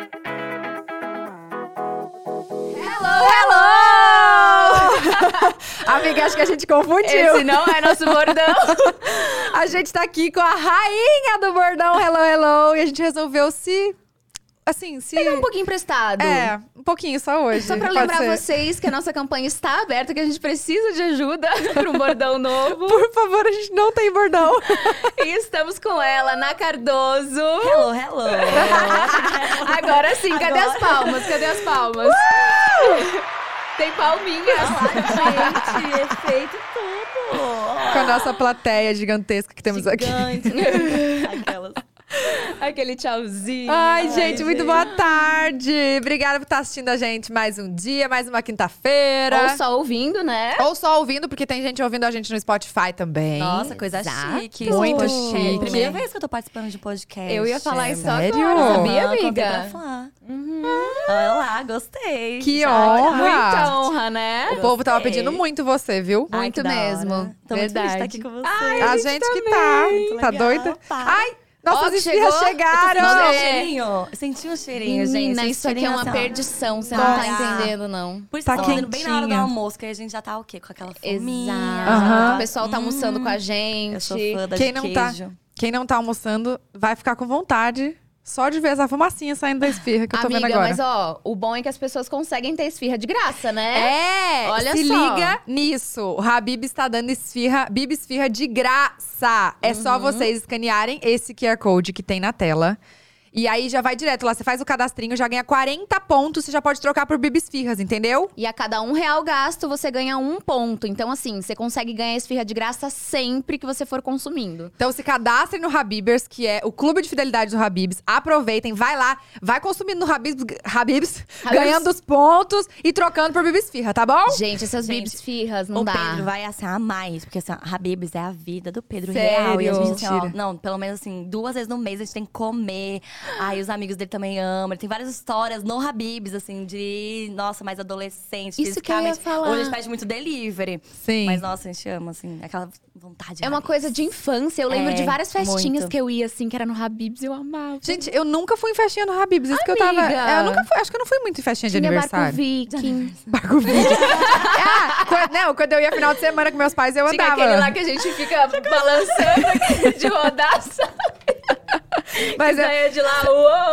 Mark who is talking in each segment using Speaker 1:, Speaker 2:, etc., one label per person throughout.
Speaker 1: Amiga, acho que a gente confundiu.
Speaker 2: Esse não é nosso bordão.
Speaker 1: A gente tá aqui com a rainha do bordão Hello Hello e a gente resolveu se assim, se
Speaker 2: Pegar um pouquinho emprestado.
Speaker 1: é, um pouquinho só hoje.
Speaker 2: Só pra
Speaker 1: pode
Speaker 2: lembrar
Speaker 1: ser.
Speaker 2: vocês que a nossa campanha está aberta, que a gente precisa de ajuda para um bordão novo.
Speaker 1: Por favor, a gente não tem bordão.
Speaker 2: E estamos com ela, na Cardoso.
Speaker 3: Hello, hello.
Speaker 2: Agora sim, cadê
Speaker 3: Agora.
Speaker 2: as palmas? Cadê as palmas? Tem palminhas.
Speaker 3: Olá, gente, efeito tudo.
Speaker 1: Com a
Speaker 3: Olá.
Speaker 1: nossa plateia gigantesca que temos aqui.
Speaker 3: Gigante, né? Aquelas.
Speaker 2: Aquele tchauzinho.
Speaker 1: Ai,
Speaker 3: Ai,
Speaker 1: gente, muito
Speaker 3: gente.
Speaker 1: boa tarde. Obrigada por estar assistindo a gente mais um dia, mais uma quinta-feira.
Speaker 2: Ou só ouvindo, né?
Speaker 1: Ou só ouvindo, porque tem gente ouvindo a gente no Spotify também.
Speaker 3: Nossa, coisa
Speaker 1: Exato.
Speaker 3: chique.
Speaker 1: Muito
Speaker 3: gente.
Speaker 1: chique.
Speaker 3: Primeira vez que eu tô participando de podcast.
Speaker 2: Eu ia
Speaker 3: é
Speaker 2: falar isso
Speaker 1: Sério?
Speaker 2: agora, sabia,
Speaker 3: Ah, contei
Speaker 2: amiga? Uhum.
Speaker 3: pra Flá. Olha lá, gostei.
Speaker 1: Que
Speaker 3: Já,
Speaker 1: honra.
Speaker 3: olha.
Speaker 2: Muita honra, né?
Speaker 1: O povo tava
Speaker 3: Gostei.
Speaker 1: pedindo muito você, viu?
Speaker 3: Ai, que
Speaker 2: Muito
Speaker 3: da hora.
Speaker 2: mesmo.
Speaker 3: Tô muito feliz de estar aqui
Speaker 2: Verdade.
Speaker 3: com vocês.
Speaker 1: a gente, que tá.
Speaker 3: Muito
Speaker 1: Tá
Speaker 3: legal.
Speaker 1: doida?
Speaker 3: Pá.
Speaker 1: Ai, nossas
Speaker 2: que
Speaker 1: esfirras
Speaker 2: chegou.
Speaker 1: chegaram.
Speaker 2: Nossa,
Speaker 3: Nossa,
Speaker 2: é.
Speaker 3: cheirinho. Senti um cheirinho, gente.
Speaker 2: Menina,
Speaker 3: Esse
Speaker 2: isso aqui é
Speaker 3: cheirinho,
Speaker 2: uma
Speaker 3: assim, ó.
Speaker 2: perdição. Você não
Speaker 3: Nossa.
Speaker 2: tá entendendo, não.
Speaker 3: Por isso
Speaker 1: Tá
Speaker 3: tá fazendo bem na hora do
Speaker 1: quentinha.
Speaker 3: almoço, que aí a gente já tá o quê? Com aquela fominha. Hum.
Speaker 2: Exato.
Speaker 1: Aham.
Speaker 2: O pessoal tá almoçando com a gente.
Speaker 3: Eu sou fã da
Speaker 1: Quem
Speaker 3: de
Speaker 1: não tá-
Speaker 3: queijo.
Speaker 1: Quem não tá almoçando vai ficar com vontade só de ver essa fumacinha saindo da esfirra que eu tô
Speaker 2: Amiga,
Speaker 1: vendo agora.
Speaker 2: mas ó, o bom é que as pessoas conseguem ter esfirra de graça, né?
Speaker 1: É,
Speaker 2: Olha
Speaker 1: se
Speaker 2: só.
Speaker 1: liga nisso. O Habib está dando esfirra, Bib esfirra de graça. É
Speaker 2: Uhum.
Speaker 1: só vocês escanearem esse QR Code que tem na tela. E aí já vai direto lá, você faz o cadastrinho, já ganha 40 pontos, você já pode trocar por Bib esfirras, entendeu?
Speaker 2: E a cada um real gasto, você ganha um ponto. Então, assim, você consegue ganhar esfirra de graça sempre que você for consumindo.
Speaker 1: Então se cadastrem no Habibers, que é o clube de fidelidade do Habibs. Aproveitem, vai lá, vai consumindo no Habibs, Habibs, ganhando os pontos e trocando por Bib esfirra, tá bom?
Speaker 2: Gente, essas
Speaker 3: Gente,
Speaker 2: bibs firras não
Speaker 3: O
Speaker 2: dá.
Speaker 3: Pedro vai assim a mais, porque assim, ó, Habibs é a vida do Pedro
Speaker 1: Sério?
Speaker 3: real. E a gente assim, ó,
Speaker 1: Mentira.
Speaker 3: não, pelo menos assim, duas vezes no mês a gente tem que comer. Aí os amigos dele também amam. Ele tem várias histórias no Habibs, assim, de, nossa, mais adolescente,
Speaker 2: Isso que eu ia
Speaker 3: fisicamente.
Speaker 2: falar.
Speaker 3: Hoje a gente pede muito delivery.
Speaker 1: Sim.
Speaker 3: Mas nossa, a gente ama, assim, aquela vontade.
Speaker 2: É uma
Speaker 3: Habib's.
Speaker 2: coisa de infância. Eu lembro
Speaker 3: É,
Speaker 2: de várias festinhas
Speaker 3: muito.
Speaker 2: que eu ia, assim, que era no Habibs, eu amava.
Speaker 1: Gente, eu nunca fui em festinha no Habibs, isso que eu tava.
Speaker 2: Amiga!
Speaker 1: É, eu nunca fui, acho que eu não fui muito em festinha de
Speaker 2: Tinha barco
Speaker 1: aniversário.
Speaker 2: viking.
Speaker 1: Barco Viking. ah, quando, não, quando eu ia final de semana com meus pais, eu
Speaker 2: Tinha
Speaker 1: andava.
Speaker 2: aquele lá que a gente fica balançando aquele de rodaça.
Speaker 1: Mas eu-
Speaker 3: é
Speaker 2: Saia de lá,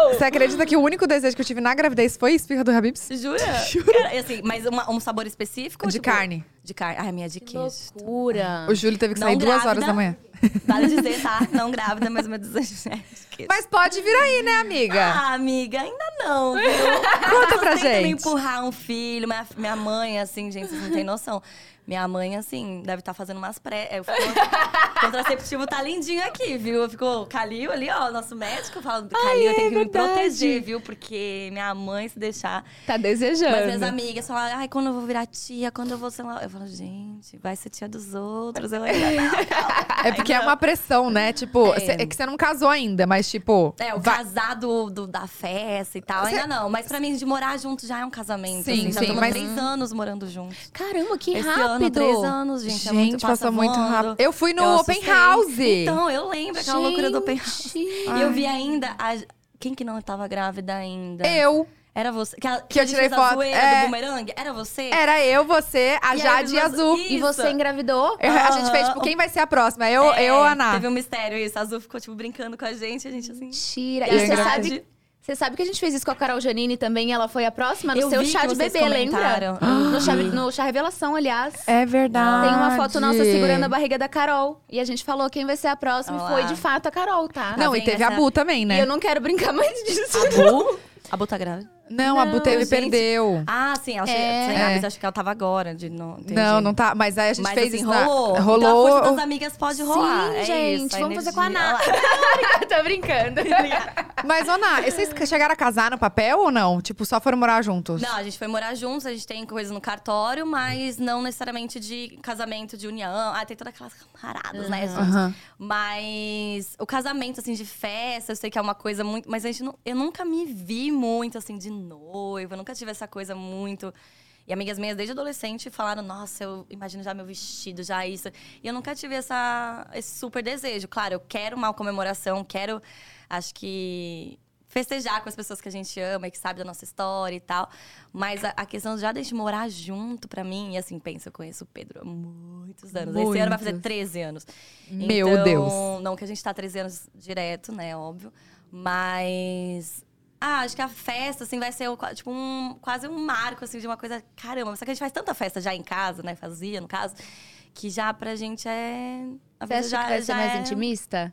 Speaker 2: uou!
Speaker 1: você acredita que o único desejo que eu tive na gravidez foi esfirra do Habibs?
Speaker 3: Jura? Cara, e assim, mas uma- um sabor específico?
Speaker 1: De
Speaker 3: tipo,
Speaker 1: carne.
Speaker 3: De carne. Ai, a minha é de queijo.
Speaker 2: Loucura.
Speaker 1: O Júlio teve que sair
Speaker 3: Não
Speaker 1: duas horas
Speaker 3: grávida.
Speaker 1: da manhã.
Speaker 3: Vale dizer, tá? Não grávida, mas meu desejo é de queijo.
Speaker 1: Mas pode vir aí, né, amiga?
Speaker 3: Ah, amiga, ainda não, viu?
Speaker 1: Conta pra
Speaker 3: Tenta me
Speaker 1: gente.
Speaker 3: empurrar um filho. Minha, minha mãe, assim, gente, vocês não têm noção. Minha mãe, assim, deve estar fazendo umas pré. é, Eu fico... o contraceptivo tá lindinho aqui, viu? Ficou Calil ali, ó, nosso médico falando. Calil, eu tenho que
Speaker 2: verdade.
Speaker 3: me proteger, viu? Porque minha mãe, se deixar.
Speaker 2: Tá
Speaker 3: Mas é minhas
Speaker 2: desejando.
Speaker 3: amigas falam, ai, quando eu vou virar tia, quando eu vou, sei lá. Eu falo, gente, vai ser tia dos outros. Eu ainda não.
Speaker 1: É porque é uma pressão, né? Tipo,
Speaker 3: É.
Speaker 1: cê- é que você não casou ainda, mas tipo.
Speaker 3: É, o
Speaker 1: vai-
Speaker 3: casar do, do- da festa e tal, ainda não. Mas pra mim, de morar junto já é um casamento.
Speaker 1: Sim,
Speaker 3: assim, já
Speaker 1: sim,
Speaker 3: estamos
Speaker 1: mas-
Speaker 3: três anos morando juntos.
Speaker 2: Caramba, que
Speaker 3: Esse ano,
Speaker 2: rápido!
Speaker 3: três anos, gente.
Speaker 1: Gente,
Speaker 3: é muito,
Speaker 1: passou muito
Speaker 3: voando.
Speaker 1: rápido. Eu fui no
Speaker 3: Eu
Speaker 1: Open
Speaker 3: assustei.
Speaker 1: House.
Speaker 3: Então, eu lembro aquela loucura do Open House.
Speaker 2: Gente.
Speaker 3: E eu vi ainda a... Quem que não tava grávida ainda?
Speaker 1: Eu.
Speaker 3: Era você. Que, a-
Speaker 1: Que eu
Speaker 3: a gente
Speaker 1: tirei
Speaker 3: fez a
Speaker 1: foto,
Speaker 3: zoeira
Speaker 1: é.
Speaker 3: do bumerangue? Era você?
Speaker 1: Era eu, você, a
Speaker 3: É. E aí,
Speaker 1: Jade e a
Speaker 3: mas-
Speaker 1: Azul.
Speaker 3: Ih,
Speaker 2: E você
Speaker 3: Isso.
Speaker 2: engravidou? Ah,
Speaker 1: Eu- A gente fez, tipo, quem vai ser a próxima? Eu,
Speaker 3: É,
Speaker 1: eu a Ná.
Speaker 3: Teve um mistério isso. A Azul ficou, tipo, brincando com a gente. A gente, assim...
Speaker 2: Mentira.
Speaker 1: Eu
Speaker 2: E você
Speaker 1: engravidei.
Speaker 2: sabe, você sabe que a gente fez isso com a Carol Janine também? Ela foi a próxima no
Speaker 3: Eu
Speaker 2: seu
Speaker 3: vi
Speaker 2: chá
Speaker 3: que
Speaker 2: de
Speaker 3: vocês
Speaker 2: bebê, lembra?
Speaker 3: comentaram.
Speaker 2: No chá, no chá Revelação, aliás.
Speaker 3: um-
Speaker 1: É verdade.
Speaker 2: Tem uma foto nossa segurando a barriga da Carol. E a gente falou quem vai ser a próxima.
Speaker 3: Olha
Speaker 2: E foi
Speaker 3: lá.
Speaker 2: de fato a Carol, tá?
Speaker 1: Não,
Speaker 3: Tá
Speaker 1: e
Speaker 3: vendo
Speaker 1: teve a
Speaker 3: essa-
Speaker 1: Bu também,
Speaker 2: E
Speaker 1: né?
Speaker 2: eu não quero brincar mais disso.
Speaker 3: Azul? A Bu tá grávida?
Speaker 1: Não, a Bu
Speaker 2: Não,
Speaker 1: teve
Speaker 3: gente.
Speaker 1: perdeu.
Speaker 3: Ah, sim. Ela
Speaker 2: É.
Speaker 3: chegou. Mas acho que ela tava agora. De, não,
Speaker 1: Não,
Speaker 3: entendi.
Speaker 1: não tá. Mas aí a gente
Speaker 3: Mas
Speaker 1: fez
Speaker 3: assim,
Speaker 1: isso. na-
Speaker 3: rolou. Então a
Speaker 1: Rolou.
Speaker 3: força das amigas pode rolar.
Speaker 2: Sim,
Speaker 3: é
Speaker 2: gente.
Speaker 3: isso,
Speaker 2: vamos fazer com a
Speaker 3: energia.
Speaker 2: Ná. Tô Tá brincando.
Speaker 1: Mas, Ana, vocês chegaram a casar no papel ou não? Tipo, só foram morar juntos?
Speaker 3: Não, a gente foi morar juntos, a gente tem coisa no cartório, mas não necessariamente de casamento, de união. Ah, tem todas aquelas camaradas, né? juntos.
Speaker 1: Aham.
Speaker 3: Mas o casamento, assim, de festa, eu sei que é uma coisa muito. Mas a gente não, eu nunca me vi muito, assim, de noiva, eu nunca tive essa coisa muito. E amigas minhas desde adolescente falaram: Nossa, eu imagino já meu vestido, já isso. E eu nunca tive essa, esse super desejo. Claro, eu quero uma comemoração, quero. Acho que festejar com as pessoas que a gente ama e que sabe da nossa história e tal. Mas a, a questão já de morar junto pra mim, e assim, pensa, eu conheço o Pedro há muitos anos. Esse ano vai fazer
Speaker 1: Muitos.
Speaker 3: 13 anos.
Speaker 1: Meu
Speaker 3: Então,
Speaker 1: Deus.
Speaker 3: Não que a gente tá 13 anos direto, né? Óbvio. Mas. Ah, acho que a festa, assim, vai ser o qua- tipo um, quase um marco, assim, de uma coisa. Caramba, só que a gente faz tanta festa já em casa, né? Fazia, no caso, que já pra gente é. A
Speaker 2: Você acha
Speaker 3: já,
Speaker 2: que vai ser
Speaker 3: já
Speaker 2: mais
Speaker 3: é-
Speaker 2: intimista?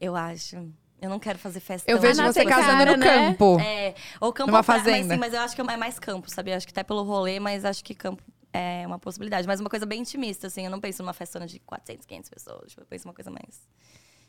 Speaker 3: Eu acho. Eu não quero fazer festa.
Speaker 1: Eu vejo
Speaker 2: Ah, não,
Speaker 1: você
Speaker 2: tem
Speaker 1: casando
Speaker 2: cara,
Speaker 1: no
Speaker 2: né?
Speaker 1: campo.
Speaker 3: É, ou campo
Speaker 1: Numa
Speaker 3: ou praia,
Speaker 1: fazenda.
Speaker 3: Mas, sim, mas eu acho que é mais campo, sabe? Eu acho que até pelo rolê, mas acho que campo é uma possibilidade. Mas uma coisa bem intimista, assim. Eu não penso numa festona de 400, 500 pessoas. Tipo, eu penso uma coisa mais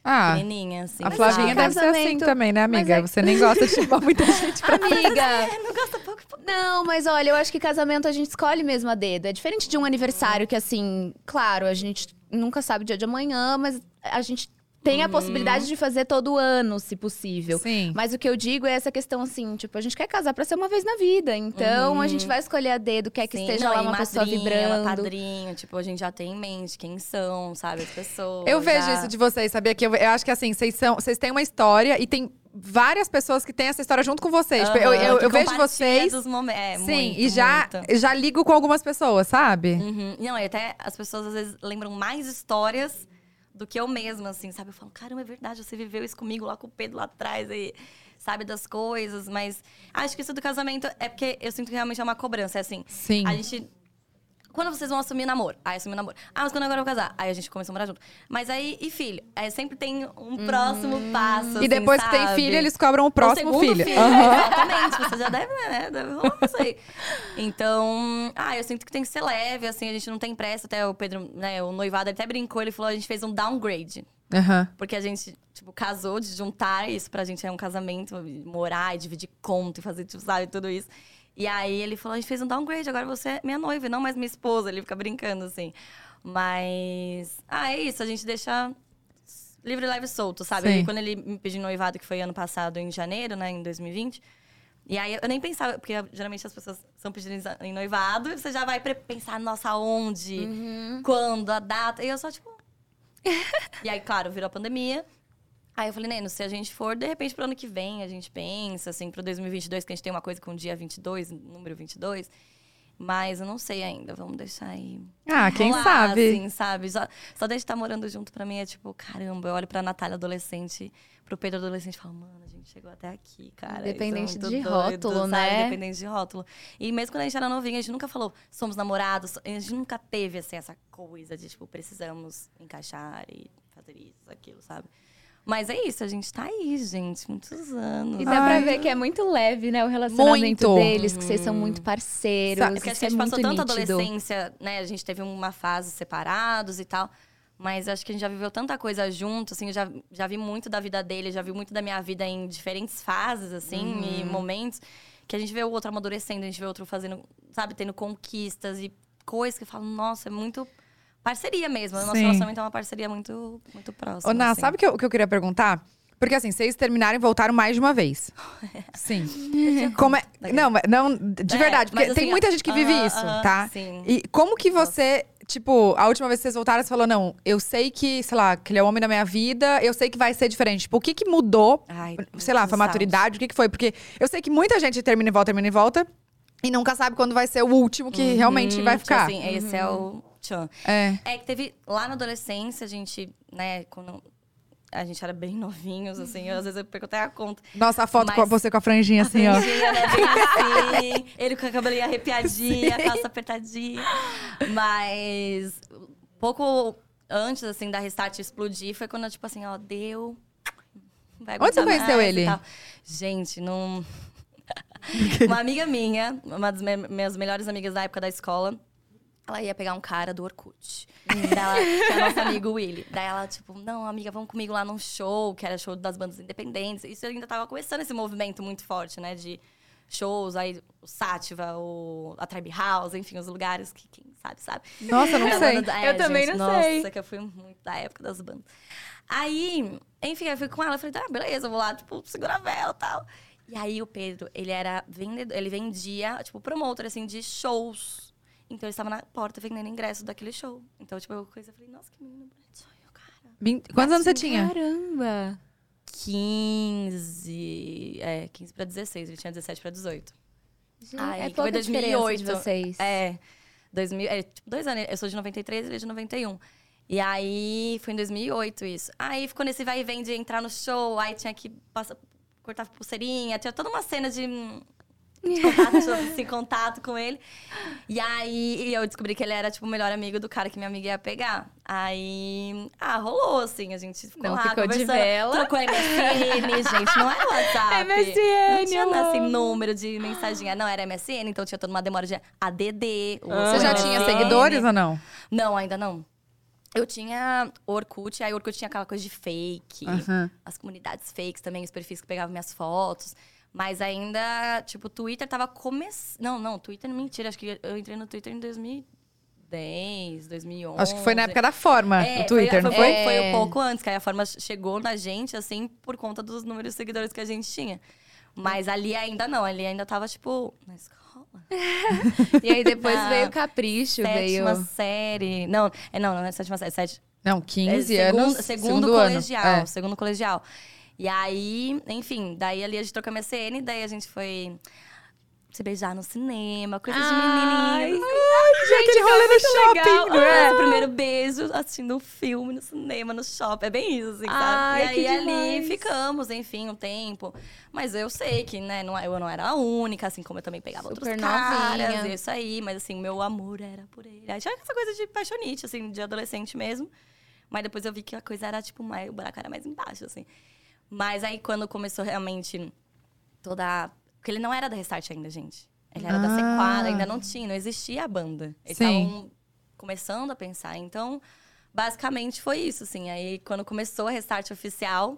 Speaker 1: Ah,
Speaker 3: pequenininha, assim.
Speaker 1: a
Speaker 3: sabe?
Speaker 1: Flavinha
Speaker 2: é
Speaker 1: deve ser assim
Speaker 2: casamento.
Speaker 1: também, né, amiga?
Speaker 2: Mas é-
Speaker 1: Você nem gosta de chamar muita gente pra...
Speaker 2: Tipo, Amiga!
Speaker 3: É, não gosta pouco. pouco.
Speaker 2: Não, mas olha, eu acho que casamento a gente escolhe mesmo a dedo. É diferente de um aniversário que, assim, claro, a gente nunca sabe o dia de amanhã, mas a gente tem a
Speaker 3: Uhum.
Speaker 2: possibilidade de fazer todo ano, se possível.
Speaker 1: Sim.
Speaker 2: Mas o que eu digo é essa questão assim, tipo, a gente quer casar pra ser uma vez na vida. Então a gente vai escolher a dedo, quer que
Speaker 3: Uhum. Sim,
Speaker 2: esteja
Speaker 3: assim, não,
Speaker 2: lá
Speaker 3: e
Speaker 2: uma pessoa
Speaker 3: madrinha,
Speaker 2: vibrando.
Speaker 3: Padrinho, tipo, a gente já tem em mente quem são, sabe? As pessoas.
Speaker 1: Eu vejo
Speaker 3: já.
Speaker 1: isso de vocês, sabia? Que eu, eu acho que assim, vocês são, vocês têm uma história e tem várias pessoas que têm essa história junto com vocês. Tipo, eu
Speaker 3: Aham,
Speaker 1: eu,
Speaker 3: que
Speaker 1: eu vejo
Speaker 3: compartilha
Speaker 1: vocês.
Speaker 3: dos momen- é,
Speaker 1: sim,
Speaker 3: muito,
Speaker 1: e já,
Speaker 3: muito.
Speaker 1: já ligo com algumas pessoas, sabe?
Speaker 3: Uhum. Não, e até as pessoas às vezes lembram mais histórias do que eu mesma, assim, sabe? Eu falo, caramba, é verdade, você viveu isso comigo lá com o Pedro lá atrás, aí, sabe, das coisas. Mas acho que isso do casamento é porque eu sinto que realmente é uma cobrança. É assim,
Speaker 1: Sim.
Speaker 3: a gente. Quando vocês vão assumir namoro? Aí assumir namoro. Ah, mas quando agora eu vou casar? Aí a gente começou a morar junto. Mas aí, e filho? Aí sempre tem um próximo passo.
Speaker 1: Hum. e
Speaker 3: assim,
Speaker 1: depois que tem
Speaker 3: sabe?
Speaker 1: filho, eles cobram o próximo
Speaker 3: o segundo né?
Speaker 1: filho. Aham.
Speaker 3: Exatamente, você já deve, né? Deve rolar isso aí. Então, ah, eu sinto que tem que ser leve, assim, a gente não tem pressa. Até o Pedro, né, o noivado, ele até brincou, ele falou, a gente fez um downgrade.
Speaker 1: Aham.
Speaker 3: Porque a gente, tipo, casou de juntar, isso pra gente é um casamento, e morar e dividir conta e fazer, tipo, sabe, tudo isso. E aí ele falou, a gente fez um downgrade, agora você é minha noiva, e não mais minha esposa. Ele fica brincando, assim. Mas, ah, é isso, a gente deixa livre, leve e solto, sabe?
Speaker 1: Sim.
Speaker 3: Ele- quando ele me pediu noivado, que foi ano passado, em janeiro, né, em 2020. E aí eu nem pensava, porque geralmente as pessoas são pedindo em noivado, e você já vai pre- pensar, nossa, onde, quando, a data. E eu só, tipo, e aí, claro, virou a pandemia. Aí eu falei, Neno, se a gente for, de repente, pro ano que vem, a gente pensa, assim, pro 2022, que a gente tem uma coisa com o dia 22, número 22. Mas eu não sei ainda, vamos deixar aí.
Speaker 1: Ah, quem
Speaker 3: rolar,
Speaker 1: sabe?
Speaker 3: Assim, sabe? Só, só da gente estar morando junto, pra mim, é tipo, caramba, eu olho pra Natália adolescente, pro Pedro adolescente e falo, mano, a gente chegou até aqui, cara.
Speaker 2: Independente
Speaker 3: isso é muito
Speaker 2: de
Speaker 3: doido",
Speaker 2: rótulo,
Speaker 3: sabe?
Speaker 2: né?
Speaker 3: Independente de rótulo. E mesmo quando a gente era novinha, a gente nunca falou, somos namorados, a gente nunca teve, assim, essa coisa de, tipo, precisamos encaixar e fazer isso, aquilo, sabe? Mas é isso, a gente tá aí, gente, muitos anos.
Speaker 2: E dá pra
Speaker 1: Ai.
Speaker 2: ver que é muito leve, né? O relacionamento
Speaker 1: Muito.
Speaker 2: deles, que vocês são muito parceiros.
Speaker 1: Sabe,
Speaker 3: É porque Uhum. a
Speaker 2: isso é
Speaker 3: gente passou
Speaker 2: muito
Speaker 3: tanta
Speaker 2: nítido.
Speaker 3: adolescência, né? A gente teve uma fase separados e tal. Mas acho que a gente já viveu tanta coisa junto, assim, eu já, já vi muito da vida dele, já vi muito da minha vida em diferentes fases, assim, e
Speaker 1: Uhum.
Speaker 3: momentos. Que a gente vê o outro amadurecendo, a gente vê o outro fazendo, sabe, tendo conquistas e coisas que eu falo, nossa, é muito parceria mesmo. O nosso
Speaker 1: Sim.
Speaker 3: relacionamento é uma parceria muito, muito próxima.
Speaker 1: Ô, Ná,
Speaker 3: assim.
Speaker 1: sabe o que eu- o que eu queria perguntar? Porque assim, vocês terminaram e voltaram mais de uma vez. Sim. Como é... Não, mas não, de
Speaker 3: É,
Speaker 1: verdade, porque
Speaker 3: mas
Speaker 1: tem
Speaker 3: assim,
Speaker 1: muita gente que vive
Speaker 3: aham,
Speaker 1: isso,
Speaker 3: aham,
Speaker 1: tá?
Speaker 3: sim.
Speaker 1: E como que você, tipo, a última vez que vocês voltaram, você falou, não, eu sei que, sei lá, que ele é o homem da minha vida, eu sei que vai ser diferente. Tipo, o que que mudou?
Speaker 3: Ai,
Speaker 1: sei lá, foi a
Speaker 3: muitos
Speaker 1: maturidade, o que que foi? Porque eu sei que muita gente termina e volta, termina e volta, e nunca sabe quando vai ser o último que realmente
Speaker 3: Hum,
Speaker 1: vai
Speaker 3: tipo
Speaker 1: ficar. Uhum.
Speaker 3: Assim, Esse é o tchan.
Speaker 1: É.
Speaker 3: É que teve lá na adolescência, a gente, né, quando a gente era bem novinhos, assim, eu, às vezes eu perco até a conta.
Speaker 1: Nossa, a foto
Speaker 3: Mas-
Speaker 1: com a- você com a franjinha assim, ó.
Speaker 3: Franjinha, né, bem assim, ele com a cabelinha arrepiadinha, a calça apertadinha. Mas pouco antes, assim, da Restart explodir, foi quando, tipo assim, ó, deu. vai
Speaker 1: Onde você
Speaker 3: aguentar
Speaker 1: conheceu
Speaker 3: mais e
Speaker 1: ele?
Speaker 3: tal. Gente, num. uma amiga minha, uma das me- minhas melhores amigas da época da escola, ela ia pegar um cara do Orkut.
Speaker 1: Hum.
Speaker 3: Daí ela, que é nosso amigo Willy. Daí ela, tipo, não, amiga, vamos comigo lá num show, que era show das bandas independentes. Isso ainda tava começando esse movimento muito forte, né? De shows, aí o Sátiva, o, a Tribe House, enfim, os lugares que quem sabe, sabe.
Speaker 1: Nossa, não
Speaker 3: As
Speaker 1: sei.
Speaker 3: bandas- é,
Speaker 2: Eu também não
Speaker 3: nossa,
Speaker 2: sei.
Speaker 3: que eu fui muito da época das bandas. Aí, enfim, eu fui com ela, falei, tá, beleza, eu vou lá, tipo, segurar a vela e tal. E aí o Pedro, ele era vendedor, ele vendia, tipo, promotor, assim, de shows. Então ele estava na porta vendendo ingresso daquele show. Então, tipo, eu coisa, eu falei, nossa, que menino bonitinho, cara.
Speaker 1: Vinte- Quantos anos você tinha?
Speaker 2: Caramba!
Speaker 3: 15. É, 15 pra 16. Ele tinha 17 pra 18. Ai,
Speaker 2: é
Speaker 3: que
Speaker 2: pouca
Speaker 3: foi
Speaker 2: diferença
Speaker 3: 2008.
Speaker 2: de vocês.
Speaker 3: É. 2000, é, tipo, dois anos. Eu sou de 93, ele é de 91. E aí, foi em 2008 isso. Aí ficou nesse vai e vem de entrar no show, aí tinha que passar, cortar pulseirinha, tinha toda uma cena de. hum, de Contato, assim, contato com ele. E aí e eu descobri que ele era, tipo, o melhor amigo do cara que minha amiga ia pegar. Aí. Ah, rolou, assim. A gente ficou
Speaker 2: Então
Speaker 3: lá
Speaker 2: ficou de
Speaker 3: conversando.
Speaker 2: vela.
Speaker 3: Trocou MSN, gente. Não era WhatsApp.
Speaker 2: MSN,
Speaker 3: Não tinha,
Speaker 2: eu
Speaker 3: assim,
Speaker 2: amo.
Speaker 3: número de mensagem. Ah, Não, era MSN, então tinha toda uma demora de ADD. o
Speaker 1: Ah, Você já
Speaker 3: MSN.
Speaker 1: tinha seguidores ou não?
Speaker 3: Não, ainda não. Eu tinha Orkut, aí Orkut tinha aquela coisa de fake.
Speaker 1: Aham.
Speaker 3: As comunidades fakes também, os perfis que pegavam minhas fotos. Mas ainda, tipo, Twitter tava começando... Não, não, Twitter, mentira. Acho que eu entrei no Twitter em 2010, 2011.
Speaker 1: Acho que foi na época da forma,
Speaker 3: É,
Speaker 1: o Ah, Twitter,
Speaker 3: foi,
Speaker 1: não foi?
Speaker 3: Foi,
Speaker 2: foi?
Speaker 3: foi
Speaker 2: É.
Speaker 3: um pouco antes, que aí a forma chegou na gente, assim, por conta dos números de seguidores que a gente tinha. Mas ali ainda não, ali ainda tava, tipo, na escola.
Speaker 2: E aí depois
Speaker 3: Na
Speaker 2: veio o capricho, veio.
Speaker 3: sétima série. Não, é, não, não é sétima série, é sete,
Speaker 1: Não, 15
Speaker 3: é, segundo,
Speaker 1: anos.
Speaker 3: Segundo,
Speaker 1: ano.
Speaker 3: colegial.
Speaker 1: É.
Speaker 3: Segundo colegial. E aí, enfim, daí ali a gente trocou MSN, daí a gente foi se beijar no cinema, coisas de
Speaker 2: Ai,
Speaker 3: menininho.
Speaker 1: Gente, aquele rolê no shopping,
Speaker 2: né?
Speaker 1: não é?
Speaker 3: O primeiro beijo assistindo um filme no cinema, no shopping. É bem isso, assim,
Speaker 2: Ai,
Speaker 3: sabe?
Speaker 2: que
Speaker 3: E aí ali
Speaker 2: demais.
Speaker 3: ficamos, enfim, um tempo. Mas eu sei que, né, não- eu não era a única, assim como eu também pegava
Speaker 2: Super
Speaker 3: outros caras.
Speaker 2: novinha.
Speaker 3: e Isso aí, mas assim, meu amor era por ele. Aí tinha essa coisa de paixonite, assim, de adolescente mesmo. Mas depois eu vi que a coisa era, tipo, mais, o buraco era mais embaixo, assim. Mas aí quando começou realmente toda. a- Porque ele não era da Restart ainda, gente. Ele era da
Speaker 1: Ah.
Speaker 3: Sequada, ainda
Speaker 2: Uhum.
Speaker 3: não tinha, não existia a banda. Eles
Speaker 1: Sim.
Speaker 3: estavam começando a pensar. Então, basicamente foi isso, assim. Aí quando começou a Restart oficial,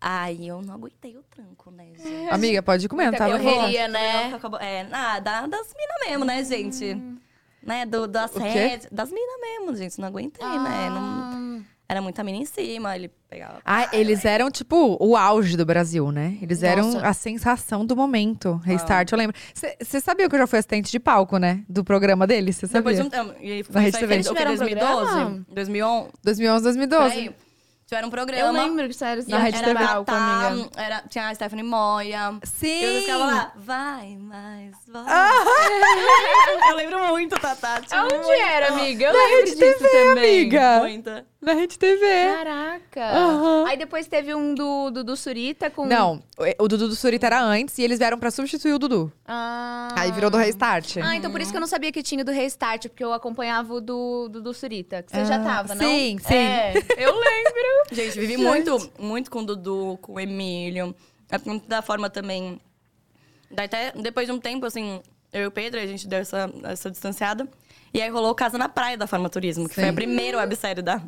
Speaker 3: aí eu não aguentei o tranco, né, gente?
Speaker 1: Amiga, pode comer, não tava
Speaker 2: correria,
Speaker 1: bom.
Speaker 2: né? Hum.
Speaker 3: Não, acabou- É, ah, da- das minas mesmo, né, gente? Né, do,
Speaker 1: quê?
Speaker 3: do assédio. Das minas mesmo, gente. Não aguentei, né? Não-
Speaker 2: Ah,
Speaker 3: era muita mina em cima, ele pegava.
Speaker 1: Ah, eles eram, tipo, o auge do Brasil, né? Eles eram
Speaker 2: Nossa.
Speaker 1: a sensação do momento. Restart, eu lembro. Você sabia que eu já fui assistente de palco, né? Do programa deles, você sabia?
Speaker 3: Depois de um tempo. E
Speaker 1: Na
Speaker 3: foi
Speaker 1: Rede
Speaker 3: isso aí,
Speaker 1: TV.
Speaker 3: fez o quê?
Speaker 2: Eles tiveram um
Speaker 3: 2012?
Speaker 2: programa?
Speaker 3: 2011?
Speaker 1: 2011,
Speaker 3: Por
Speaker 1: 2012.
Speaker 3: aí. Tiveram um
Speaker 2: Eu
Speaker 3: programa.
Speaker 2: lembro que sério,
Speaker 3: e
Speaker 1: Na
Speaker 3: era
Speaker 1: Rede TV.
Speaker 3: Tatá,
Speaker 2: com a amiga.
Speaker 3: era- tinha a Stephanie Moya. Eu
Speaker 1: Sim!
Speaker 3: ficava lá, vai, mais, vai. eu lembro muito, Tatá. tipo,
Speaker 2: Ah! Aonde
Speaker 3: muito,
Speaker 2: era, amiga? Eu lembro disso também.
Speaker 1: amiga?
Speaker 3: Muita.
Speaker 1: Na Rede
Speaker 3: Ah,
Speaker 1: TV.
Speaker 2: Caraca.
Speaker 1: Aham.
Speaker 2: Aí depois teve um do, do, do Surita
Speaker 3: um
Speaker 2: com...
Speaker 1: Não, o Dudu do Surita era antes e eles vieram pra substituir o Dudu.
Speaker 2: Ah.
Speaker 1: Aí virou do Restart.
Speaker 2: Ah, então por isso que eu não sabia que tinha o do Restart, porque eu acompanhava o do, do, do Surita. Que você já tava, não?
Speaker 1: Sim, sim.
Speaker 2: É, eu lembro.
Speaker 3: Gente, vivi muito, muito com o Dudu, com o Emílio. É muito da forma também. Daí até depois de um tempo, assim, eu e o Pedro, a gente deu essa, essa distanciada. E aí rolou o Casa na Praia da Forma Turismo, que foi a
Speaker 1: Sim.
Speaker 3: primeira websérie da.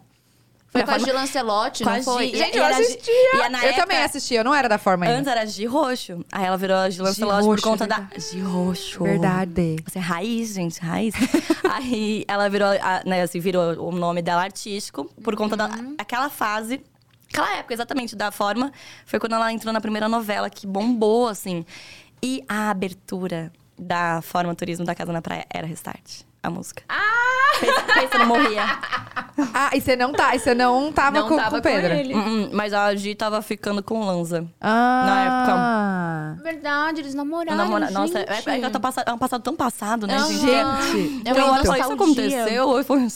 Speaker 2: Foi
Speaker 3: da
Speaker 2: com a
Speaker 3: Forma-
Speaker 2: Gil Lancelotti, não
Speaker 3: com a
Speaker 2: foi?
Speaker 3: Gi.
Speaker 2: Gente,
Speaker 3: E
Speaker 2: eu
Speaker 3: era a Gi-
Speaker 2: assistia.
Speaker 3: E aí, na
Speaker 1: eu
Speaker 3: época,
Speaker 1: também assisti, eu não era da forma ainda.
Speaker 3: Antes era Gi Roxo. Aí ela virou a Gi Lancelotti por
Speaker 1: Roxo,
Speaker 3: conta da. Gi Roxo.
Speaker 1: Verdade.
Speaker 3: Você é raiz, gente, raiz. Aí ela virou, a- né, assim, virou o nome dela artístico por conta daquela fase. Aquela época, exatamente, da forma. Foi quando ela entrou na primeira novela, que bombou, assim. E a abertura da Forma Turismo da Casa na Praia era Restart, a música. Ah! Pensa, pensa não morria.
Speaker 1: Ah, e você não, tá, e você não tava
Speaker 2: Não
Speaker 1: com,
Speaker 2: tava
Speaker 1: com o
Speaker 2: com
Speaker 1: Pedro?
Speaker 2: ele.
Speaker 3: Hum, hum, mas a Gi tava ficando com Lanza.
Speaker 1: Ah.
Speaker 2: Verdade, eles namoraram,
Speaker 3: Namora- Nossa, é,
Speaker 2: gente.
Speaker 3: é que ela tá passa- é um passado tão passado, né, gente?
Speaker 2: Aham.
Speaker 1: Gente,
Speaker 2: É
Speaker 3: Então,
Speaker 2: uma
Speaker 3: olha só, isso
Speaker 2: nostalgia.
Speaker 3: aconteceu, ou foi,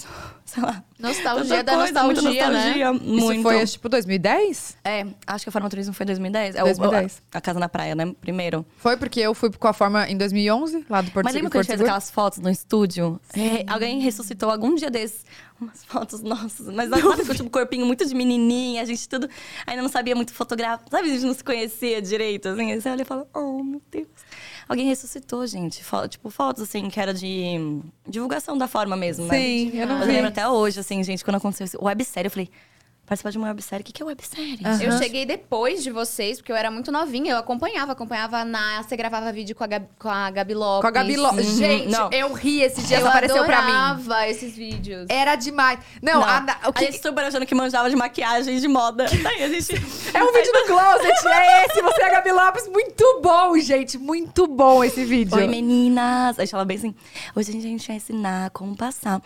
Speaker 3: sei lá.
Speaker 2: Nostalgia
Speaker 3: Tanta
Speaker 2: da
Speaker 3: coisa, muita
Speaker 2: nostalgia, né?
Speaker 3: nostalgia,
Speaker 1: Isso
Speaker 3: muito.
Speaker 1: foi, tipo, 2010?
Speaker 3: É, acho que a Forma Turismo foi em 2010. É o-
Speaker 1: 2010.
Speaker 3: a, a Casa na Praia, né? Primeiro.
Speaker 1: Foi porque eu fui com a forma em 2011, lá do Porto
Speaker 3: Mas
Speaker 1: Seguro.
Speaker 3: lembra que a gente fez
Speaker 1: Porto
Speaker 3: aquelas fotos no estúdio? É, alguém ressuscitou algum dia desses umas fotos nossas. Mas nós sabe, com tipo, corpinho muito de menininha, a gente tudo ainda não sabia muito fotografar. Sabe, a gente não se conhecia direito, assim. Aí você olha e fala, oh, meu Deus. Alguém ressuscitou, gente. Fo- tipo, fotos, assim, que era de hum, divulgação da forma mesmo, né?
Speaker 1: Sim, eu não
Speaker 3: Eu
Speaker 1: vi.
Speaker 3: lembro até hoje, assim, gente, quando aconteceu isso. Websérie, eu falei, participar de uma websérie, o que, que é websérie?
Speaker 2: Eu cheguei depois de vocês, porque eu era muito novinha. Eu acompanhava, acompanhava na. Você gravava vídeo com a Gabi, com a Gabi Lopes.
Speaker 1: Com a Gabi Lo... Gente,
Speaker 3: Uhum. Não.
Speaker 1: eu ri esses dias,
Speaker 2: Eu
Speaker 1: apareceu pra mim. É,
Speaker 2: adorava esses vídeos.
Speaker 1: Era demais. Não, a Na- o
Speaker 3: A gente
Speaker 1: que...
Speaker 3: super achando que manjava de maquiagem, de moda. Aí a gente...
Speaker 1: É um vídeo do Closet, é esse, você é a Gabi Lopes. Muito bom, gente, muito bom esse vídeo.
Speaker 3: Oi, meninas! Aí ela bem assim, hoje a gente vai ensinar como passar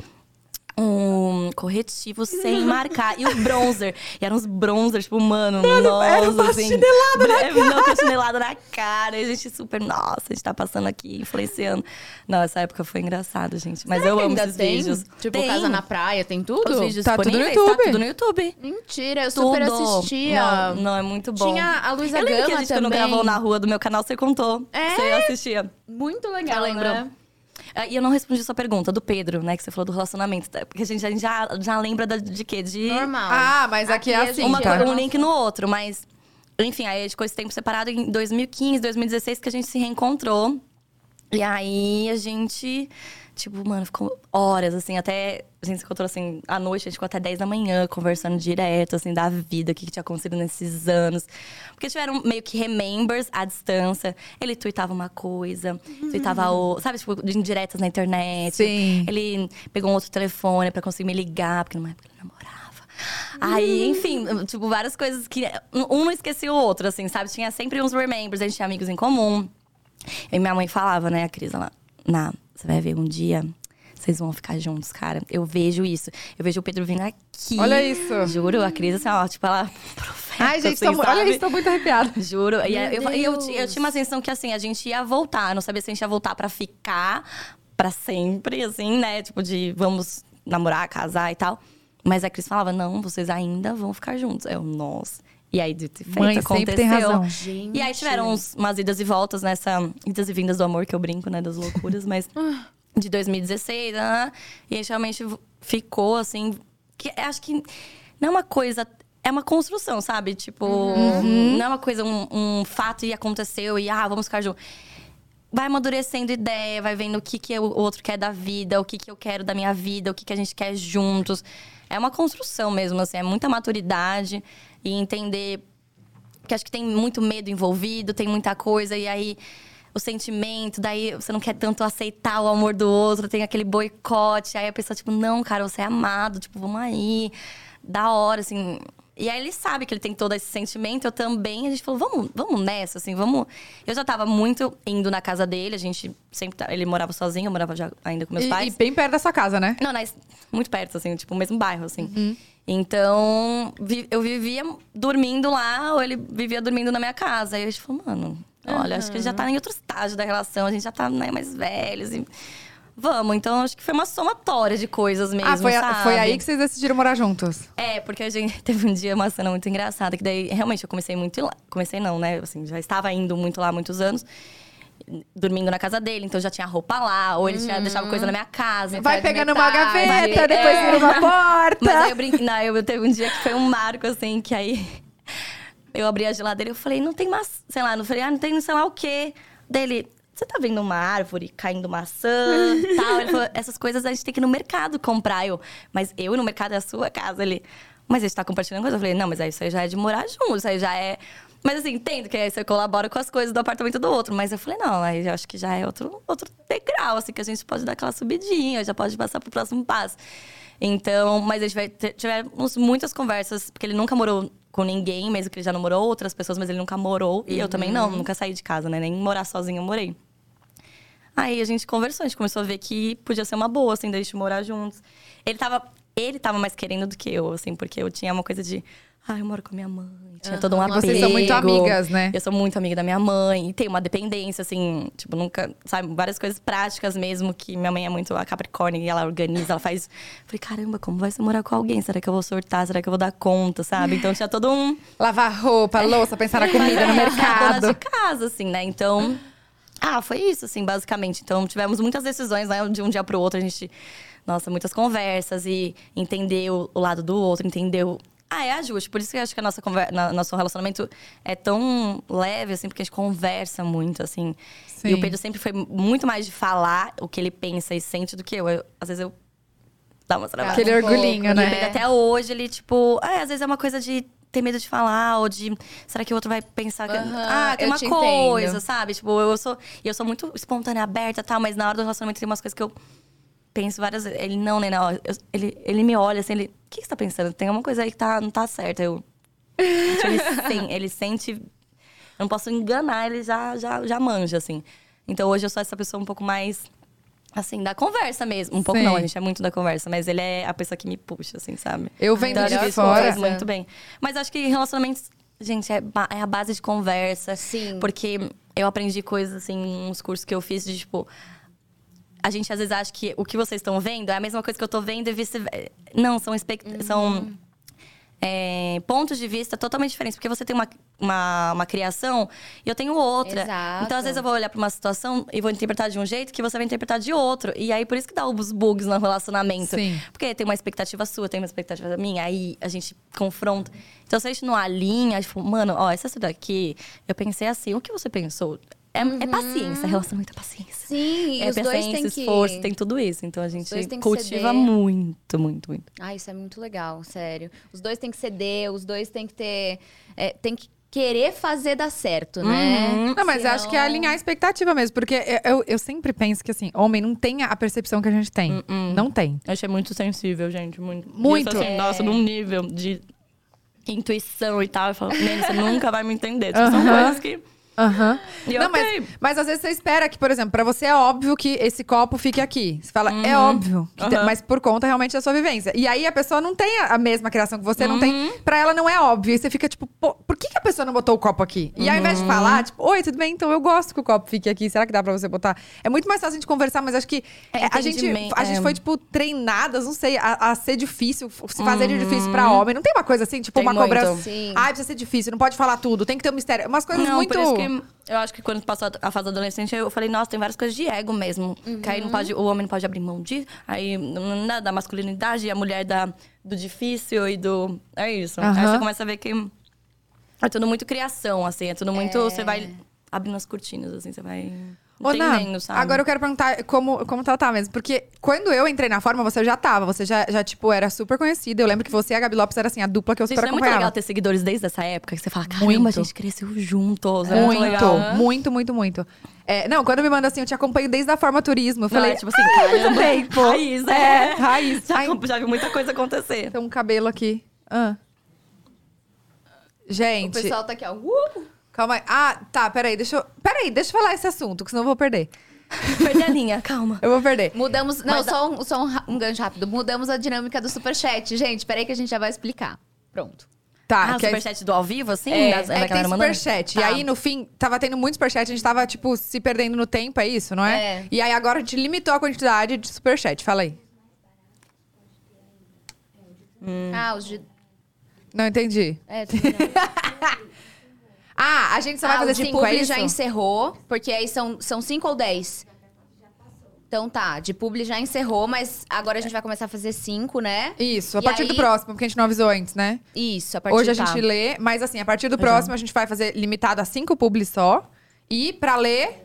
Speaker 3: um corretivo sem marcar. E os bronzer. E eram uns bronzers, tipo, mano, nossa.
Speaker 1: era uma
Speaker 3: assim,
Speaker 1: chinelada na
Speaker 3: bre- Não, com a chinelada na cara. E a gente super, nossa, a gente tá passando aqui, influenciando. Não, essa época foi engraçada, gente. Mas
Speaker 2: Será
Speaker 3: eu
Speaker 2: que
Speaker 3: amo
Speaker 2: ainda
Speaker 3: esses
Speaker 2: tem?
Speaker 3: vídeos.
Speaker 2: Tipo,
Speaker 3: Tem.
Speaker 2: Casa na Praia, tem tudo?
Speaker 3: Os vídeos
Speaker 1: Tá tudo no
Speaker 3: disponíveis,
Speaker 1: YouTube.
Speaker 3: Tá tudo no YouTube.
Speaker 2: Mentira, eu super
Speaker 3: Tudo.
Speaker 2: assistia.
Speaker 3: Não, não, é muito bom.
Speaker 2: Tinha a Luísa
Speaker 3: eu lembro que a
Speaker 2: Gama
Speaker 3: gente, quando
Speaker 2: também.
Speaker 3: gravou na rua do meu canal, você contou.
Speaker 2: É?
Speaker 3: Você assistia.
Speaker 2: Muito legal,
Speaker 3: Eu lembro.
Speaker 2: né?
Speaker 3: Ah, E eu não respondi sua pergunta, do Pedro, né? Que você falou do relacionamento. tá? Porque a gente, a gente já, já lembra da- de quê? De
Speaker 2: Normal.
Speaker 1: Ah, mas aqui, é
Speaker 2: Aqui é
Speaker 1: assim,
Speaker 3: uma
Speaker 2: gente,
Speaker 1: tá?
Speaker 3: coisa, um link no outro, mas. Enfim, aí a gente ficou esse tempo separado em 2015, 2016, que a gente se reencontrou. E aí a gente, tipo, mano, ficou horas, assim, até. A gente se encontrou assim, à noite, a gente ficou até 10 da manhã, conversando direto, assim, da vida, o que, que tinha acontecido nesses anos. Porque tiveram meio que remembers à distância. Ele tweetava uma coisa, tweetava o. Sabe, tipo, de indiretas na internet.
Speaker 1: Uhum. Sim.
Speaker 3: Ele pegou um outro telefone pra conseguir me ligar, porque numa época ele namorava.
Speaker 1: Hum.
Speaker 3: Aí, enfim, tipo, várias coisas que um não esquecia o outro, assim, sabe? Tinha sempre uns remembers, a gente tinha amigos em comum. E minha mãe falava, né, a Cris, ela, na, você vai ver um dia, vocês vão ficar juntos, cara. Eu vejo isso. Eu vejo o Pedro vindo aqui.
Speaker 1: Olha isso.
Speaker 3: Juro, a Cris, assim, ó, tipo, ela profeta,
Speaker 1: Ai, gente,
Speaker 3: assim,
Speaker 1: tô, mu- olha
Speaker 3: sabe?
Speaker 1: isso, tô muito arrepiada.
Speaker 3: Juro. E aí, eu,
Speaker 2: Meu
Speaker 3: e eu,
Speaker 2: Deus.
Speaker 3: ti- eu tinha uma sensação que, assim, a gente ia voltar. Eu não sabia se a gente ia voltar pra ficar pra sempre, assim, né? Tipo, de vamos namorar, casar e tal. Mas a Cris falava, não, vocês ainda vão ficar juntos. Eu, nossa. E aí, de feito,
Speaker 1: Mãe sempre
Speaker 3: aconteceu.
Speaker 1: tem razão.
Speaker 2: é Gente.
Speaker 3: E aí tiveram um uns- umas idas e voltas nessa. Idas e vindas do amor que eu brinco, né? Das loucuras, mas. de 2016, né? E a gente realmente v- ficou assim. Que, eu acho que não é uma coisa. É uma construção, sabe? Tipo, não é uma coisa, um, um fato e aconteceu e ah, vamos ficar juntos. Vai amadurecendo ideia, vai vendo o que, que o outro quer da vida, o que, que eu quero da minha vida, o que, que a gente quer juntos. É uma construção mesmo, assim, é muita maturidade e entender porque acho que tem muito medo envolvido, tem muita coisa, e aí o sentimento, daí você não quer tanto aceitar o amor do outro, tem aquele boicote, aí a pessoa, tipo, não, cara, você é amado, tipo, vamos aí, da hora, assim. E aí ele sabe que ele tem todo esse sentimento, eu também, a gente falou, vamos, vamos nessa, assim, vamos. Eu já tava muito indo na casa dele, a gente sempre. tá- Ele morava sozinho, eu morava já ainda com meus
Speaker 1: E,
Speaker 3: pais.
Speaker 1: e bem perto da sua casa, né?
Speaker 3: Não, mas muito perto, assim, tipo, o mesmo bairro, assim.
Speaker 1: Uhum.
Speaker 3: Então, vi- eu vivia dormindo lá, ou ele vivia dormindo na minha casa. Aí a gente falou, mano, olha, acho que já
Speaker 1: Uhum.
Speaker 3: tá em outro estágio da relação, a gente já tá né, mais velhos. E... Vamos, então acho que foi uma somatória de coisas mesmo.
Speaker 1: ah, foi, a-
Speaker 3: sabe?
Speaker 1: foi aí que vocês decidiram morar juntos.
Speaker 3: É, porque a gente teve um dia uma cena muito engraçada, que daí realmente eu comecei muito lá. Comecei não, né? Assim, já estava indo muito lá há muitos anos. Dormindo na casa dele, então já tinha roupa lá, ou ele tinha deixava coisa na minha casa.
Speaker 1: Uhum.
Speaker 3: então
Speaker 1: Vai
Speaker 3: metade,
Speaker 1: pegando uma
Speaker 3: metade.
Speaker 1: gaveta,
Speaker 3: É.
Speaker 1: depois vira uma
Speaker 3: Mas aí
Speaker 1: porta.
Speaker 3: eu brinquei. Não, eu teve um dia que foi um marco, assim, que aí eu abri a geladeira e eu falei, não tem maçã. Sei lá, não falei, ah, não tem sei lá o quê. Dele, você tá vendo uma árvore caindo maçã tal? Ele falou, essas coisas a gente tem que ir no mercado comprar. Eu, mas eu ir no mercado é a sua casa. Ele, mas a gente tá compartilhando coisa. Eu falei, não, mas aí isso aí já é de morar junto, isso aí já é. Mas assim, entendo que aí você colabora com as coisas do apartamento do outro. Mas eu falei, não, aí eu acho que já é outro, outro degrau, assim, que a gente pode dar aquela subidinha, já pode passar pro próximo passo. Então, mas a gente vai ter- tivemos muitas conversas, porque ele nunca morou com ninguém, mesmo que ele já não morou outras pessoas, mas ele nunca morou. E eu também não, nunca saí de casa, né? Nem morar sozinha eu morei. Aí a gente conversou, a gente começou a ver que podia ser uma boa, assim, da gente morar juntos. Ele tava, ele tava mais querendo do que eu, assim, porque eu tinha uma coisa de. Ah, eu moro com a minha mãe. Tinha todo um apego.
Speaker 1: Vocês são muito amigas, né?
Speaker 3: Eu sou muito amiga da minha mãe. E tem uma dependência, assim, tipo, nunca. Sabe, várias coisas práticas mesmo, que minha mãe é muito a Capricórnio e ela organiza, ela faz. Falei, caramba, como vai se morar com alguém? Será que eu vou sortar? Será que eu vou dar conta, sabe? Então tinha todo um.
Speaker 1: Lavar roupa, louça, pensar na comida, no
Speaker 3: É, Dona
Speaker 1: mercado.
Speaker 3: de casa, assim, né? Então. Ah, foi isso, assim, basicamente. Então, tivemos muitas decisões, né? De um dia pro outro, a gente. Nossa, muitas conversas e entender o, o lado do outro, entendeu. Ah, é ajuste. Por isso que eu acho que a nossa conver- na- nosso relacionamento é tão leve, assim, porque a gente conversa muito, assim. E
Speaker 1: Sim.
Speaker 3: o Pedro sempre foi muito mais de falar o que ele pensa e sente do que eu. Eu- às vezes eu. Dá uma travada.
Speaker 1: Aquele
Speaker 2: um pouco,
Speaker 1: orgulhinho,
Speaker 3: E o
Speaker 1: né?
Speaker 3: Pedro até hoje, ele, tipo, ah, às vezes é uma coisa de ter medo de falar, ou de. Será que o outro vai pensar que.
Speaker 2: Aham,
Speaker 3: ah, tem
Speaker 2: eu
Speaker 3: uma
Speaker 2: te
Speaker 3: coisa,
Speaker 2: entendo.
Speaker 3: sabe? Tipo, eu sou. E eu sou muito espontânea, aberta e tal, mas na hora do relacionamento tem umas coisas que eu penso várias vezes. Ele não, Nena, ó, eu- ele, ele me olha assim, ele. O que você tá pensando? Tem alguma coisa aí que tá, não tá certa. Eu. Gente, ele, sen- ele sente. Eu não posso enganar, ele já, já, já manja, assim. Então hoje eu sou essa pessoa um pouco mais Assim, da conversa mesmo. Um pouco
Speaker 1: Sim.
Speaker 3: não, a gente é muito da conversa, mas ele é a pessoa que me puxa, assim, sabe?
Speaker 1: Eu vendo
Speaker 3: Então, acho que
Speaker 1: de
Speaker 3: isso me faz
Speaker 1: fora.
Speaker 3: muito bem. Mas acho que relacionamentos, gente, é, ba- é a base de conversa.
Speaker 2: Sim.
Speaker 3: Porque eu aprendi coisas, assim, uns cursos que eu fiz de tipo. A gente às vezes acha que o que vocês estão vendo é a mesma coisa que eu tô vendo e vice Não, são, expect... são é, pontos de vista totalmente diferentes. Porque você tem uma, uma, uma criação e eu tenho outra.
Speaker 2: Exato.
Speaker 3: Então, às vezes, eu vou olhar pra uma situação e vou interpretar de um jeito que você vai interpretar de outro. E aí, por isso que dá os bugs no relacionamento.
Speaker 1: Sim.
Speaker 3: Porque tem uma expectativa sua, tem uma expectativa minha, aí a gente confronta. Então, se a gente não alinha, tipo, mano, ó, essa daqui, eu pensei assim, o que você pensou? É, é paciência, relacionamento é paciência.
Speaker 2: Sim, e
Speaker 3: é
Speaker 2: os dois
Speaker 3: paciência,
Speaker 2: têm que...
Speaker 3: esforço, tem tudo isso. Então a
Speaker 2: dois
Speaker 3: gente
Speaker 2: têm que
Speaker 3: cultiva
Speaker 2: ceder.
Speaker 3: muito, muito, muito.
Speaker 2: Ah, isso é muito legal, sério. Os dois têm que ceder, os dois têm que ter... é, tem que querer fazer dar certo, né?
Speaker 1: Não, mas eu acho que é
Speaker 2: Senão-
Speaker 1: alinhar a expectativa mesmo. Porque eu, eu, eu sempre penso que, assim, homem não tem a percepção que a gente tem. Não tem.
Speaker 3: Eu achei muito sensível, gente. Muito.
Speaker 1: Muito.
Speaker 3: Isso,
Speaker 2: É.
Speaker 3: assim, Nossa, num nível de intuição e tal. Eu falo, "Nene, você nunca vai me entender. Tipo, São
Speaker 1: Aham.
Speaker 3: coisas que.
Speaker 1: Aham.
Speaker 3: E
Speaker 1: Não,
Speaker 3: ok.
Speaker 1: mas, mas às vezes você espera que, por exemplo, pra você é óbvio que esse copo fique aqui. Você fala, é óbvio. que tem-
Speaker 3: Uhum. Aham.
Speaker 1: mas por conta realmente da sua vivência. E aí a pessoa não tem a a mesma criação que você, não
Speaker 3: Uhum.
Speaker 1: tem. Pra ela não é óbvio. E você fica tipo, pô, por que, que a pessoa não botou o copo aqui? E ao invés
Speaker 3: Uhum.
Speaker 1: de falar, tipo, oi, tudo bem? Então eu gosto que o copo fique aqui. Será que dá pra você botar? É muito mais fácil a gente conversar, mas acho que
Speaker 3: É,
Speaker 1: é, a, gente,
Speaker 3: entendimento,
Speaker 1: a gente
Speaker 3: é.
Speaker 1: foi, tipo, treinadas, não sei, a, a ser difícil, se fazer de difícil pra homem. Não tem uma coisa assim, tipo,
Speaker 3: Uhum. Tem
Speaker 1: uma
Speaker 3: muito.
Speaker 1: cobrança.
Speaker 2: Sim.
Speaker 1: Ai, precisa ser difícil, não pode falar tudo, tem que ter um mistério. Umas coisas
Speaker 3: Não,
Speaker 1: muito.
Speaker 3: por isso que eu acho que quando passou a- a fase adolescente, eu falei, nossa, tem várias coisas de ego mesmo.
Speaker 1: Uhum.
Speaker 3: Que aí não pode, o homem não pode abrir mão de, aí n- n- da masculinidade, a mulher da, do difícil e do. É isso. Aí
Speaker 1: Aham.
Speaker 3: você começa a ver que é tudo muito criação, assim, é tudo muito. Você vai abrindo as cortinas, assim, você vai.
Speaker 1: Ô, Ná,
Speaker 3: entendendo, sabe?
Speaker 1: agora eu quero perguntar como, como tá, tá mesmo. Porque quando eu entrei na forma, você já tava. Você já, já, tipo, era super conhecida. Eu lembro que você e a Gabi Lopes era assim, a dupla que eu
Speaker 3: Isso
Speaker 1: super
Speaker 3: é muito legal
Speaker 1: acompanhava.
Speaker 3: ter seguidores desde essa época, que você fala, caramba,
Speaker 1: Muito.
Speaker 3: a gente cresceu juntos. É muito, legal.
Speaker 1: muito, muito, muito, muito. É, não, quando me manda assim, eu te acompanho desde a forma turismo. Eu
Speaker 3: Não,
Speaker 1: falei,
Speaker 3: é tipo assim,
Speaker 1: "Ai,
Speaker 3: caramba.
Speaker 1: muito bem, pô.
Speaker 3: Raiz, é.
Speaker 1: Raiz.
Speaker 3: Já,
Speaker 1: Ai,
Speaker 3: já vi muita coisa acontecer.
Speaker 1: tem um cabelo aqui. Ah.
Speaker 2: O
Speaker 1: Gente,
Speaker 2: pessoal tá aqui, ó. Uh!
Speaker 1: calma aí. Ah, tá, peraí, deixa eu. Peraí, deixa eu falar esse assunto, que senão eu vou perder.
Speaker 3: Perdi a linha, calma.
Speaker 1: Eu vou perder.
Speaker 2: Mudamos. Não,
Speaker 3: Mas-
Speaker 2: só, um, só um, ra- um gancho rápido. Mudamos a dinâmica do superchat. Gente, peraí que a gente já vai explicar. Pronto.
Speaker 1: Tá,
Speaker 3: Ah, o
Speaker 1: que aí-
Speaker 3: superchat do ao vivo, assim?
Speaker 1: É,
Speaker 3: das- da
Speaker 1: é que tem
Speaker 3: galera mandando?
Speaker 1: superchat. E
Speaker 3: Tá.
Speaker 1: aí, no fim, tava tendo muito superchat, a gente tava, tipo, se perdendo no tempo, é isso, não é?
Speaker 2: É.
Speaker 1: E aí agora a gente limitou a quantidade de superchat, fala aí. Hum.
Speaker 2: Ah, os de.
Speaker 1: Não entendi.
Speaker 2: É, tudo bem.
Speaker 1: Ah, a gente só vai
Speaker 2: Ah,
Speaker 1: fazer
Speaker 2: o de
Speaker 1: cinco, é
Speaker 2: publi
Speaker 1: isso?
Speaker 2: já encerrou, porque aí são, são cinco ou dez. Então tá, de publi já encerrou, mas agora a gente vai começar a fazer cinco, né?
Speaker 1: Isso, a
Speaker 2: E
Speaker 1: partir do
Speaker 2: aí-
Speaker 1: próximo, porque a gente não avisou antes, né?
Speaker 2: Isso, a partir
Speaker 1: Hoje a
Speaker 2: tá.
Speaker 1: gente lê, mas assim, a partir do próximo a gente vai fazer limitado a cinco publis só. E pra ler,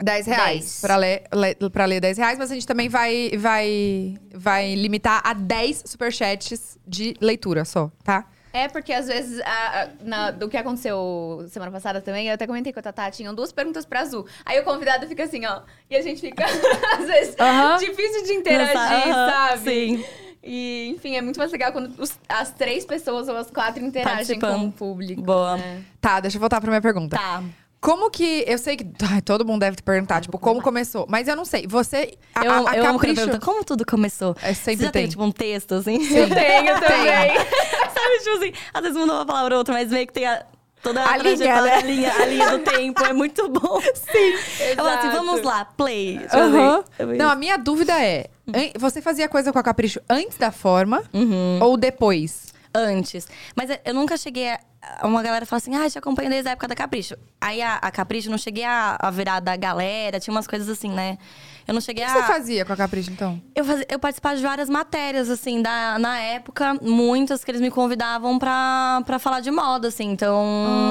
Speaker 1: 10 reais.
Speaker 2: Dez.
Speaker 1: Pra ler, le, pra ler 10 reais, mas a gente também vai, vai, vai limitar a 10 superchats de leitura só, tá?
Speaker 2: É, porque às vezes, a- a- na- do que aconteceu semana passada também, eu até comentei com a Tatá, tinham duas perguntas pra Azul. Aí o convidado fica assim, ó, e a gente fica, às vezes,
Speaker 1: Aham.
Speaker 2: difícil de interagir,
Speaker 3: Aham,
Speaker 2: sabe?
Speaker 3: Sim.
Speaker 2: E, enfim, é muito mais legal quando os- as três pessoas ou as quatro interagem com o
Speaker 3: Participando.
Speaker 2: público.
Speaker 3: Boa.
Speaker 2: né?
Speaker 1: Tá, deixa eu voltar pra minha pergunta.
Speaker 3: Tá.
Speaker 1: Como que. Eu sei que. ai, todo mundo deve te perguntar, tipo, como começou. Mas eu não sei. Você. A,
Speaker 3: Eu,
Speaker 1: a-
Speaker 3: amo-
Speaker 1: a
Speaker 3: eu amo quando
Speaker 1: capricho.
Speaker 3: pergunta, como tudo começou?
Speaker 1: É, sempre
Speaker 3: Você já tem.
Speaker 1: tem.
Speaker 3: tipo, um texto, assim?
Speaker 2: Eu tenho também.
Speaker 3: Sabe, tipo assim, às vezes muda uma palavra ou outra, mas meio que tem a, toda a,
Speaker 1: A linha,
Speaker 3: trajetória,
Speaker 1: né?
Speaker 3: a, linha, a linha do tempo. É muito bom. Sim. Eu falo assim,
Speaker 2: exato.
Speaker 3: vamos lá, play. Tipo
Speaker 1: Aham.
Speaker 3: assim, eu- Hum.
Speaker 1: Não, a minha dúvida é: an- você fazia coisa com a capricho antes da forma
Speaker 3: Uhum.
Speaker 1: ou depois?
Speaker 3: antes. Mas é, eu nunca cheguei a. a Uma galera fala assim, ah, te acompanho desde a época da Capricho. Aí a, a Capricho, não cheguei a, a virar da galera, tinha umas coisas assim, né? Eu não cheguei
Speaker 1: O
Speaker 3: a.
Speaker 1: que você fazia com a capricho, então?
Speaker 3: Eu, fazia- eu participava de várias matérias, assim, da, na época, muitas que eles me convidavam pra, pra falar de moda, assim. Então.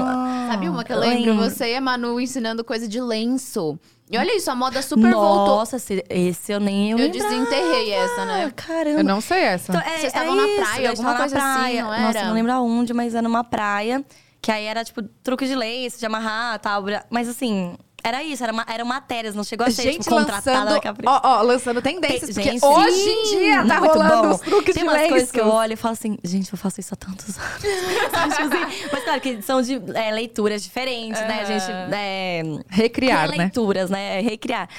Speaker 1: Ah.
Speaker 2: Sabe uma que eu
Speaker 3: lembro.
Speaker 2: lembro? Você e a Manu ensinando coisa de lenço. E olha isso, a moda super voltou.
Speaker 3: Nossa, esse, esse eu nem.
Speaker 2: Eu
Speaker 3: lembrava.
Speaker 2: desenterrei essa, né?
Speaker 3: Caramba.
Speaker 1: Eu não tá. sei essa.
Speaker 3: Então, é-
Speaker 2: Vocês
Speaker 3: era
Speaker 2: estavam na
Speaker 3: isso,
Speaker 2: praia,
Speaker 3: a gente
Speaker 2: alguma
Speaker 3: tava na
Speaker 2: coisa assim,
Speaker 3: praia.
Speaker 2: não
Speaker 3: Nossa,
Speaker 2: era?
Speaker 3: não lembro aonde, mas era numa praia. Que aí era, tipo, truque de lace, de amarrar, tal. bra- Mas, assim, Era isso, era ma- eram matérias, não chegou a ser
Speaker 1: gente
Speaker 3: tipo, contratada
Speaker 1: lançando,
Speaker 3: da Capricho.
Speaker 1: ó, ó, lançando tendências,
Speaker 3: Tem-
Speaker 1: porque
Speaker 3: gente,
Speaker 1: hoje
Speaker 3: sim,
Speaker 1: em dia tá
Speaker 3: muito
Speaker 1: rolando
Speaker 3: bom.
Speaker 1: os truques
Speaker 3: Tem
Speaker 1: de
Speaker 3: umas coisas
Speaker 1: leis.
Speaker 3: que eu olho e falo assim, gente, eu faço isso há tantos anos. Sabe, tipo assim, mas claro que são de é, leituras diferentes, né? A gente é,
Speaker 1: Recriar,
Speaker 3: cria
Speaker 1: né?
Speaker 3: leituras, né? Recriar.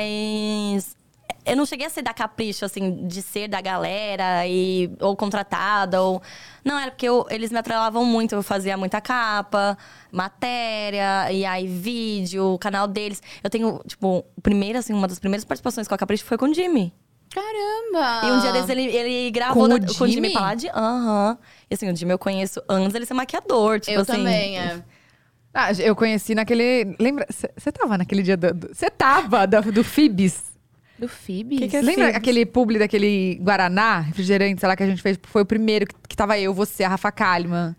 Speaker 3: Mas eu não cheguei a ser da capricho, assim, de ser da galera e, ou contratada. Ou... Não, era porque eu- eles me atrelavam muito. Eu fazia muita capa, matéria, e aí vídeo, o canal deles. Eu tenho, tipo, primeira, assim, uma das primeiras participações com a Capricho foi com o Jimmy.
Speaker 2: Caramba!
Speaker 3: E um dia desses ele, ele gravou
Speaker 1: Ah. Com
Speaker 3: da-
Speaker 1: o
Speaker 3: com, o
Speaker 1: Jimmy?
Speaker 3: Jimmy Palade. Aham. E assim, o Jimmy eu conheço antes ele ser maquiador, tipo
Speaker 2: Eu
Speaker 3: assim.
Speaker 2: também, é.
Speaker 1: Ah, eu conheci naquele. Lembra? Você tava naquele dia do. Você tava da- do Fibis?
Speaker 2: Do Phoebe?
Speaker 3: Que que é
Speaker 1: Lembra
Speaker 3: Fibs?
Speaker 1: aquele publi daquele Guaraná, refrigerante, sei lá, que a gente fez? Foi o primeiro que, que tava eu, você, a Rafa Kalimann.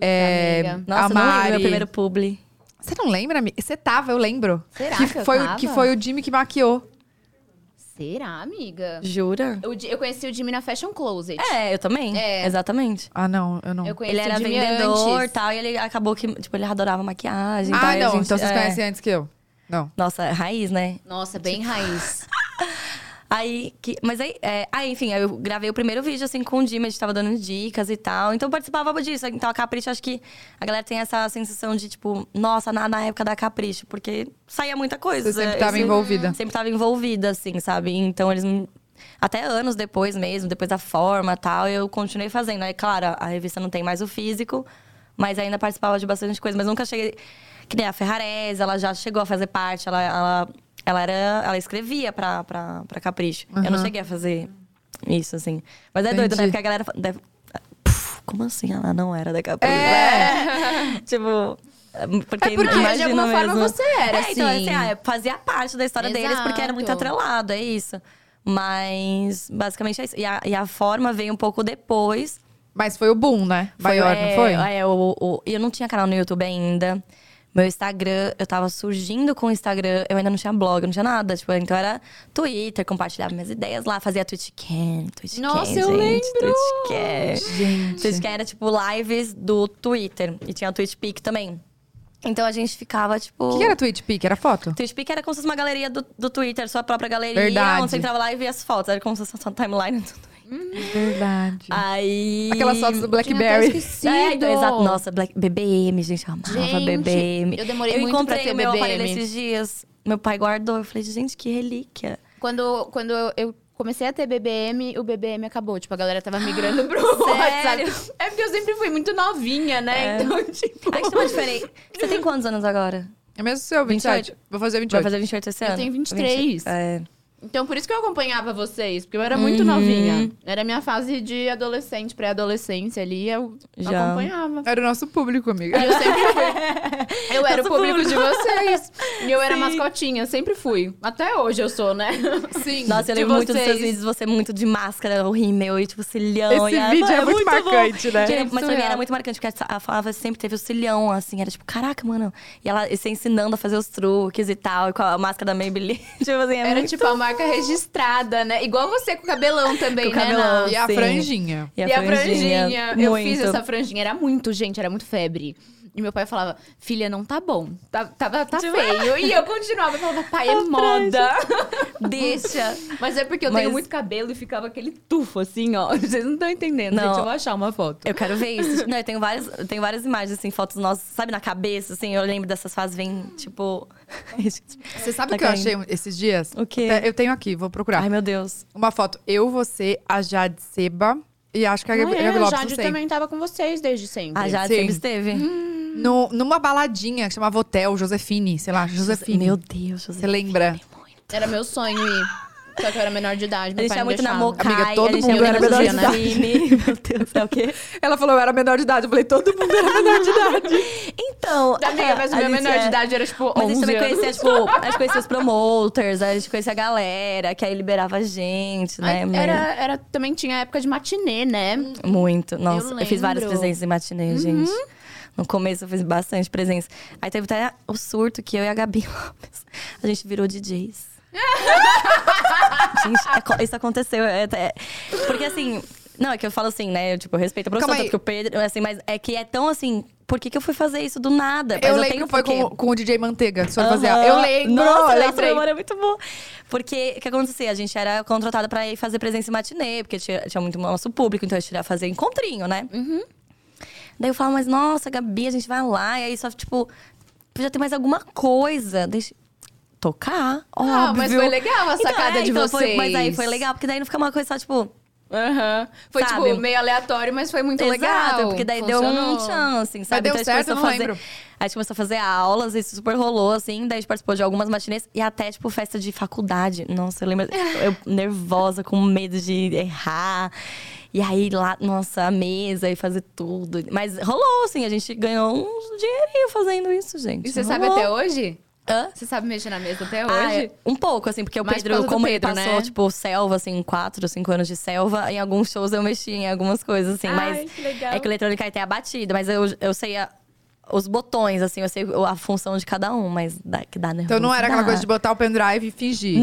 Speaker 1: É,
Speaker 2: amiga.
Speaker 3: Nossa,
Speaker 1: a
Speaker 3: não lembro
Speaker 1: Mari.
Speaker 3: meu primeiro publi.
Speaker 1: Você não lembra, amiga? Você tava, eu lembro.
Speaker 2: Será
Speaker 1: que,
Speaker 2: que eu
Speaker 1: foi, o-
Speaker 2: tava?
Speaker 1: que foi o Jimmy que maquiou.
Speaker 2: Será, amiga?
Speaker 3: Jura?
Speaker 2: Eu, eu conheci o Jimmy na Fashion Closet.
Speaker 3: É, eu também.
Speaker 2: É.
Speaker 3: Exatamente.
Speaker 1: Ah, não, eu não.
Speaker 2: Eu conheci
Speaker 3: Ele era
Speaker 2: o Jimmy
Speaker 3: vendedor e
Speaker 2: antes.
Speaker 3: tal, e ele acabou que, tipo, ele adorava maquiagem.
Speaker 1: ah,
Speaker 3: daí a
Speaker 1: não,
Speaker 3: gente-
Speaker 1: então vocês
Speaker 3: é.
Speaker 1: conhecem antes que eu. Não.
Speaker 3: Nossa, é raiz, né?
Speaker 2: Nossa, bem raiz.
Speaker 3: Aí, que, mas aí, é, aí, enfim, aí eu gravei o primeiro vídeo, assim, com o Jimmy, a gente tava dando dicas e tal. Então eu participava disso. Então a Capricho, acho que a galera tem essa sensação de, tipo, nossa, na, na época da Capricho, porque saía muita coisa. é,
Speaker 1: Você sempre
Speaker 3: Eu
Speaker 1: tava envolvida.
Speaker 3: Sempre tava envolvida, assim, sabe? Então eles. me- Até anos depois mesmo, depois da forma e tal, eu continuei fazendo. Aí, claro, a revista não tem mais o físico, mas ainda participava de bastante coisa. Mas nunca cheguei. Que nem a Ferrarese, ela já chegou a fazer parte, ela, ela, ela era. Ela escrevia pra, pra, pra Capricho. Eu não
Speaker 1: Aham.
Speaker 3: cheguei a fazer isso, assim. Mas é doido,
Speaker 1: Entendi.
Speaker 3: né? Porque a galera. fa- Deve... Puf, como assim ela não era da Capricho? É. tipo. Porque
Speaker 1: É porque, de
Speaker 3: imagina
Speaker 2: alguma forma,
Speaker 3: mesmo.
Speaker 2: você era,
Speaker 3: É, então,
Speaker 2: assim.
Speaker 3: assim, ah, é, fazia parte da história deles, porque era muito
Speaker 2: Exato.
Speaker 3: atrelado, é isso. Mas, basicamente, é isso. E a, e a forma veio um pouco depois.
Speaker 1: Mas foi o boom, né? Maior,
Speaker 3: é,
Speaker 1: não foi?
Speaker 3: É, o, o- eu não tinha canal no YouTube ainda. Meu Instagram, eu tava surgindo com o Instagram. Eu ainda não tinha blog, não tinha nada. Tipo, então era Twitter, compartilhava minhas ideias lá. Fazia TwitchCam, TwitchCam,
Speaker 2: Nossa, eu
Speaker 3: gente,
Speaker 2: lembro!
Speaker 3: TwitchCam. Twitch que era tipo lives do Twitter. E tinha o Twitch Peak também. Então a gente ficava, tipo.
Speaker 1: O que que era Twitch Peak? Era foto?
Speaker 3: Twitch Peak era como se fosse uma galeria do, do Twitter, sua própria galeria,
Speaker 1: Verdade.
Speaker 3: onde você entrava lá e via as fotos. Era como se fosse uma timeline do Twitter.
Speaker 1: Verdade.
Speaker 3: Ah, Aí.
Speaker 1: Aquelas fotos do Blackberry.
Speaker 3: É, então, exato.
Speaker 2: Nossa.
Speaker 3: Nossa, Black- BBM, gente, eu amava
Speaker 2: Gente,
Speaker 3: BBM.
Speaker 2: eu demorei muito pra
Speaker 3: encontrei
Speaker 2: ter
Speaker 3: o meu
Speaker 2: BBM.
Speaker 3: aparelho esses dias. Meu pai guardou. Eu falei, gente, que relíquia.
Speaker 2: Quando, quando eu- eu comecei a ter BBM, o BBM acabou. Tipo, a galera tava migrando pro WhatsApp. É porque eu sempre fui muito novinha, né?
Speaker 3: É.
Speaker 2: Então, tipo...
Speaker 3: Acho que tem uma diferença. Você tem quantos anos agora?
Speaker 1: É mesmo seu, 27. Vou fazer 28.
Speaker 3: Vai fazer 28 esse
Speaker 2: Eu
Speaker 3: ano?
Speaker 2: tenho 23.
Speaker 3: É.
Speaker 2: Então, por isso que eu acompanhava vocês. Porque eu era
Speaker 1: Uhum.
Speaker 2: muito novinha. Era a minha fase de adolescente, pré-adolescência ali. Eu
Speaker 3: Já.
Speaker 2: acompanhava.
Speaker 1: Era o nosso público, amiga.
Speaker 2: Eu sempre fui. Eu era o
Speaker 3: Nosso
Speaker 2: público de vocês. E eu era
Speaker 3: Sim.
Speaker 2: mascotinha, sempre fui. Até hoje eu sou, né?
Speaker 1: Sim.
Speaker 3: Nossa, eu
Speaker 2: De
Speaker 3: lembro muito dos
Speaker 2: vocês.
Speaker 3: seus vídeos, você é muito de máscara, o rímel e tipo cilhão.
Speaker 1: Esse
Speaker 3: e a-
Speaker 1: vídeo é muito
Speaker 3: bom.
Speaker 1: marcante, né?
Speaker 3: Gente,
Speaker 1: É
Speaker 3: mas pra mim
Speaker 1: surreal.
Speaker 3: era muito marcante, porque a Flávia sempre teve o cilhão, assim. Era tipo, caraca, mano. E ela se ensinando a fazer os truques e tal, e com a máscara da Maybelline. tipo assim, é
Speaker 2: Era
Speaker 3: muito...
Speaker 2: tipo a marca registrada, né? Igual você com o cabelão também,
Speaker 3: Com o
Speaker 2: né?
Speaker 3: cabelão.
Speaker 2: Nau?
Speaker 1: E a
Speaker 3: Sim.
Speaker 1: franjinha.
Speaker 2: E a franjinha. Eu fiz
Speaker 3: muito.
Speaker 2: essa franjinha. Era muito, gente, era muito febre. E meu pai falava, filha, não tá bom. Tá, tá, tá
Speaker 3: Tipo-
Speaker 2: feio. E eu continuava, eu falava, pai, é
Speaker 3: A franja.
Speaker 2: moda.
Speaker 3: Tá Deixa.
Speaker 2: Mas é porque eu
Speaker 3: Mas-
Speaker 2: tenho muito cabelo e ficava aquele tufo, assim, ó. Vocês não estão entendendo,
Speaker 3: Não.
Speaker 2: gente. Eu vou achar uma foto.
Speaker 3: Eu quero ver isso. Não, eu tenho várias, eu tenho várias imagens, assim, fotos nossas, sabe, na cabeça, assim. Eu lembro dessas fases, vem, tipo...
Speaker 1: Você sabe o
Speaker 3: Tá
Speaker 1: que eu
Speaker 3: caindo.
Speaker 1: achei esses dias?
Speaker 3: O quê?
Speaker 1: Até- Eu tenho aqui, vou procurar.
Speaker 3: Ai, meu Deus.
Speaker 1: Uma foto. Eu, você, a Jade Seba e acho
Speaker 3: Ah,
Speaker 1: que a
Speaker 3: é?
Speaker 1: Gabi-
Speaker 2: é,
Speaker 1: Gabi Lopes, não sei.
Speaker 2: tava com vocês desde sempre.
Speaker 3: A Jade
Speaker 1: Sim.
Speaker 3: sempre esteve.
Speaker 1: No- numa baladinha que chamava Hotel Josefine, sei lá, Josefine.
Speaker 3: Meu Deus, José.
Speaker 1: Você lembra?
Speaker 2: Era meu sonho ir. Só que eu era menor de idade, meu
Speaker 3: A gente
Speaker 2: pai
Speaker 3: é
Speaker 2: não
Speaker 3: muito na
Speaker 2: deixava.
Speaker 3: Mocai,
Speaker 1: Amiga, todo
Speaker 3: a gente
Speaker 1: mundo
Speaker 3: é
Speaker 1: era
Speaker 3: muito na
Speaker 1: menor de
Speaker 3: Janaíne. Meu Deus, é o quê?
Speaker 1: Ela falou, eu era menor de idade. Eu falei, todo mundo era menor de idade.
Speaker 3: Então,
Speaker 2: Amiga, mas o
Speaker 3: a
Speaker 2: meu
Speaker 3: gente
Speaker 2: menor
Speaker 3: é-
Speaker 2: de idade era, tipo, 11
Speaker 3: Mas a gente também
Speaker 2: anos.
Speaker 3: conhecia, tipo, a gente conhecia os promoters, a gente conhecia a galera, que aí liberava a gente, né?
Speaker 2: Ai,
Speaker 3: Mas-
Speaker 2: era, era, também tinha época de matinê, né?
Speaker 3: Uhum. Muito. Nossa, eu, fiz várias
Speaker 2: lembro.
Speaker 3: presenças em matinê,
Speaker 1: Uhum.
Speaker 3: gente. No começo eu fiz bastante presença. Aí teve até o surto que eu e a Gabi Lopes, a gente virou DJs. gente, é co- isso aconteceu. é até- porque assim, não, é que eu falo assim, né? Eu, tipo, eu respeito a profissão,
Speaker 1: Calma aí.
Speaker 3: tanto que o Pedro, assim, mas é que é tão assim, por que, que eu fui fazer isso do nada? Mas
Speaker 1: Eu
Speaker 3: tenho Ah.
Speaker 1: lembro que foi
Speaker 3: porquê.
Speaker 1: com, com o DJ Manteiga que o senhor fazia.
Speaker 3: Aham.
Speaker 1: Eu lembro,
Speaker 3: Nossa,
Speaker 1: eu
Speaker 3: nossa
Speaker 1: lembrei.
Speaker 3: memória é muito boa. Porque o que acontecia? A gente era contratada pra ir fazer presença em matinê, porque tinha, tinha muito nosso público, então a gente ia fazer encontrinho, né?
Speaker 2: Uhum.
Speaker 3: Daí eu falo, mas nossa, Gabi, a gente vai lá, e aí só, tipo, podia ter mais alguma coisa. Deixa... Tocar, óbvio.
Speaker 2: Ah, mas foi legal a
Speaker 3: Então,
Speaker 2: sacada
Speaker 3: é,
Speaker 2: de
Speaker 3: então
Speaker 2: vocês.
Speaker 3: foi- mas aí foi legal, porque daí não fica uma coisa só, tipo,
Speaker 2: Aham. Foi,
Speaker 3: Sabe?
Speaker 2: tipo, meio aleatório, mas foi muito
Speaker 3: Exato,
Speaker 2: legal.
Speaker 3: porque daí deu um
Speaker 2: Funcionou.
Speaker 3: chance, assim, sabe?
Speaker 1: deu
Speaker 3: a gente
Speaker 1: certo,
Speaker 3: começou
Speaker 1: eu não
Speaker 3: a fazer,
Speaker 1: lembro.
Speaker 3: A gente começou a fazer aulas, isso super rolou, assim. Daí a gente participou de algumas matinês e até, tipo, festa de faculdade. Nossa, eu lembro, eu nervosa, com medo de errar. E aí, lá, nossa, a mesa e fazer tudo. Mas rolou, assim, a gente ganhou um dinheirinho fazendo isso, gente.
Speaker 2: E você sabe até hoje?
Speaker 3: Hã?
Speaker 2: Você sabe mexer na mesa até
Speaker 3: Uhum. Ah,
Speaker 2: hoje?
Speaker 3: é, um pouco, assim, porque o
Speaker 2: Mais por
Speaker 3: Pedro,
Speaker 2: causa do
Speaker 3: como
Speaker 2: Pedro,
Speaker 3: ele
Speaker 2: né?
Speaker 3: passou, tipo, selva, assim, quatro, cinco anos de selva, em alguns shows eu mexi em algumas coisas, assim,
Speaker 2: Ai,
Speaker 3: mas.
Speaker 2: que legal.
Speaker 3: É que o eletrônica aí tem a batida, mas eu, eu sei a- os botões, assim, eu sei o- a função de cada um, mas dá, que dá nervoso.
Speaker 1: Então não era aquela coisa de botar o pendrive e fingir.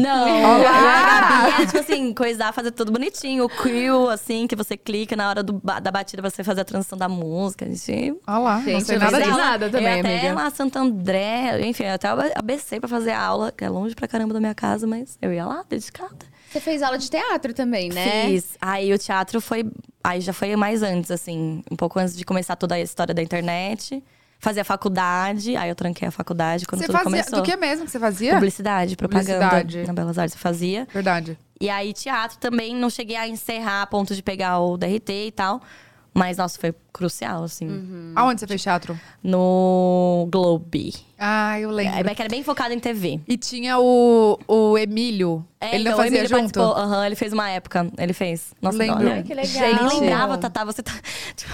Speaker 1: Olá!
Speaker 3: Não, eu era, tipo assim, coisar, fazer tudo bonitinho. O crew, assim, que você clica na hora do ba- da batida, você fazer a transição da música. A gente
Speaker 1: Olha Ah lá, não
Speaker 2: Gente,
Speaker 1: sei
Speaker 2: eu não
Speaker 1: É nada
Speaker 2: sei
Speaker 1: disso.
Speaker 2: nada também,
Speaker 3: eu É até
Speaker 2: amiga.
Speaker 3: lá Santo André, enfim, eu até ABC pra fazer a aula, que é longe pra caramba da minha casa, mas eu ia lá, dedicada.
Speaker 2: Você fez aula de teatro também, né?
Speaker 3: Fiz. Aí o teatro foi. Aí já foi mais antes, assim, um pouco antes de começar toda a história da internet. Fazia faculdade, aí eu tranquei a faculdade quando
Speaker 1: Você
Speaker 3: tudo
Speaker 1: fazia
Speaker 3: começou.
Speaker 1: do que mesmo que você fazia?
Speaker 3: Publicidade, propaganda.
Speaker 1: Publicidade.
Speaker 3: Na Belas Artes eu fazia.
Speaker 1: Verdade.
Speaker 3: E aí, teatro também, não cheguei a encerrar a ponto de pegar o DRT e tal. Mas, nossa, foi crucial, assim.
Speaker 1: Aonde você fez teatro?
Speaker 3: No Globe.
Speaker 1: Ah, eu
Speaker 3: Aí,
Speaker 1: lembro.
Speaker 3: É, mas que era bem focado em TV.
Speaker 1: E tinha o, o Emílio.
Speaker 3: É,
Speaker 1: ele não
Speaker 3: então, o
Speaker 1: fazia
Speaker 3: Emílio
Speaker 1: junto?
Speaker 3: participou. Aham, ele fez uma época. Ele fez. Nossa,
Speaker 1: Lembro.
Speaker 3: olha.
Speaker 1: Ai,
Speaker 2: que legal.
Speaker 3: Gente, nem lembrava,
Speaker 2: Sim.
Speaker 3: Tatá. Você tá tipo,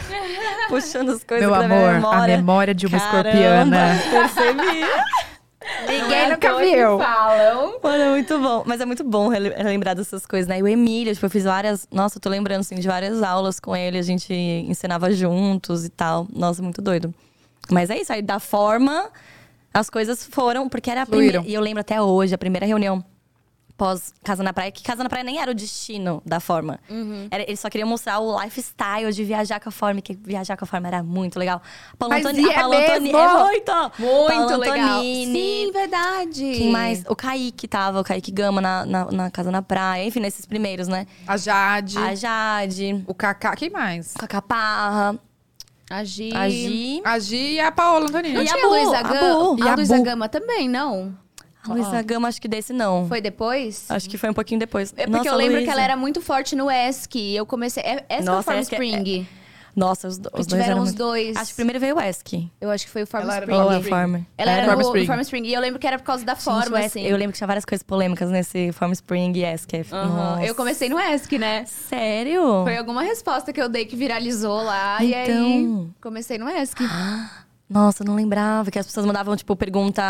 Speaker 3: puxando as coisas
Speaker 1: Meu
Speaker 3: da
Speaker 1: amor,
Speaker 3: minha
Speaker 1: a
Speaker 3: memória.
Speaker 1: memória de uma
Speaker 3: Caramba,
Speaker 1: escorpiana.
Speaker 3: Percebi.
Speaker 1: Ninguém
Speaker 2: Não é à toa que Falam.
Speaker 3: Mano, é muito bom. Mas é muito bom rele- relembrar dessas coisas, né? E o Emílio, tipo, eu fiz várias. Nossa, eu tô lembrando, assim, de várias aulas com ele. A gente ensinava juntos e tal. Nossa, é muito doido. Mas é isso, aí da forma, as coisas foram. Porque era a
Speaker 1: Fluíram.
Speaker 3: primeira. E eu lembro até hoje, a primeira reunião pós Casa na Praia, que Casa na Praia nem era o destino da forma.
Speaker 1: Uhum.
Speaker 3: Era, eles só queriam mostrar o lifestyle de viajar com a forma, que viajar com a forma era muito legal. A Paula
Speaker 1: Mas
Speaker 3: Antoni,
Speaker 1: e é
Speaker 3: a Paula Antoni-
Speaker 1: mesmo?
Speaker 3: é muito!
Speaker 2: Muito
Speaker 3: Paula
Speaker 2: legal.
Speaker 3: Antonini,
Speaker 2: Sim, verdade.
Speaker 3: quem mais? O Kaique tava, o Kaique Gama na, na, na Casa na Praia. Enfim, nesses primeiros, né?
Speaker 1: A Jade,
Speaker 3: A Jade,
Speaker 1: o Kaká, quem mais?
Speaker 3: o Cacá Parra,
Speaker 2: Agi.
Speaker 3: a Gi.
Speaker 1: A Gi e a Paola Antonini.
Speaker 3: E
Speaker 2: E
Speaker 3: a
Speaker 2: a
Speaker 3: Bu,
Speaker 2: Luísa
Speaker 3: a
Speaker 2: Gama?
Speaker 1: Bu.
Speaker 2: A,
Speaker 1: E a
Speaker 2: Luísa
Speaker 1: Bu.
Speaker 2: Gama também, não?
Speaker 3: A Luísa Gama, acho que desse não.
Speaker 2: Foi depois?
Speaker 3: Acho que foi um pouquinho depois.
Speaker 2: É porque
Speaker 3: Nossa,
Speaker 2: eu lembro
Speaker 3: Luísa.
Speaker 2: que ela era muito forte no ESC. E eu comecei. É, ESC ou
Speaker 3: Nossa,
Speaker 2: Form
Speaker 3: ESC é-
Speaker 2: Spring?
Speaker 3: Nossa, os, do-
Speaker 2: que
Speaker 3: os dois
Speaker 2: tiveram
Speaker 3: eram
Speaker 2: os
Speaker 3: muito-
Speaker 2: dois.
Speaker 3: Acho que primeiro veio o Esk.
Speaker 2: Eu acho que foi o Form
Speaker 1: Ela era
Speaker 2: Spring.
Speaker 1: Form
Speaker 3: Ou a
Speaker 1: Spring.
Speaker 3: Farmer.
Speaker 2: Ela era,
Speaker 1: Form
Speaker 2: do
Speaker 1: Spring.
Speaker 2: Spring. Form Spring. E eu lembro que era por causa da
Speaker 3: Gente, o
Speaker 2: forma,
Speaker 3: ESC
Speaker 2: assim.
Speaker 3: Eu lembro que tinha várias coisas polêmicas nesse Form Spring e Esk.
Speaker 2: Aham. Eu comecei no ESC, né?
Speaker 3: Sério?
Speaker 2: Foi alguma resposta que eu dei que viralizou lá. E
Speaker 3: Então.
Speaker 2: aí, comecei no ESC.
Speaker 3: Nossa, eu não lembrava que as pessoas mandavam, tipo, pergunta.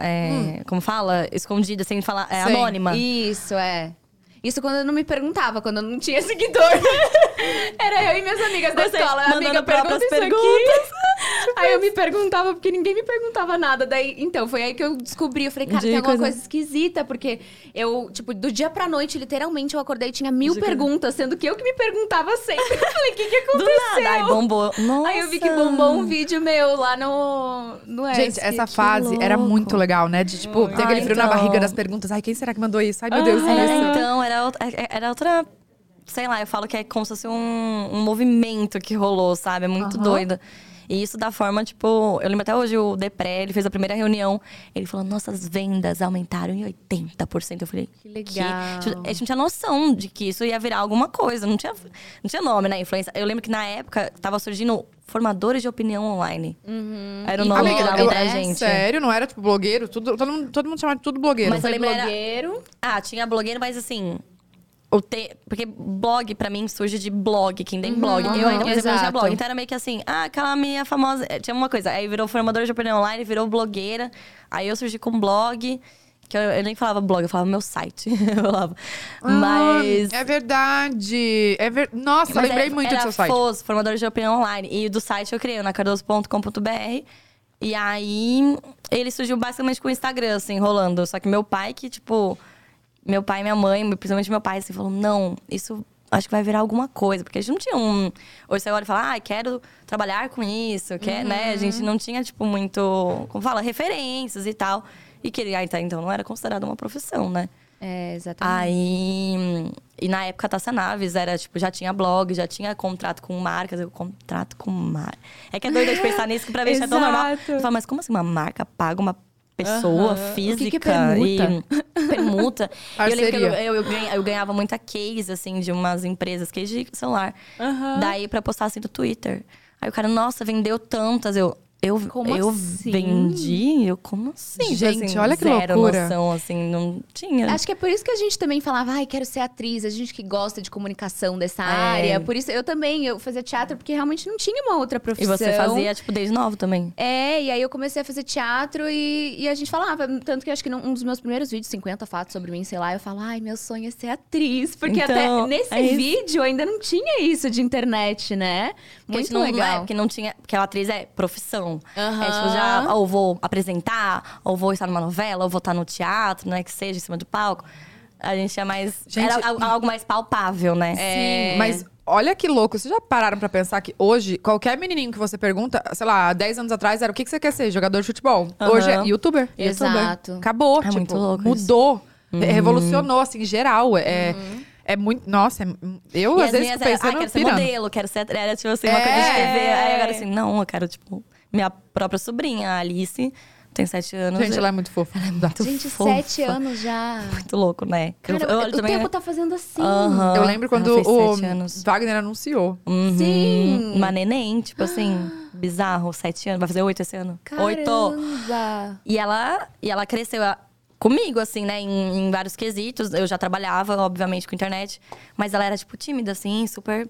Speaker 3: é,
Speaker 2: Hum.
Speaker 3: Como fala? Escondida, sem falar. É
Speaker 1: Sim.
Speaker 3: anônima.
Speaker 2: Isso, é. Isso quando eu não me perguntava, quando eu não tinha seguidor. Era eu e minhas amigas da
Speaker 3: Você
Speaker 2: escola.
Speaker 3: mandando
Speaker 2: Amiga,
Speaker 3: próprias
Speaker 2: pergunta isso
Speaker 3: perguntas.
Speaker 2: aqui. Aí eu me perguntava, porque ninguém me perguntava nada. Daí, então, foi aí que eu descobri. Eu falei, cara, tem alguma
Speaker 3: Dicas, né?
Speaker 2: coisa esquisita. Porque eu, tipo, do dia pra noite, literalmente, eu acordei e tinha mil
Speaker 3: Dicas.
Speaker 2: perguntas. Sendo que eu que me perguntava sempre. Eu falei, o que que
Speaker 3: Do
Speaker 2: aconteceu?
Speaker 3: nada. Ai, bombou. Nossa.
Speaker 2: Aí eu vi que bombou um vídeo meu lá no, no
Speaker 1: Gente,
Speaker 2: ESC.
Speaker 1: essa fase era
Speaker 3: louco.
Speaker 1: muito legal, né? De tipo, ter
Speaker 3: Ah,
Speaker 1: aquele frio na
Speaker 3: então.
Speaker 1: barriga das perguntas. Ai, quem será que mandou isso? Ai, meu Deus,
Speaker 2: né,
Speaker 3: Era,
Speaker 1: isso.
Speaker 3: então, era, outra- é- era outra. Sei lá, eu falo que é como se fosse um, um movimento que rolou, sabe? É muito doido. E isso da forma, tipo, eu lembro até hoje o Depré, ele fez a primeira reunião, ele falou: nossas vendas aumentaram em 80%. Eu falei,
Speaker 2: Que legal.
Speaker 3: Tipo, a gente não tinha noção de que isso ia virar alguma coisa. Não tinha, não tinha nome, né? Influência. Eu lembro que na época tava surgindo formadores de opinião online. Era o
Speaker 2: E
Speaker 3: nome
Speaker 2: Uhum. Amiga,
Speaker 3: da
Speaker 2: eu-
Speaker 3: da
Speaker 2: é
Speaker 3: gente.
Speaker 1: Sério, não era tipo blogueiro? Tudo, todo, mundo, todo mundo chamava de tudo blogueiro.
Speaker 3: Mas
Speaker 2: Foi
Speaker 3: eu lembro, era-
Speaker 2: blogueiro.
Speaker 3: Ah, tinha blogueiro, mas assim. O te... Porque blog, pra mim, surge de blog, quem tem blog. Eu ainda, por exemplo, não tinha
Speaker 2: exato.
Speaker 3: blog. Então era meio que assim, ah, aquela minha famosa. eh, Tinha uma coisa. Aí virou formadora de opinião online, virou blogueira. Aí eu surgi com blog. Que eu, eu nem falava blog, eu falava meu site. eu falava.
Speaker 1: Ah,
Speaker 3: mas.
Speaker 1: É verdade. É ver... Nossa,
Speaker 3: mas
Speaker 1: lembrei
Speaker 3: era-
Speaker 1: muito
Speaker 3: era
Speaker 1: do seu site.
Speaker 3: Fos, formadora de opinião online. E do site eu criei, na cardoso.com.br. E aí, ele surgiu basicamente com o Instagram, assim, rolando. Só que meu pai que, tipo... Meu pai e minha mãe, principalmente meu pai, assim, falou... Não, isso... acho que vai virar alguma coisa. Porque a gente não tinha um. Hoje você olha e fala, ah, quero trabalhar com isso, quer,
Speaker 1: Uhum.
Speaker 3: né? A gente não tinha, tipo, muito. Como fala? Referências e tal. E que ah, então- então não era considerado uma profissão, né?
Speaker 2: É, exatamente.
Speaker 3: Aí. E na época a Taça Naves era, tipo, já tinha blog, já tinha contrato com marcas. Eu, contrato com marca. É que é doido de pensar nisso, que pra mim isso é tão normal.
Speaker 2: Exato.
Speaker 3: Eu falo, mas como assim uma marca paga uma pessoa física
Speaker 2: que é
Speaker 3: e permuta? E eu lembro que eu,
Speaker 1: Parceria.
Speaker 3: eu, eu ganha- eu ganhava muita case, assim, de umas empresas, case de celular. Daí pra postar assim no Twitter. Aí o cara, nossa, vendeu tantas. Eu. Eu,
Speaker 2: Como
Speaker 3: eu
Speaker 2: assim?
Speaker 3: vendi? Eu, como assim?
Speaker 1: Gente,
Speaker 3: assim,
Speaker 1: olha que
Speaker 3: zero
Speaker 1: loucura.
Speaker 3: Noção, assim, não tinha.
Speaker 2: Acho que é por isso que a gente também falava, ai, quero ser atriz, a gente que gosta de comunicação dessa
Speaker 3: É.
Speaker 2: área. Por isso, eu também, eu fazia teatro porque realmente não tinha uma outra
Speaker 3: E
Speaker 2: profissão.
Speaker 3: você fazia, tipo, desde novo também.
Speaker 2: É, e aí eu comecei a fazer teatro e, e a gente falava. Tanto que acho que num- um dos meus primeiros vídeos, 50 fatos sobre mim, sei lá, eu falo, ai, meu sonho é ser atriz. Porque
Speaker 3: Então,
Speaker 2: até nesse
Speaker 3: é isso.
Speaker 2: vídeo ainda não tinha isso de internet, né?
Speaker 3: Porque a
Speaker 2: Muito
Speaker 3: gente não, Não é,
Speaker 2: legal.
Speaker 3: porque não tinha. Porque a atriz é profissão.
Speaker 2: Aham.
Speaker 3: É tipo, já ou vou apresentar, ou vou estar numa novela, ou vou estar no teatro, né? Que seja, em cima do palco. A gente é mais.
Speaker 1: Gente-
Speaker 3: Era al- algo mais palpável, né?
Speaker 2: É.
Speaker 1: Sim, mas olha que louco. Vocês já pararam pra pensar que hoje, qualquer menininho que você pergunta, sei lá, 10 anos atrás era o que, que você quer ser? Jogador de futebol.
Speaker 3: Aham.
Speaker 1: Hoje é youtuber.
Speaker 2: Exato.
Speaker 1: Youtuber. Acabou,
Speaker 3: É
Speaker 1: tipo,
Speaker 3: muito louco Uhum.
Speaker 1: mudou. É, Revolucionou, assim, geral. É, é muito. Nossa, é- eu
Speaker 3: E
Speaker 1: às
Speaker 3: as
Speaker 1: vezes
Speaker 3: minhas
Speaker 1: fico
Speaker 3: era, ah,
Speaker 1: pensando.
Speaker 3: quero ser
Speaker 1: pirando.
Speaker 3: modelo, quero ser. atriz", Era tipo assim, uma
Speaker 1: É.
Speaker 3: coisa de TV. Aí agora assim, não, eu quero, tipo, minha própria sobrinha, a Alice, tem sete anos.
Speaker 1: Gente, ela é muito fofa. Ela é muito
Speaker 2: Gente,
Speaker 3: fofa.
Speaker 2: sete anos já.
Speaker 3: Muito louco, né?
Speaker 2: Cara,
Speaker 3: eu, eu
Speaker 2: o
Speaker 3: olho também.
Speaker 2: tempo tá fazendo assim.
Speaker 3: Aham.
Speaker 1: Eu lembro quando
Speaker 3: Ela fez
Speaker 1: o
Speaker 3: sete anos.
Speaker 1: Wagner anunciou.
Speaker 3: Uhum.
Speaker 2: Sim.
Speaker 3: Uma neném, tipo assim, bizarro, sete anos. Vai fazer oito esse ano? Oito.
Speaker 2: Caramba!
Speaker 3: E ela, e ela cresceu a- comigo, assim, né? Em, em vários quesitos. Eu já trabalhava, obviamente, com internet. Mas ela era, tipo, tímida, assim, super.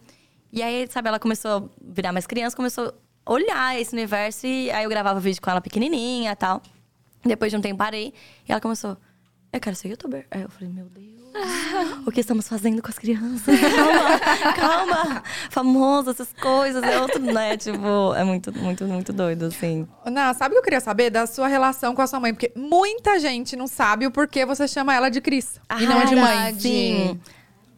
Speaker 3: E aí, sabe, ela começou a virar mais criança, começou a olhar esse universo. E aí eu gravava vídeo com ela pequenininha e tal. Depois de um tempo parei. E ela começou, eu quero ser youtuber. Aí eu falei, meu Deus. O que estamos fazendo com as crianças? Calma, calma. Famoso, essas coisas. É outro, né? Tipo, é muito, muito, muito doido, assim.
Speaker 1: Ana, sabe o que eu queria saber? Da sua relação com a sua mãe. Porque muita gente não sabe o porquê você chama ela de Cris. e não é de mãe.
Speaker 2: verdade.
Speaker 3: Sim.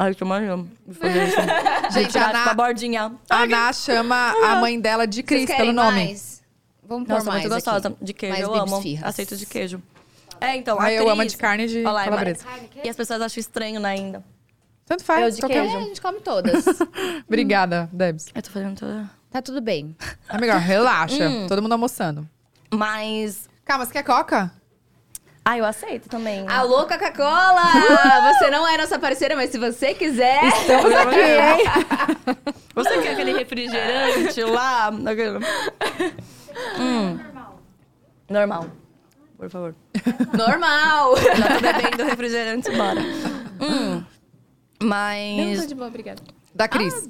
Speaker 3: Ai, que manhã.
Speaker 1: Gente, a
Speaker 3: Tirar, tipo, a
Speaker 1: Ana,
Speaker 3: bordinha.
Speaker 1: a Ana chama a mãe dela de Cris
Speaker 2: Vocês
Speaker 1: pelo
Speaker 2: querem
Speaker 1: nome.
Speaker 2: mais? Vamos pôr
Speaker 3: Nossa,
Speaker 2: mais
Speaker 3: muito
Speaker 2: aqui.
Speaker 3: gostosa. De queijo,
Speaker 2: Mais
Speaker 3: eu
Speaker 2: bibs
Speaker 3: amo.
Speaker 2: firras.
Speaker 3: Aceito de queijo. É, então,
Speaker 1: Ah, eu
Speaker 3: atriz-
Speaker 1: amo a de carne de
Speaker 3: Olha lá, é
Speaker 1: calabresa.
Speaker 3: mar- E as pessoas acham estranho né, ainda.
Speaker 1: Tanto faz.
Speaker 3: Eu de
Speaker 1: qualquer
Speaker 2: É,
Speaker 3: queijo.
Speaker 2: a
Speaker 1: um.
Speaker 2: gente come todas.
Speaker 1: Obrigada, Debs.
Speaker 3: Eu tô fazendo toda...
Speaker 2: tá tudo bem.
Speaker 1: Amiga, relaxa.
Speaker 3: Hum.
Speaker 1: Todo mundo almoçando.
Speaker 3: Mas...
Speaker 1: Calma, você quer coca?
Speaker 3: Ah, eu aceito também.
Speaker 1: Ah,
Speaker 2: Alô, Coca-Cola! você não é nossa parceira, mas se você quiser.
Speaker 1: Estamos aqui, hein?
Speaker 3: Você quer aquele refrigerante lá? Aquele- Hum. Normal. Por favor.
Speaker 2: Normal!
Speaker 3: Não Então. tô Tá bebendo refrigerante, bora. Hum. Mas...
Speaker 2: de boa, obrigada.
Speaker 1: Da
Speaker 3: Ah.
Speaker 1: Cris.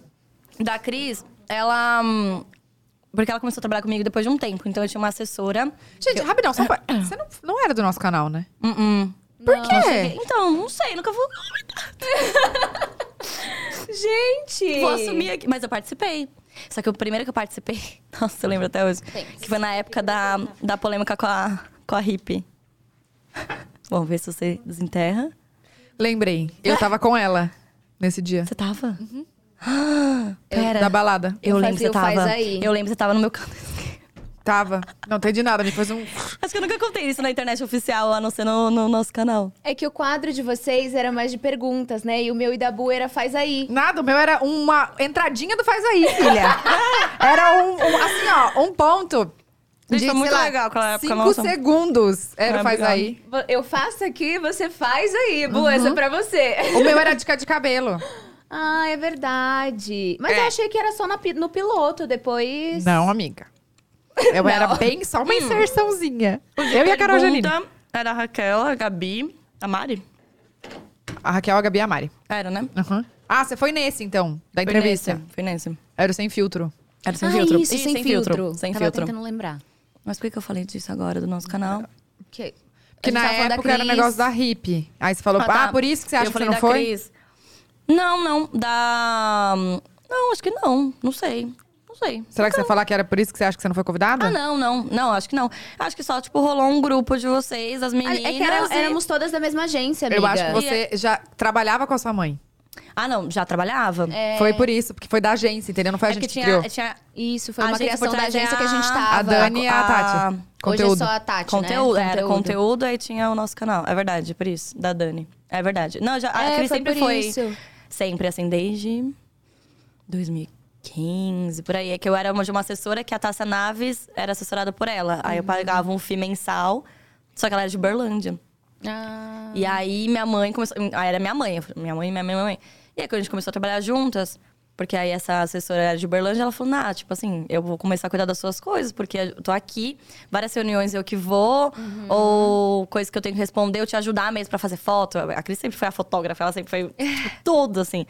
Speaker 3: da Cris, ela. hum, Porque ela começou a trabalhar comigo depois de um tempo. Então eu tinha uma assessora.
Speaker 1: Gente, rapidão, só um pa- Você não, não era do nosso canal, né?
Speaker 3: Hum, hum.
Speaker 1: Por quê?
Speaker 3: Então, não sei, nunca vou.
Speaker 2: Gente!
Speaker 3: Vou assumir aqui. Mas eu participei. Só que o primeiro que eu participei, nossa, eu lembro até hoje. Que foi na época da, da polêmica com a, com a hippie. Vamos ver se você desenterra.
Speaker 1: Lembrei. Eu tava com ela nesse dia.
Speaker 3: Você tava? Uhum. Ah, pera.
Speaker 1: Da balada.
Speaker 3: Eu
Speaker 2: Faz
Speaker 3: lembro que você
Speaker 2: eu, faz
Speaker 3: tava.
Speaker 2: aí.
Speaker 3: Eu lembro que você tava no meu canto.
Speaker 1: Tava. Não entendi nada, me fez um.
Speaker 3: Acho que eu nunca contei isso na internet oficial, a não ser no, no nosso canal.
Speaker 2: É que o quadro de vocês era mais de perguntas, né? E o meu e da Bu era faz aí.
Speaker 1: Nada, o meu era uma entradinha do faz aí, filha. era um, um- assim, ó, um ponto.
Speaker 3: Gente,
Speaker 1: de,
Speaker 3: foi muito
Speaker 1: sei lá,
Speaker 3: legal aquela época,
Speaker 1: Cinco
Speaker 3: nossa.
Speaker 1: segundos era
Speaker 3: Ah,
Speaker 1: o faz
Speaker 3: obrigada.
Speaker 1: aí.
Speaker 2: Vo- Eu faço aqui, você faz aí.
Speaker 3: Uhum.
Speaker 2: Bu, essa é pra você.
Speaker 1: O meu era dica de cabelo.
Speaker 2: Ah, é verdade. Mas
Speaker 1: É.
Speaker 2: eu achei que era só na pi- no piloto, depois.
Speaker 1: Não, amiga. Eu era bem só uma inserçãozinha. Eu e a Carol Janine.
Speaker 3: Pergunta Era a Raquel, a Gabi, a Mari?
Speaker 1: A Raquel, a Gabi e a Mari.
Speaker 3: Era, né?
Speaker 1: Uhum. Ah, você foi nesse, então, da
Speaker 3: Foi
Speaker 1: entrevista.
Speaker 3: nesse, Foi nesse.
Speaker 1: Era o sem filtro.
Speaker 3: Era sem
Speaker 2: ah,
Speaker 3: filtro.
Speaker 2: isso,
Speaker 3: Ih,
Speaker 2: sem, filtro.
Speaker 3: Sem
Speaker 2: Tava
Speaker 3: filtro.
Speaker 2: tentando lembrar.
Speaker 3: Mas por que que eu falei disso agora do nosso canal?
Speaker 2: Que,
Speaker 1: Que
Speaker 2: tá
Speaker 1: na época era o negócio da hippie. Aí você falou, ah,
Speaker 3: tá.
Speaker 1: por isso que você acha
Speaker 3: eu
Speaker 1: que você
Speaker 3: falei
Speaker 1: não
Speaker 3: da
Speaker 1: foi?
Speaker 3: Cris. Não, não. Da. Não, acho que não. Não sei. Não sei.
Speaker 1: Será que você ia falar que era por isso que você acha que você não foi convidada?
Speaker 3: Ah, não, não. Não, acho que não. Acho que só, tipo, rolou um grupo de
Speaker 1: Ah,
Speaker 3: vocês, as meninas.
Speaker 2: É que era-
Speaker 3: e-
Speaker 2: éramos todas da mesma agência, amiga.
Speaker 1: Eu acho que você já trabalhava com a sua mãe.
Speaker 3: Ah, não, já trabalhava? É.
Speaker 1: Foi por isso, porque foi da agência, entendeu? Não foi a
Speaker 3: porque
Speaker 1: gente é que
Speaker 3: tinha,
Speaker 1: criou.
Speaker 3: tinha
Speaker 2: Isso, foi
Speaker 3: A
Speaker 2: uma
Speaker 3: agência
Speaker 2: criação
Speaker 3: por
Speaker 2: da
Speaker 3: trás é
Speaker 2: agência que a gente
Speaker 3: a-
Speaker 1: A
Speaker 2: tava.
Speaker 1: Dani e a Tati. Conteúdo.
Speaker 2: Hoje é só a Tati,
Speaker 3: Conteúdo,
Speaker 2: né?
Speaker 3: era conteúdo, aí tinha o nosso canal. É verdade, por isso, da Dani. É verdade. Não, já, a
Speaker 2: É,
Speaker 3: Cris
Speaker 2: foi
Speaker 3: sempre
Speaker 2: por
Speaker 3: foi.
Speaker 2: isso.
Speaker 3: Sempre, assim, desde 2015, por aí. É que eu era uma de uma assessora que a Tássia Naves era assessorada por ela.
Speaker 2: Uhum.
Speaker 3: Aí eu pagava um FII mensal, só que ela era de Berlândia.
Speaker 2: Ah,
Speaker 3: E aí minha mãe começou. Aí era minha mãe, eu falei, minha mãe, minha mãe, minha mãe. E aí quando a gente começou a trabalhar juntas, porque aí essa assessora era de Uberlândia, ela falou, nah, tipo assim, eu vou começar a cuidar das suas coisas, porque eu tô aqui, várias reuniões eu que vou, ou coisas que eu tenho que responder, eu te ajudar mesmo pra fazer foto. A Cris sempre foi a fotógrafa, ela sempre foi tipo, tudo, assim.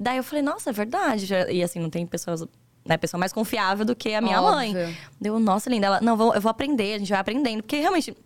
Speaker 3: Daí eu falei, nossa, é verdade. E assim, não tem pessoas. Né, pessoa mais confiável do que a minha mãe.
Speaker 2: Óbvio.
Speaker 3: Deu, nossa, linda. Ela, não, vou- eu vou aprender, a gente vai aprendendo. Porque realmente,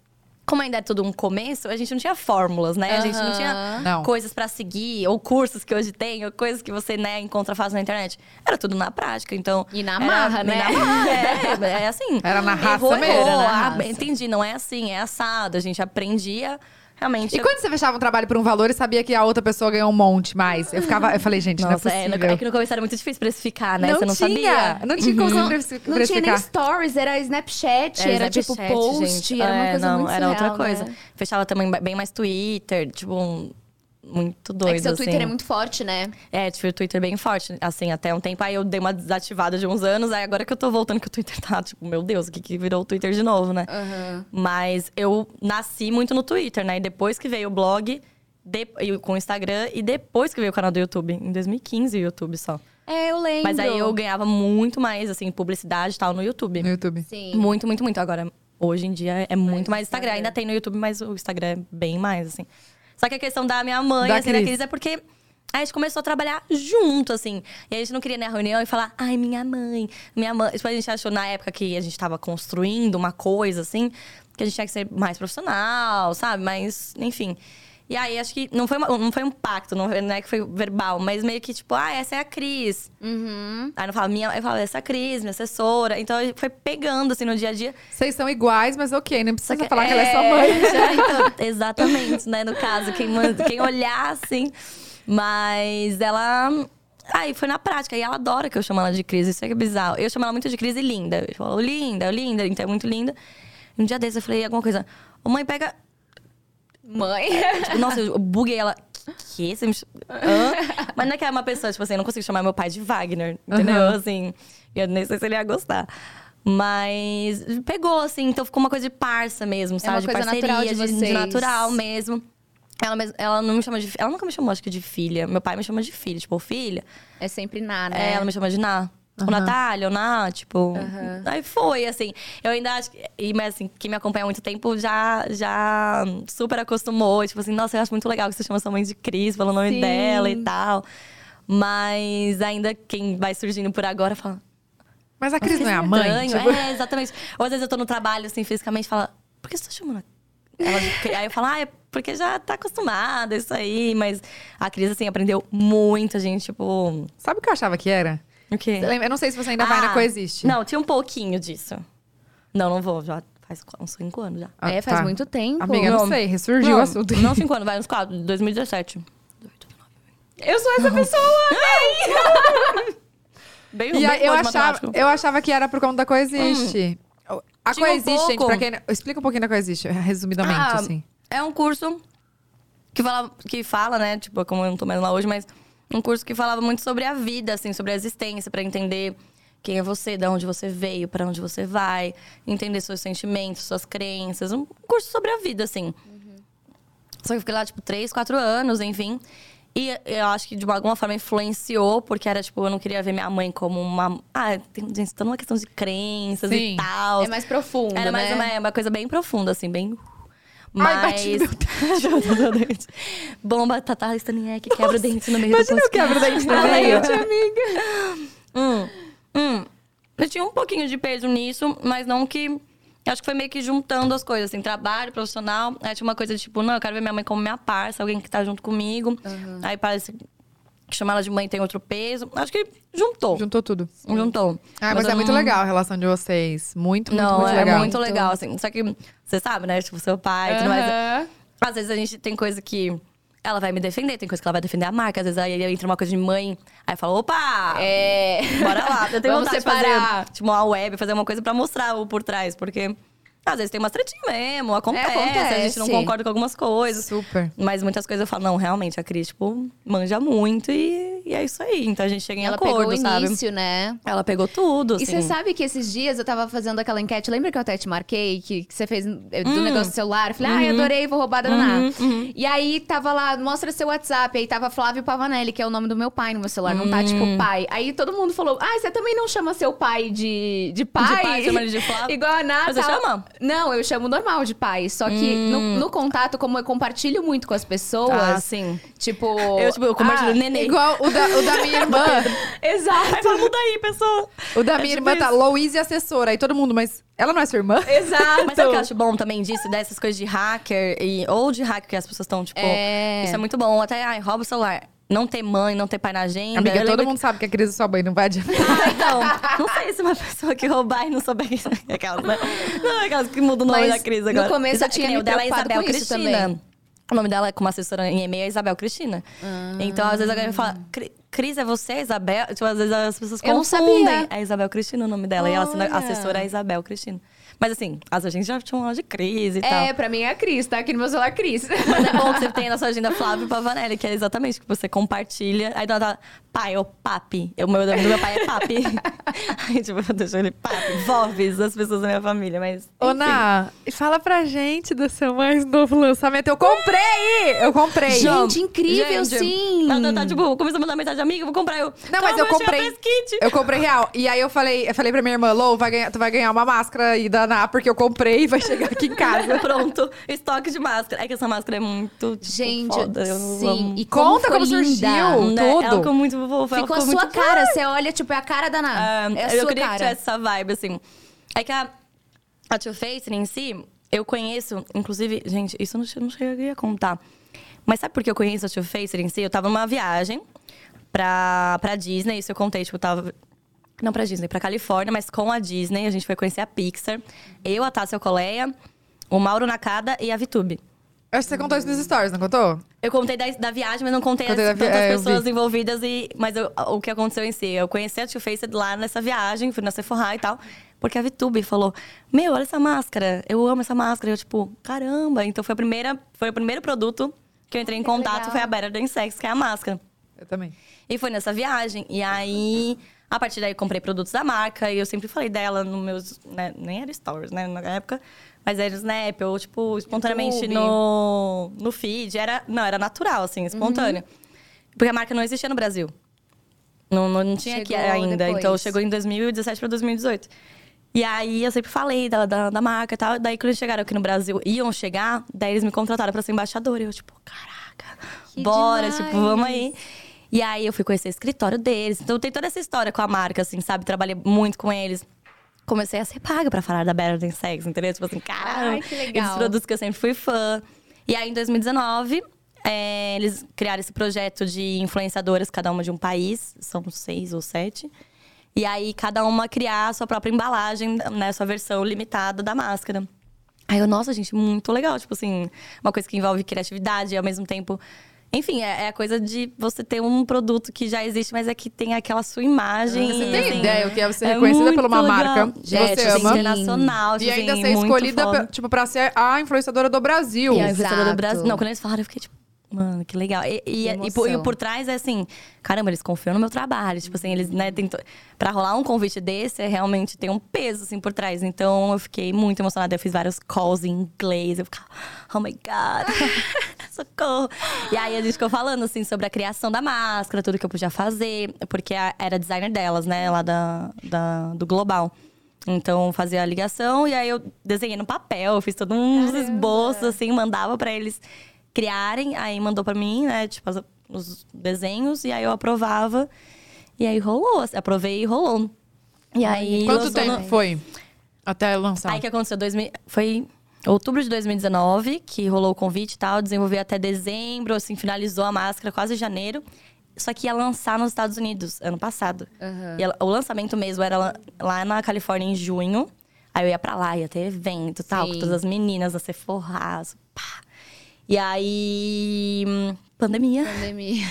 Speaker 3: como ainda é tudo um começo, a gente não tinha fórmulas, né? A gente não
Speaker 2: Aham.
Speaker 3: tinha
Speaker 1: Não.
Speaker 3: coisas pra seguir, ou cursos que hoje tem, ou coisas que você, né, encontra fácil na internet. Era tudo na prática, então.
Speaker 2: E na
Speaker 3: era-
Speaker 2: marra, né?
Speaker 3: Na marra, é, é assim.
Speaker 1: Era na raça
Speaker 3: Errou,
Speaker 1: mesmo. né?
Speaker 3: errou.
Speaker 2: Era na
Speaker 3: Ah,
Speaker 2: raça.
Speaker 3: entendi, não é assim, é assado. A gente aprendia realmente.
Speaker 1: E quando você fechava um trabalho por um valor e sabia que a outra pessoa ganhou um monte mais? Eu ficava, eu falei, gente,
Speaker 3: Nossa,
Speaker 1: não é
Speaker 3: é,
Speaker 1: possível.
Speaker 3: no- é que no começo era muito difícil precificar, né?
Speaker 1: Não
Speaker 3: você não
Speaker 1: tinha,
Speaker 3: sabia. Uhum.
Speaker 1: não tinha como
Speaker 2: Não,
Speaker 1: você precificar.
Speaker 2: Uhum. não tinha nem stories, era Snapchat,
Speaker 3: É,
Speaker 2: era, tipo
Speaker 3: Snapchat,
Speaker 2: post,
Speaker 3: gente.
Speaker 2: era uma
Speaker 3: É,
Speaker 2: coisa
Speaker 3: não,
Speaker 2: muito
Speaker 3: Era outra
Speaker 2: surreal, né?
Speaker 3: coisa. Fechava também ba- bem mais Twitter, tipo, um- muito
Speaker 2: É
Speaker 3: doido.
Speaker 2: que seu Twitter
Speaker 3: assim.
Speaker 2: é muito forte, né?
Speaker 3: É, tipo, o Twitter bem forte, assim, até um tempo. Aí eu dei uma desativada de uns anos, aí agora que eu tô voltando que o Twitter tá, tipo, meu Deus, o que que virou o Twitter de novo, né? Mas eu nasci muito no Twitter, né? E depois que veio o blog, de- e com o Instagram, e depois que veio o canal do YouTube. Em 2015, o YouTube só.
Speaker 2: É, eu lembro.
Speaker 3: Mas aí eu ganhava muito mais, assim, publicidade e tal no YouTube.
Speaker 1: No YouTube.
Speaker 2: Sim.
Speaker 3: Muito, muito, muito. Agora, hoje em dia é muito mais Instagram. Ainda tem no YouTube, mas o Instagram é bem mais, assim. Só que a questão da minha mãe,
Speaker 1: Da
Speaker 3: assim, da
Speaker 1: Cris.
Speaker 3: Cris, é porque a gente começou a trabalhar junto, assim. E a gente não queria ir na reunião e falar, ai, minha mãe, minha mãe. Tipo, a gente achou na época que a gente tava construindo uma coisa, assim, que a gente tinha que ser mais profissional, sabe? Mas, enfim. E aí, acho que não foi, uma- não foi um pacto, não, não é que foi verbal, mas meio que tipo, ah, essa é a Cris. Aí não fala, minha, eu falo, essa é a Cris, minha assessora. Então a gente foi pegando, assim, no dia a dia.
Speaker 1: Vocês são iguais, mas ok, não precisa
Speaker 3: Só que-
Speaker 1: falar que ela é sua mãe.
Speaker 3: já, então, exatamente, né? No caso, quem, manda- quem olhar, assim. Mas ela. Aí foi na prática. E ela adora que eu chamo ela de Cris. Isso é que é bizarro. Eu chamo ela muito de Cris e linda. Eu falo, linda, linda, então é muito linda. E Um dia desse eu falei alguma coisa. Ô, mãe, pega.
Speaker 2: Mãe.
Speaker 3: Tipo, nossa, eu buguei ela. Que? Você me... ch- Hã? Mas não é que é uma pessoa, tipo assim, eu não consigo chamar meu pai de Wagner, entendeu?
Speaker 1: Aham.
Speaker 3: Assim, eu nem sei se ele ia gostar. Mas pegou, assim, então ficou uma coisa de parça mesmo, sabe?
Speaker 2: É uma
Speaker 3: de
Speaker 2: coisa
Speaker 3: parceria,
Speaker 2: natural de vocês.
Speaker 3: natural mesmo. Ela, mes- ela não me chama de fi- Ela nunca me chamou, acho que, de filha. Meu pai me chama de filha, tipo, filha.
Speaker 2: É sempre na,
Speaker 3: É,
Speaker 2: né?
Speaker 3: ela me chama de Ná. Ou Natália, ou Ná, tipo. Aí foi, assim. Eu ainda acho que. E, mas assim, quem me acompanha há muito tempo já, já super acostumou. Tipo assim, nossa, eu acho muito legal que você chama sua mãe de Cris, pelo nome
Speaker 2: Sim.
Speaker 3: dela e tal. Mas ainda quem vai surgindo por agora fala.
Speaker 1: Mas a Cris
Speaker 3: "Nossa,
Speaker 1: não é a
Speaker 3: que
Speaker 1: mãe?
Speaker 3: estranho."
Speaker 1: Tipo,
Speaker 3: É, exatamente. Ou às vezes eu tô no trabalho, assim, fisicamente, fala, por que você tá chamando ela de Cris?" Aí eu falo, ah, é porque já tá acostumada, isso aí. Mas a Cris, assim, aprendeu muito, a gente, tipo.
Speaker 1: Sabe o que eu achava que era?
Speaker 3: O quê?
Speaker 1: Você lembra? Eu não sei se você ainda vai na
Speaker 3: É. Ah,
Speaker 1: Coexiste.
Speaker 3: Não, tinha um pouquinho disso. Não, não vou, já faz qu- uns 5 anos já.
Speaker 1: Ah,
Speaker 2: É, faz
Speaker 1: tá.
Speaker 2: muito tempo.
Speaker 1: Amiga, não,
Speaker 3: Não.
Speaker 1: sei, ressurgiu
Speaker 3: não,
Speaker 1: o assunto.
Speaker 3: Não 5 anos, vai uns 4, 2017.
Speaker 2: Eu sou essa pessoa! né?
Speaker 3: Bem,
Speaker 1: E
Speaker 3: bem
Speaker 1: aí, eu,
Speaker 3: boa de
Speaker 1: achava,
Speaker 3: matemática.
Speaker 1: eu achava que era por conta da Coexiste. A
Speaker 3: Tinha um
Speaker 1: Coexiste, gente,
Speaker 3: pouco.
Speaker 1: pra quem. não- Explica um pouquinho da Coexiste, resumidamente,
Speaker 3: Ah,
Speaker 1: assim.
Speaker 3: É um curso que fala, que fala, né? Tipo, como eu não tô mais lá hoje, mas um curso que falava muito sobre a vida, assim, sobre a existência, pra entender quem é você, de onde você veio, pra onde você vai, entender seus sentimentos, suas crenças. Um curso sobre a vida, assim. Só que eu fiquei lá, tipo, três, quatro anos, enfim. E eu acho que de alguma forma influenciou, porque era tipo, eu não queria ver minha mãe como uma. Ah, tem, gente, tá numa questão de crenças
Speaker 1: Sim.
Speaker 3: e tal.
Speaker 2: É mais profundo,
Speaker 3: Era mais
Speaker 2: né?
Speaker 3: uma, uma coisa bem profunda, assim, bem.
Speaker 1: Ai,
Speaker 3: Mas.
Speaker 1: bati no meu
Speaker 3: Bateu no dente. Bomba, Tatá Staniek, quebra o dente no meio
Speaker 1: Imagina
Speaker 3: do
Speaker 1: eu quebro o dente no
Speaker 2: é
Speaker 3: Fala aí,
Speaker 1: meio.
Speaker 3: eu te Hum, hum. Eu tinha um pouquinho de peso nisso, mas não que. Acho que foi meio que juntando as coisas, assim, trabalho, profissional. Aí tinha uma coisa de, tipo, não, eu quero ver minha mãe como minha parça, alguém que tá junto comigo. Aí parece que chamar ela de mãe tem outro peso. Acho que juntou.
Speaker 1: Juntou tudo.
Speaker 3: Juntou.
Speaker 1: Ah, mas,
Speaker 3: eu
Speaker 1: é muito
Speaker 3: não-
Speaker 1: legal a relação de vocês. Muito, muito,
Speaker 3: Não,
Speaker 1: muito
Speaker 3: é
Speaker 1: legal.
Speaker 3: muito legal, assim. Só que você sabe, né? Tipo, seu pai e tudo mais.
Speaker 2: Aham.
Speaker 3: Às vezes a gente tem coisa que Ela vai me defender, tem coisa que ela vai defender a marca. Às vezes aí entra uma coisa de mãe, aí fala, opa!
Speaker 2: É.
Speaker 3: Bora lá, eu tenho
Speaker 2: Vamos
Speaker 3: vontade de
Speaker 2: separar.
Speaker 3: fazer tipo, uma web, fazer uma coisa pra mostrar o por trás, porque às vezes tem umas tretinhas mesmo,
Speaker 2: É,
Speaker 3: acontece, a gente não
Speaker 2: acontece.
Speaker 3: concorda com algumas coisas.
Speaker 1: Super.
Speaker 3: Mas muitas coisas eu falo, não, realmente, a Cris, tipo, manja muito e, e é isso aí. Então a gente chega em
Speaker 2: Ela
Speaker 3: acordo,
Speaker 2: pegou o
Speaker 3: sabe?
Speaker 2: início, né?
Speaker 3: Ela pegou tudo, assim.
Speaker 2: E você sabe que esses dias eu tava fazendo aquela enquete, lembra que eu até te marquei, que, que você fez eh, do
Speaker 3: Hum.
Speaker 2: negócio do celular? Eu falei, ai,
Speaker 3: Uhum.
Speaker 2: adorei, vou roubar da Naná. E aí tava lá, mostra seu WhatsApp, aí tava Flávio Pavanelli, que é o nome do meu pai no meu celular, não tá
Speaker 3: Hum.
Speaker 2: tipo pai. Aí todo mundo falou, ai, você também não chama seu pai de, de pai?
Speaker 3: pai, chama ele de Flávio?
Speaker 2: Igual a Naná.
Speaker 3: Mas Hum. você
Speaker 2: tal.
Speaker 3: chama?
Speaker 2: Não, eu chamo normal de pai, só que no, no contato, como eu compartilho muito com as pessoas,
Speaker 3: Ah, sim.
Speaker 2: tipo...
Speaker 3: Eu, tipo, eu compartilho
Speaker 2: ah,
Speaker 3: neném.
Speaker 1: Igual o da, o da minha irmã.
Speaker 3: Aí
Speaker 2: Exato.
Speaker 3: fala, muda aí, pessoa.
Speaker 1: O da minha
Speaker 3: tipo
Speaker 1: irmã tá
Speaker 3: isso.
Speaker 1: Louise e assessora. Aí todo mundo, mas ela não é sua irmã?
Speaker 2: Exato.
Speaker 3: Mas sabe o que eu acho bom também disso? Dessas coisas de hacker e, ou de hacker que as pessoas estão, tipo,
Speaker 2: É.
Speaker 3: isso é muito bom. Até, ai, rouba o celular. Não ter mãe, não ter pai na agenda.
Speaker 1: Amiga,
Speaker 3: Eu
Speaker 1: todo
Speaker 3: lembro
Speaker 1: mundo sabe que a Cris é sua mãe, não vai adiantar.
Speaker 3: Ah, então. Não sei se uma pessoa que roubar e não souber que é aquelas, né? Não, é aquelas que mudam o nome
Speaker 2: Mas
Speaker 3: da Cris
Speaker 2: no
Speaker 3: agora.
Speaker 2: começo eu
Speaker 3: que
Speaker 2: tinha
Speaker 3: nem
Speaker 2: me
Speaker 3: o dela é
Speaker 2: preocupado
Speaker 3: Isabel
Speaker 2: com isso
Speaker 3: Cristina.
Speaker 2: também.
Speaker 3: O nome dela, como assessora em e-mail, é Isabel Cristina.
Speaker 2: Ah.
Speaker 3: Então, às vezes, alguém fala, "Cri- Cris, é você, Isabel? Tipo, às vezes as pessoas
Speaker 2: Eu não
Speaker 3: confundem.
Speaker 2: sabia.
Speaker 3: É Isabel Cristina o nome dela. E ela sendo
Speaker 2: Olha.
Speaker 3: assessora é Isabel Cristina. Mas assim, as agentes já chamam ela de Cris e tal.
Speaker 2: É, pra mim é a Cris, tá aqui no meu celular, Cris.
Speaker 3: Mas é bom que você tem na sua agenda Flávio Pavanelli, que é exatamente o que você compartilha. Aí do nada, pai, ou papi. Eu, meu nome do meu pai é papi. Aí, tipo, eu deixo ele papi. Vovs, as pessoas da minha família, mas...
Speaker 1: Ô, Ná, fala pra gente do seu mais novo lançamento. Eu comprei! Eu comprei.
Speaker 2: Gente, incrível, sim!
Speaker 3: Ela tá, tipo, começou a mandar mensagem, amiga, eu vou comprar. Eu,
Speaker 1: Não, mas
Speaker 3: "Calma,
Speaker 1: eu
Speaker 3: achei a
Speaker 1: comprei.
Speaker 3: press kit."
Speaker 1: Eu comprei real. E aí eu falei, eu falei pra minha irmã, Lou, vai ganhar, tu vai ganhar uma máscara aí da Ná, porque eu comprei e vai chegar aqui em casa.
Speaker 3: Pronto, estoque de máscara. É que essa máscara é muito, tipo,
Speaker 2: Gente,
Speaker 3: foda. Eu
Speaker 2: sim.
Speaker 3: amo.
Speaker 2: E como
Speaker 1: Conta
Speaker 2: foi
Speaker 1: como surgiu
Speaker 2: linda.
Speaker 3: Né? Ela
Speaker 1: tudo.
Speaker 3: ficou muito fofa. ela
Speaker 2: Ficou a
Speaker 3: ficou
Speaker 2: sua
Speaker 3: muito
Speaker 2: cara, você olha, tipo, é a cara da
Speaker 3: Ah,
Speaker 2: Ná. É a
Speaker 3: eu
Speaker 2: sua
Speaker 3: queria que
Speaker 2: cara.
Speaker 3: tivesse essa vibe, assim. É que a, a Too Faced em si, eu conheço, inclusive, gente, isso eu não, che- não cheguei a contar. Mas sabe por que eu conheço a Too Faced em si? Eu tava numa viagem pra, pra Disney, isso eu contei, tipo, eu tava. Não pra Disney, pra Califórnia, mas com a Disney, a gente foi conhecer a Pixar. Eu, a Tássia Coleia, o Mauro Nakada e a Vitube.
Speaker 1: Eu acho que você contou isso nos stories, não contou?
Speaker 3: Eu contei da, da viagem, mas não contei
Speaker 1: Contei da
Speaker 3: as,
Speaker 1: vi-
Speaker 3: tantas
Speaker 1: é, eu
Speaker 3: pessoas
Speaker 1: vi.
Speaker 3: envolvidas. E, mas eu- o que aconteceu em si. Eu conheci a Too Faced lá nessa viagem, fui na Sephora e tal. Porque a Vitube falou, meu, olha essa máscara. Eu amo essa máscara. E Eu, tipo, caramba. Então foi, a primeira, foi o primeiro produto que eu entrei em
Speaker 2: Que
Speaker 3: contato.
Speaker 2: legal.
Speaker 3: Foi a Better Than Sex, que é a máscara.
Speaker 1: Eu também.
Speaker 3: E foi nessa viagem. E aí, a partir daí, eu comprei produtos da marca. E eu sempre falei dela nos meus. né, nem era stories, né? Na época. Mas era Snap, ou, tipo, espontaneamente
Speaker 2: YouTube. Uhum.
Speaker 3: no, no feed. Era, não, era natural, assim, espontâneo. Porque a marca não existia no Brasil. Não, não, não tinha aqui
Speaker 2: Chegou
Speaker 3: ainda.
Speaker 2: depois.
Speaker 3: Então chegou em 2017 pra 2018. E aí eu sempre falei da, da, da marca e tal. Daí quando eles chegaram aqui no Brasil, iam chegar, daí eles me contrataram pra ser embaixadora. E eu, tipo, caraca,
Speaker 2: Que
Speaker 3: bora,
Speaker 2: demais.
Speaker 3: tipo, vamos aí. E aí eu fui conhecer o escritório deles. Então tem toda essa história com a marca, assim, sabe? Trabalhei muito com eles. Comecei a ser paga pra falar da Better Than Sex, entendeu? Tipo assim, caramba.
Speaker 2: Ai, que legal.
Speaker 3: Esses produtos que eu sempre fui fã. E aí, em 2019, eh, eles criaram esse projeto de influenciadoras, cada uma de um país. São seis ou sete. E aí, cada uma criar a sua própria embalagem, né? Sua versão limitada da máscara. Aí eu, nossa, gente, muito legal. Tipo assim, uma coisa que envolve criatividade e ao mesmo tempo. Enfim, é, é a coisa de você ter um produto que já existe, mas é que tem aquela sua imagem.
Speaker 1: Você
Speaker 3: e,
Speaker 1: tem
Speaker 3: assim,
Speaker 1: ideia o que é você reconhecida por
Speaker 3: muito
Speaker 1: uma
Speaker 3: legal.
Speaker 1: marca que
Speaker 3: Gente,
Speaker 1: você
Speaker 3: assim,
Speaker 1: ama.
Speaker 3: Internacional,
Speaker 1: E
Speaker 3: tipo
Speaker 1: ainda
Speaker 3: assim,
Speaker 1: ser
Speaker 3: muito
Speaker 1: escolhida,
Speaker 3: foda.
Speaker 1: pra, tipo, pra ser a influenciadora do Brasil.
Speaker 3: E a
Speaker 2: Exato.
Speaker 3: influenciadora do Brasil. Não, quando eles falaram, eu fiquei tipo. Mano, que legal. E, e,
Speaker 2: Que
Speaker 3: e por, e
Speaker 2: emoção.
Speaker 3: por trás é assim, caramba, eles confiam no meu trabalho. Tipo assim, eles, né, tentam. Pra rolar um convite desse, é, realmente tem um peso, assim, por trás. Então eu fiquei muito emocionada. Eu fiz vários calls em inglês. Eu ficava, oh my God, socorro. E aí a gente ficou falando, assim, sobre a criação da máscara, tudo que eu podia fazer, porque a- era designer delas, né, lá da, da- do Global. Então fazia a ligação e aí eu desenhei no papel, fiz todo uns esboços assim, mandava pra eles criarem, aí mandou pra mim, né, tipo as- os desenhos e aí eu aprovava. E aí rolou, assim, aprovei e rolou. E aí
Speaker 1: Quanto
Speaker 3: lançou
Speaker 1: tempo
Speaker 3: no-
Speaker 1: foi até lançar?
Speaker 3: Aí que aconteceu, 2000 foi outubro de 2019 que rolou o convite e tal, desenvolvi até dezembro, assim, finalizou a máscara quase janeiro. Só que ia lançar nos Estados Unidos ano passado. E ela- o lançamento mesmo era lá- lá na Califórnia em junho. Aí eu ia pra lá, ia ter evento e tal, com
Speaker 2: Sim.
Speaker 3: todas as meninas, a Sephora, pá. E aí. hum, Pandemia.
Speaker 2: Pandemia.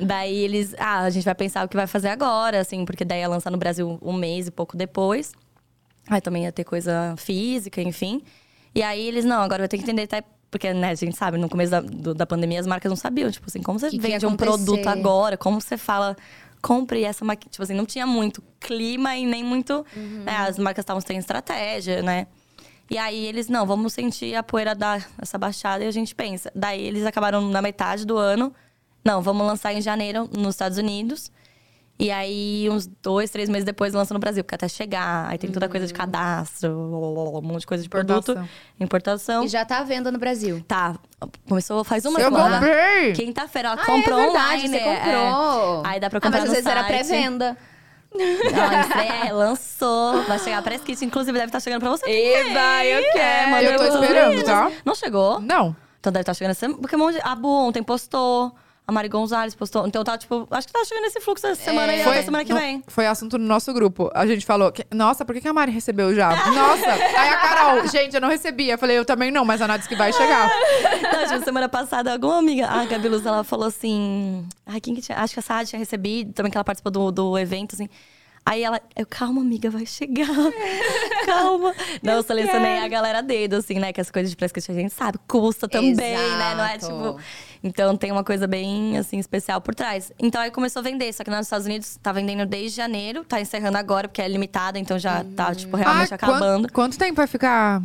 Speaker 3: Daí eles. Ah, a gente vai pensar o que vai fazer agora, assim, porque daí ia lançar no Brasil um mês e pouco depois. Aí também ia ter coisa física, enfim. E aí eles, não, agora vai ter que entender até. Porque, né, a gente sabe, no começo da, do- da pandemia as marcas não sabiam, tipo assim, como você
Speaker 2: Que que ia
Speaker 3: vende um
Speaker 2: acontecer?
Speaker 3: produto agora, como você fala, compre essa máquina. Tipo assim, não tinha muito clima e nem muito.
Speaker 2: Uhum.
Speaker 3: né, as marcas estavam sem estratégia, né? E aí eles, não, vamos sentir a poeira dar essa baixada e a gente pensa. Daí eles acabaram na metade do ano. Não, vamos lançar em janeiro nos Estados Unidos. E aí, uns dois, três meses depois, lança no Brasil, porque até chegar, aí tem toda coisa
Speaker 2: Uhum.
Speaker 3: de cadastro, um monte de coisa de produto,
Speaker 1: Importação.
Speaker 3: importação.
Speaker 2: E já tá à venda no Brasil.
Speaker 3: Tá, começou faz uma
Speaker 1: Eu
Speaker 3: semana.
Speaker 1: comprei!
Speaker 3: Quinta-feira, ela
Speaker 2: Ah,
Speaker 3: comprou
Speaker 2: é verdade,
Speaker 3: online.
Speaker 2: você
Speaker 3: é.
Speaker 2: comprou.
Speaker 3: Aí dá pra
Speaker 2: Ah,
Speaker 3: comprar
Speaker 2: mas às
Speaker 3: no
Speaker 2: vezes era
Speaker 3: site.
Speaker 2: pré-venda.
Speaker 3: Não, isso aí é, lançou, vai chegar press kit, inclusive deve estar chegando pra você.
Speaker 1: Eba, eu quero!
Speaker 3: mandei
Speaker 1: eu tô
Speaker 3: pros
Speaker 1: esperando,
Speaker 3: meninos.
Speaker 1: tá?
Speaker 3: Não chegou?
Speaker 1: Não.
Speaker 3: Então deve estar chegando essa semana. Porque um monte de- a Bu ontem postou, a Mari Gonzalez postou. Então tá, tipo, acho que tá chegando esse fluxo essa
Speaker 2: É.
Speaker 3: semana e
Speaker 1: Foi-
Speaker 3: até semana que
Speaker 1: no-
Speaker 3: vem.
Speaker 1: Foi assunto no nosso grupo. A gente falou, que- nossa, por que que a Mari recebeu já? Nossa! Aí a Carol, gente, eu não recebia. Eu falei, eu também não, mas a Ana disse que vai chegar.
Speaker 3: Não, tipo, semana passada, alguma amiga, a Gabi Luz, ela falou assim. Ai, quem que tinha? Acho que a Sara tinha recebido, também que ela participou do, do evento, assim. Aí ela, eu, calma, amiga, vai chegar. calma. Não, eu selecionei a galera dedo, assim, né? Que as coisas de preço que a gente sabe, custa também, né? Não é
Speaker 2: Exato.
Speaker 3: tipo. Então tem uma coisa bem, assim, especial por trás. Então aí começou a vender, só que lá nos Estados Unidos tá vendendo desde janeiro, tá encerrando agora, porque é limitada, então já tá, tipo, realmente
Speaker 1: Ah, quan-
Speaker 3: acabando.
Speaker 1: Quanto, tempo vai ficar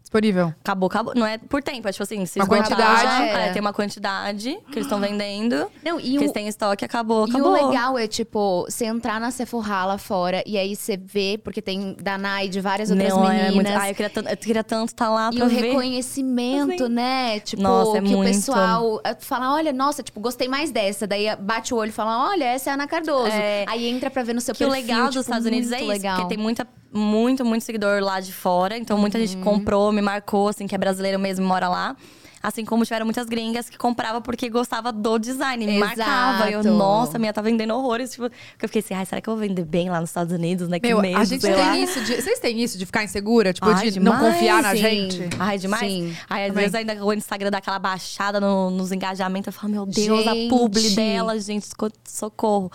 Speaker 1: disponível?
Speaker 3: Acabou, acabou. Não é por tempo, é tipo assim, se
Speaker 1: Uma
Speaker 3: esgotar,
Speaker 1: quantidade.
Speaker 3: é, tem uma quantidade que eles estão vendendo.
Speaker 2: Não,
Speaker 3: que
Speaker 2: e
Speaker 3: eles
Speaker 2: o,
Speaker 3: têm estoque, acabou,
Speaker 2: E
Speaker 3: acabou.
Speaker 2: o legal é, tipo, você entrar na Sephora lá fora e aí você vê, porque tem da Nai, de várias outras
Speaker 3: Não, é muito-
Speaker 2: meninas.
Speaker 3: Ai, eu queria tanto, eu queria tanto estar lá
Speaker 2: E
Speaker 3: pra
Speaker 2: o
Speaker 3: ver.
Speaker 2: reconhecimento, né? Tipo,
Speaker 3: Nossa, é
Speaker 2: que
Speaker 3: muito.
Speaker 2: o pessoal eh, fala, olha, nossa, tipo, gostei mais dessa. Daí eh, bate o olho e fala, olha, essa é a Ana Cardoso.
Speaker 3: É.
Speaker 2: Aí entra pra ver no seu
Speaker 3: que o
Speaker 2: perfil.
Speaker 3: legal dos
Speaker 2: tipo,
Speaker 3: Estados Unidos é
Speaker 2: muito
Speaker 3: isso,
Speaker 2: legal.
Speaker 3: porque tem muita, muito, muito seguidor lá de fora. Então, muita
Speaker 2: Uhum.
Speaker 3: gente comprou, me marcou, assim, que é brasileiro mesmo e mora lá. Assim como tiveram muitas gringas que comprava porque gostava do design, me
Speaker 2: Exato.
Speaker 3: marcava. Eu, nossa, minha tá vendendo horrores. Tipo, porque eu fiquei assim, ai, será que eu vou vender bem lá nos Estados Unidos, né? Que
Speaker 1: Meu,
Speaker 3: medo,
Speaker 1: a gente
Speaker 3: sei
Speaker 1: tem
Speaker 3: lá.
Speaker 1: isso de. Vocês têm isso de ficar insegura? Tipo,
Speaker 3: Ai,
Speaker 1: de não
Speaker 3: demais,
Speaker 1: confiar na
Speaker 2: sim.
Speaker 1: gente?
Speaker 3: Ai, é demais.
Speaker 2: Sim.
Speaker 3: Aí, às
Speaker 1: Também.
Speaker 3: vezes, ainda o Instagram dá aquela baixada no- nos engajamentos. Eu falo, meu Deus,
Speaker 2: Gente.
Speaker 3: a publi dela, gente, esco- socorro.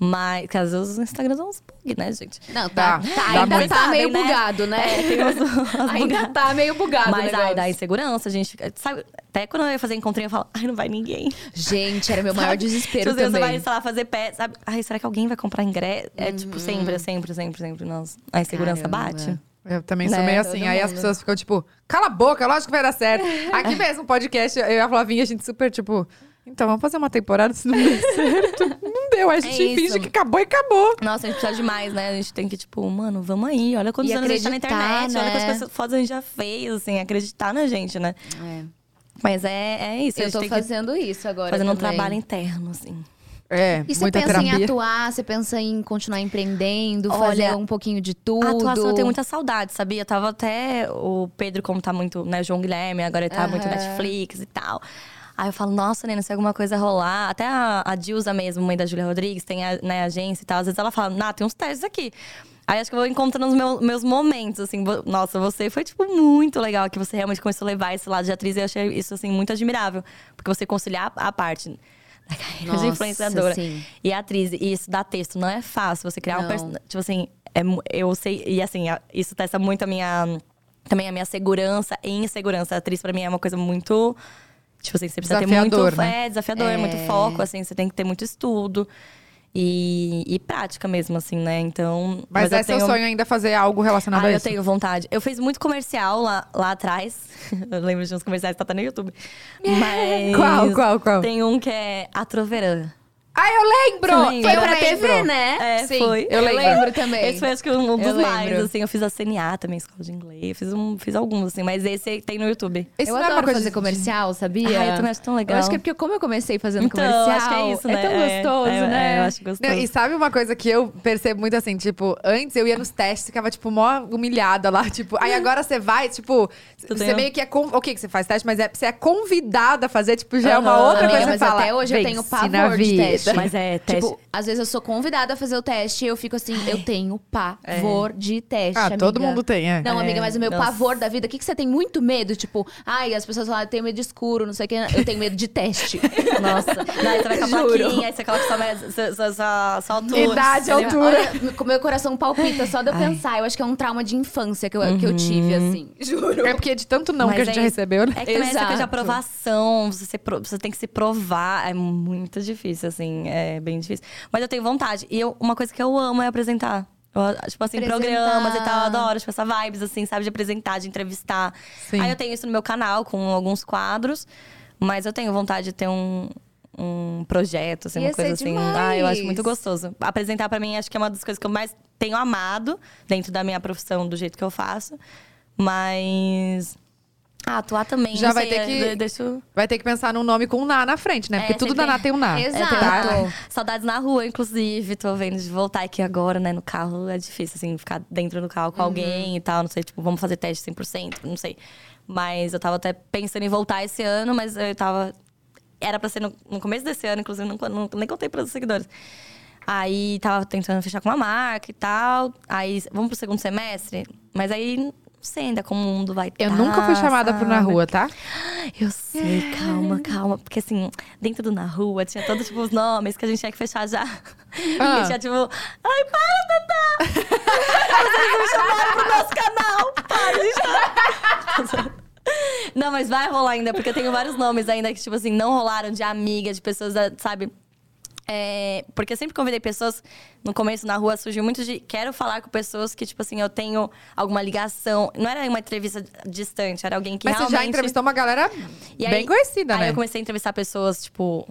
Speaker 3: Mas, porque às vezes os Instagram dão uns bug, né, gente?
Speaker 2: Não, tá.
Speaker 1: Dá,
Speaker 2: tá,
Speaker 1: dá
Speaker 2: ainda
Speaker 1: muito.
Speaker 2: tá meio
Speaker 3: Sabem, né?
Speaker 2: bugado, né?
Speaker 3: É, tem uns, umas
Speaker 2: ainda
Speaker 3: bugadas.
Speaker 2: tá meio bugado,
Speaker 3: Mas
Speaker 2: né?
Speaker 3: aí dá insegurança, a gente fica. Sabe, até quando eu ia fazer encontrinho, eu falo, ai, não vai ninguém.
Speaker 2: Gente, era meu É maior
Speaker 3: Sabe?
Speaker 2: desespero
Speaker 3: Tipo, assim, Você
Speaker 2: também.
Speaker 3: vai, sei lá, fazer pé, sabe? Ai, será que alguém vai comprar ingresso? É tipo, sempre, sempre, sempre, sempre. Nossa, a insegurança
Speaker 2: Uhum. Caramba.
Speaker 3: bate.
Speaker 1: Eu também sou
Speaker 3: Né,
Speaker 1: meio
Speaker 3: todo
Speaker 1: assim. Aí as
Speaker 3: mundo.
Speaker 1: pessoas ficam tipo, cala a boca, lógico que vai dar certo. Aqui mesmo, um podcast, eu e a Flavinha, a gente super tipo, então vamos fazer uma temporada se não der certo. Não deu, aí a gente
Speaker 3: É isso.
Speaker 1: finge que acabou e acabou.
Speaker 3: Nossa, a gente precisa demais, né? A gente tem que, tipo, mano, vamos aí. Olha quantos
Speaker 2: E
Speaker 3: anos a gente tá na
Speaker 2: acreditar,
Speaker 3: internet, olha
Speaker 2: né?
Speaker 3: quantas coisas- fotos a gente já fez, assim, acreditar na gente, né?
Speaker 2: É.
Speaker 3: Mas é, é isso, a
Speaker 2: Eu
Speaker 3: gente
Speaker 2: tô
Speaker 3: tem
Speaker 2: fazendo isso agora
Speaker 3: que fazendo um
Speaker 2: também.
Speaker 3: trabalho interno, assim.
Speaker 1: É,
Speaker 2: E você
Speaker 1: muita
Speaker 2: pensa em
Speaker 1: terapia.
Speaker 2: atuar, você pensa em continuar empreendendo,
Speaker 3: Olha,
Speaker 2: fazer um pouquinho de tudo.
Speaker 3: A atuação eu tenho muita saudade, sabia? Tava até o Pedro, como tá muito, né? O João Guilherme, agora ele tá
Speaker 2: Aham.
Speaker 3: muito Netflix e tal. Aí eu falo, nossa, Nena, se alguma coisa rolar. Até a, a Dilza mesmo, mãe da Júlia Rodrigues, tem a né, agência e tal. Às vezes ela fala, Ná, tem uns testes aqui. Aí acho que eu vou encontrando os meus, meus momentos, assim. vo- Nossa, você foi, tipo, muito legal que você realmente começou a levar esse lado de atriz. E eu achei isso, assim, muito admirável. Porque você conciliar a parte da carreira
Speaker 2: Nossa,
Speaker 3: de influenciadora
Speaker 2: sim.
Speaker 3: e atriz. E isso dá texto, não é fácil você criar um
Speaker 2: Não.
Speaker 3: personagem. Tipo assim, é mu- eu sei. E assim, a- isso testa muito a minha. Também a minha segurança e insegurança. A atriz, pra mim, é uma coisa muito. Tipo assim, você precisa ter
Speaker 1: Desafiador,
Speaker 3: muito.
Speaker 1: né?
Speaker 3: É, desafiador, é. muito foco, assim, você tem que ter muito estudo. E, e prática mesmo, assim, né? Então.
Speaker 1: Mas, é
Speaker 3: eu
Speaker 1: seu
Speaker 3: tenho-
Speaker 1: sonho é ainda fazer algo relacionado
Speaker 3: ah,
Speaker 1: a
Speaker 3: eu
Speaker 1: isso.
Speaker 3: tenho vontade. Eu fiz muito comercial lá, lá atrás. eu lembro de uns comerciais que tá até no YouTube. Mas.
Speaker 1: Qual, qual, qual?
Speaker 3: Tem um que é A Troverã.
Speaker 1: Ah, eu lembro!
Speaker 3: Você lembra?
Speaker 1: Eu
Speaker 2: Foi pra
Speaker 1: lembro.
Speaker 2: TV, né?
Speaker 3: É,
Speaker 1: Sim,
Speaker 3: foi.
Speaker 1: eu lembro.
Speaker 2: lembro também.
Speaker 3: Esse foi acho que um dos
Speaker 2: Eu
Speaker 3: mais,
Speaker 2: lembro.
Speaker 3: assim. Eu fiz a CNA também, escola de inglês. Eu fiz, um, fiz alguns, assim, mas esse tem no YouTube.
Speaker 1: Isso
Speaker 2: eu
Speaker 1: não é uma
Speaker 2: adoro
Speaker 1: coisa
Speaker 2: fazer
Speaker 1: de-
Speaker 2: comercial, sabia?
Speaker 3: Ai, eu também acho tão legal.
Speaker 2: Ah, Eu acho que é porque como eu comecei fazendo
Speaker 3: Então,
Speaker 2: comercial,
Speaker 3: acho que é isso, né?
Speaker 2: tão gostoso,
Speaker 3: é,
Speaker 2: né?
Speaker 3: É, eu acho gostoso.
Speaker 1: Não, e sabe uma coisa que eu percebo muito assim, tipo, antes eu ia nos testes, ficava, tipo, mó humilhada lá, tipo, aí agora você vai, tipo,
Speaker 3: Tu
Speaker 1: você
Speaker 3: tem-
Speaker 1: meio que é. Con... O que que você faz teste? Mas é, você é convidada a fazer, tipo, já é uma
Speaker 3: Aham,
Speaker 1: outra
Speaker 2: Amiga,
Speaker 1: coisa
Speaker 2: mas
Speaker 1: que fala.
Speaker 2: até hoje eu
Speaker 1: "Vem,
Speaker 2: tenho
Speaker 1: se na
Speaker 2: pavor de
Speaker 1: vida,
Speaker 2: teste. teste.
Speaker 3: Mas é teste.
Speaker 2: Tipo, às vezes eu sou convidada a fazer o teste e eu fico assim, eu tenho pavor de teste.
Speaker 1: Ah,
Speaker 2: amiga.
Speaker 1: todo mundo tem, é.
Speaker 2: Não, amiga, mas o meu
Speaker 3: Nossa.
Speaker 2: pavor da vida, o que, que você tem muito medo? Tipo, ai, as pessoas falam, eu tenho medo de escuro, não sei o que. Eu tenho medo de teste.
Speaker 3: Nossa. Daí você vai com a
Speaker 2: Juro.
Speaker 3: plaquinha, aí você coloca sua, me- sua, sua, sua, sua altura.
Speaker 1: Idade,
Speaker 3: entendeu?
Speaker 1: altura.
Speaker 2: Olha, com meu coração palpita só de eu pensar. Eu acho que é um trauma de infância que eu, que eu tive, assim. Juro.
Speaker 1: É porque de tanto não
Speaker 3: Mas
Speaker 1: que a gente
Speaker 3: é isso.
Speaker 1: recebeu, né?
Speaker 3: É que também essa coisa de
Speaker 2: Exato.
Speaker 3: aprovação, você, se pro- você tem que se provar. É muito difícil, assim, é bem difícil. Mas eu tenho vontade. E eu- uma coisa que eu amo é apresentar. Eu, tipo assim,
Speaker 2: Apresentar.
Speaker 3: programas e tal, eu adoro. Tipo, essa vibes, assim, sabe? De apresentar, de entrevistar.
Speaker 1: Sim.
Speaker 3: Aí eu tenho isso no meu canal, com alguns quadros. Mas eu tenho vontade de ter um, um projeto, assim,
Speaker 2: Ia
Speaker 3: uma coisa
Speaker 2: ser
Speaker 3: assim.
Speaker 2: demais.
Speaker 3: Ah, eu acho muito gostoso. Apresentar pra mim, acho que é uma das coisas que eu mais tenho amado. Dentro da minha profissão, do jeito que eu faço. Mas... Ah, atuar também.
Speaker 1: Já
Speaker 3: não
Speaker 1: vai
Speaker 3: sei,
Speaker 1: ter que-
Speaker 3: de- Deixa eu...
Speaker 1: Vai ter que pensar num nome com um Ná na frente, né? Porque
Speaker 3: É,
Speaker 1: tudo
Speaker 3: sempre
Speaker 1: da Ná
Speaker 3: tem-
Speaker 1: tem um Ná.
Speaker 2: Exato.
Speaker 1: tá?
Speaker 2: Tô.
Speaker 3: Saudades na rua, inclusive. Tô vendo de voltar aqui agora, né? No carro é difícil, assim, ficar dentro do carro
Speaker 1: Uhum.
Speaker 3: com alguém e tal. Não sei, tipo, vamos fazer teste 100%, não sei. Mas eu tava até pensando em voltar esse ano, mas eu tava. Era pra ser no, no começo desse ano, inclusive, não, não- nem contei pros seguidores. Aí tava tentando fechar com uma marca e tal. Aí, vamos pro segundo semestre? Mas aí, não sei ainda como o mundo vai
Speaker 1: Eu nunca fui
Speaker 3: tá,
Speaker 1: chamada pro Na
Speaker 3: sabe?
Speaker 1: Rua, tá?
Speaker 3: Eu sei,
Speaker 1: É.
Speaker 3: calma, calma. Porque assim, dentro do Na Rua tinha todos tipo, os nomes que a gente tinha que fechar já.
Speaker 1: Ah.
Speaker 3: Porque tinha tipo, ai, para, Tatá! Vocês não chamaram pro nosso canal! Para, a gente tá... Não, mas vai rolar ainda, porque eu tenho vários nomes ainda que, tipo assim, não rolaram de amiga, de pessoas, da- sabe? É, porque eu sempre convidei pessoas, no começo na rua surgiu muito de quero falar com pessoas que, tipo assim, eu tenho alguma ligação. Não era uma entrevista distante, era alguém que
Speaker 1: Mas
Speaker 3: realmente.
Speaker 1: você já entrevistou uma galera
Speaker 3: E aí-
Speaker 1: bem conhecida,
Speaker 3: aí
Speaker 1: né?
Speaker 3: eu comecei a entrevistar pessoas, tipo,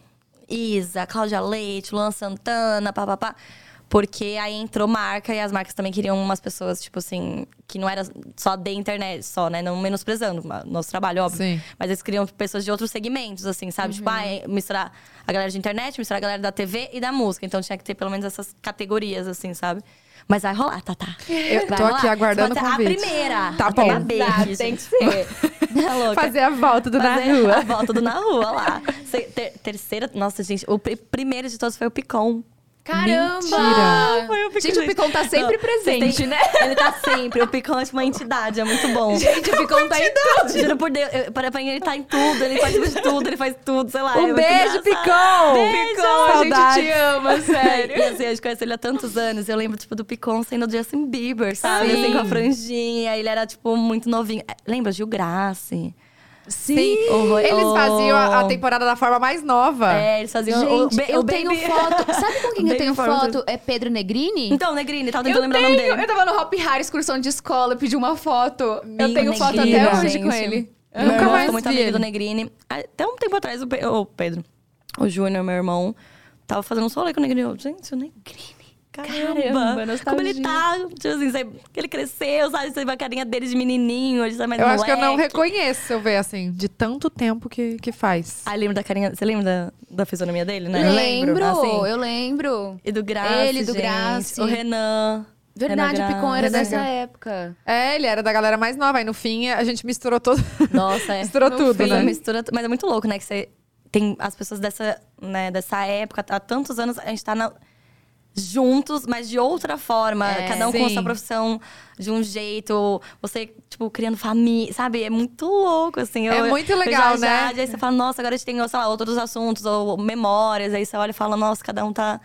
Speaker 3: Isa, Cláudia Leite, Luan Santana, papapá. Porque aí entrou marca e as marcas também queriam umas pessoas, tipo assim, que não era só da internet, só, né? Não menosprezando o nosso trabalho, óbvio.
Speaker 1: Sim. Uhum.
Speaker 3: Mas eles queriam pessoas de outros segmentos, assim, sabe? Tipo, ah, é misturar a galera de internet, misturar a galera da TV e da música. Então tinha que ter pelo menos essas categorias, assim, sabe? Mas vai rolar, Tatá.
Speaker 1: Eu
Speaker 3: Vai
Speaker 1: tô aqui
Speaker 3: rolar.
Speaker 1: aguardando
Speaker 3: Você
Speaker 1: o
Speaker 3: pode ser
Speaker 1: convite.
Speaker 3: A primeira.
Speaker 1: Tá
Speaker 3: Eu tenho
Speaker 1: bom.
Speaker 3: a B
Speaker 2: Exato,
Speaker 3: disso.
Speaker 2: tem que ser.
Speaker 3: Tá louca?
Speaker 1: Fazer a volta do Na
Speaker 3: Fazer
Speaker 1: Rua.
Speaker 3: A volta do Na Rua lá. Se- ter- terceira. Nossa, gente, o pri- primeiro de todos foi o Picon.
Speaker 2: Caramba!
Speaker 1: Mentira.
Speaker 3: Foi o Picon,
Speaker 2: Gente, o Picon tá sempre
Speaker 3: Não,
Speaker 2: presente,
Speaker 3: tem-
Speaker 2: né?
Speaker 3: Ele tá sempre. O Picon é tipo uma entidade, é muito bom.
Speaker 2: Gente, o Picon tá em tudo.
Speaker 3: Juro por Deus, eu- pra, pra mim ele tá em tudo, ele participa de tudo, ele faz tudo, sei lá. é
Speaker 1: Um
Speaker 3: muito
Speaker 1: beijo,
Speaker 3: engraçado.
Speaker 1: Picon!
Speaker 3: Beijo,
Speaker 2: A gente
Speaker 1: Saudades.
Speaker 2: te ama, sério.
Speaker 3: E assim, a gente conhece ele há tantos anos. Eu lembro, tipo, do Picon sendo o Justin Bieber, sabe?
Speaker 2: Sim.
Speaker 3: Assim, com a franjinha. Ele era, tipo, muito novinho. É, Lembra? Gil Grace.
Speaker 1: Sim.
Speaker 3: Horror-
Speaker 1: Eles
Speaker 3: Oh.
Speaker 1: faziam a, a temporada da forma mais nova.
Speaker 3: É, eles faziam o,
Speaker 2: Gente,
Speaker 3: ba-
Speaker 2: eu
Speaker 3: o
Speaker 2: tenho
Speaker 3: Baby-
Speaker 2: foto. Sabe com quem eu
Speaker 3: Baby
Speaker 2: tenho
Speaker 3: Fortune.
Speaker 2: foto? É Pedro Negrini?
Speaker 3: Então, Negrini, tava tentando
Speaker 2: eu
Speaker 3: lembrar
Speaker 2: tenho,
Speaker 3: o nome dele.
Speaker 2: eu tava no Hop Hari, excursão de escola, eu pedi uma foto. eu tenho
Speaker 3: Negrini,
Speaker 2: foto até hoje
Speaker 3: gente.
Speaker 2: com ele.
Speaker 3: Meu
Speaker 1: Nunca
Speaker 3: irmão
Speaker 1: mais
Speaker 3: ficou muito
Speaker 1: vi
Speaker 3: amigo
Speaker 1: ele.
Speaker 3: do Negrini. Até um tempo atrás, o, Pe- o Pedro, o Júnior, meu irmão, tava fazendo um solê com o Negrini. Eu, gente, o Negrini.
Speaker 2: Caramba,
Speaker 3: Caramba, como
Speaker 2: nostalgia.
Speaker 3: ele tá, tipo assim, você- ele cresceu, sabe? Você vê a carinha dele de menininho, hoje tá mais
Speaker 1: Eu acho que eu não
Speaker 3: moleque.
Speaker 1: reconheço se eu ver assim, de tanto tempo que, que faz.
Speaker 3: Ah, lembra da carinha, você lembra da, da fisionomia dele, né?
Speaker 2: Eu lembro,
Speaker 3: Assim.
Speaker 2: eu lembro.
Speaker 3: E do Graça,
Speaker 2: Ele, do
Speaker 3: gente.
Speaker 2: Grace.
Speaker 3: O Renan.
Speaker 2: Verdade, o
Speaker 3: Renan
Speaker 2: Picon era
Speaker 3: Graça.
Speaker 2: dessa época.
Speaker 1: É, ele era da galera mais nova. Aí no fim a gente misturou todo.
Speaker 3: Nossa, é.
Speaker 1: misturou
Speaker 3: No
Speaker 1: tudo,
Speaker 3: fim,
Speaker 1: né?
Speaker 3: Mistura, tu- mas é muito louco, né? Que você tem as pessoas dessa, né, dessa época, há tantos anos, a gente tá na- juntos, mas de outra forma.
Speaker 2: É.
Speaker 3: cada um com a
Speaker 1: Sim.
Speaker 3: sua profissão de um jeito. Você, tipo, criando família, sabe? É muito louco, assim.
Speaker 1: É
Speaker 3: Eu-
Speaker 1: muito
Speaker 3: eu
Speaker 1: legal,
Speaker 3: já, já-
Speaker 1: né?
Speaker 3: já- aí você fala, nossa, agora a gente tem, sei lá, outros assuntos ou memórias. Aí você olha e fala, nossa, cada um tá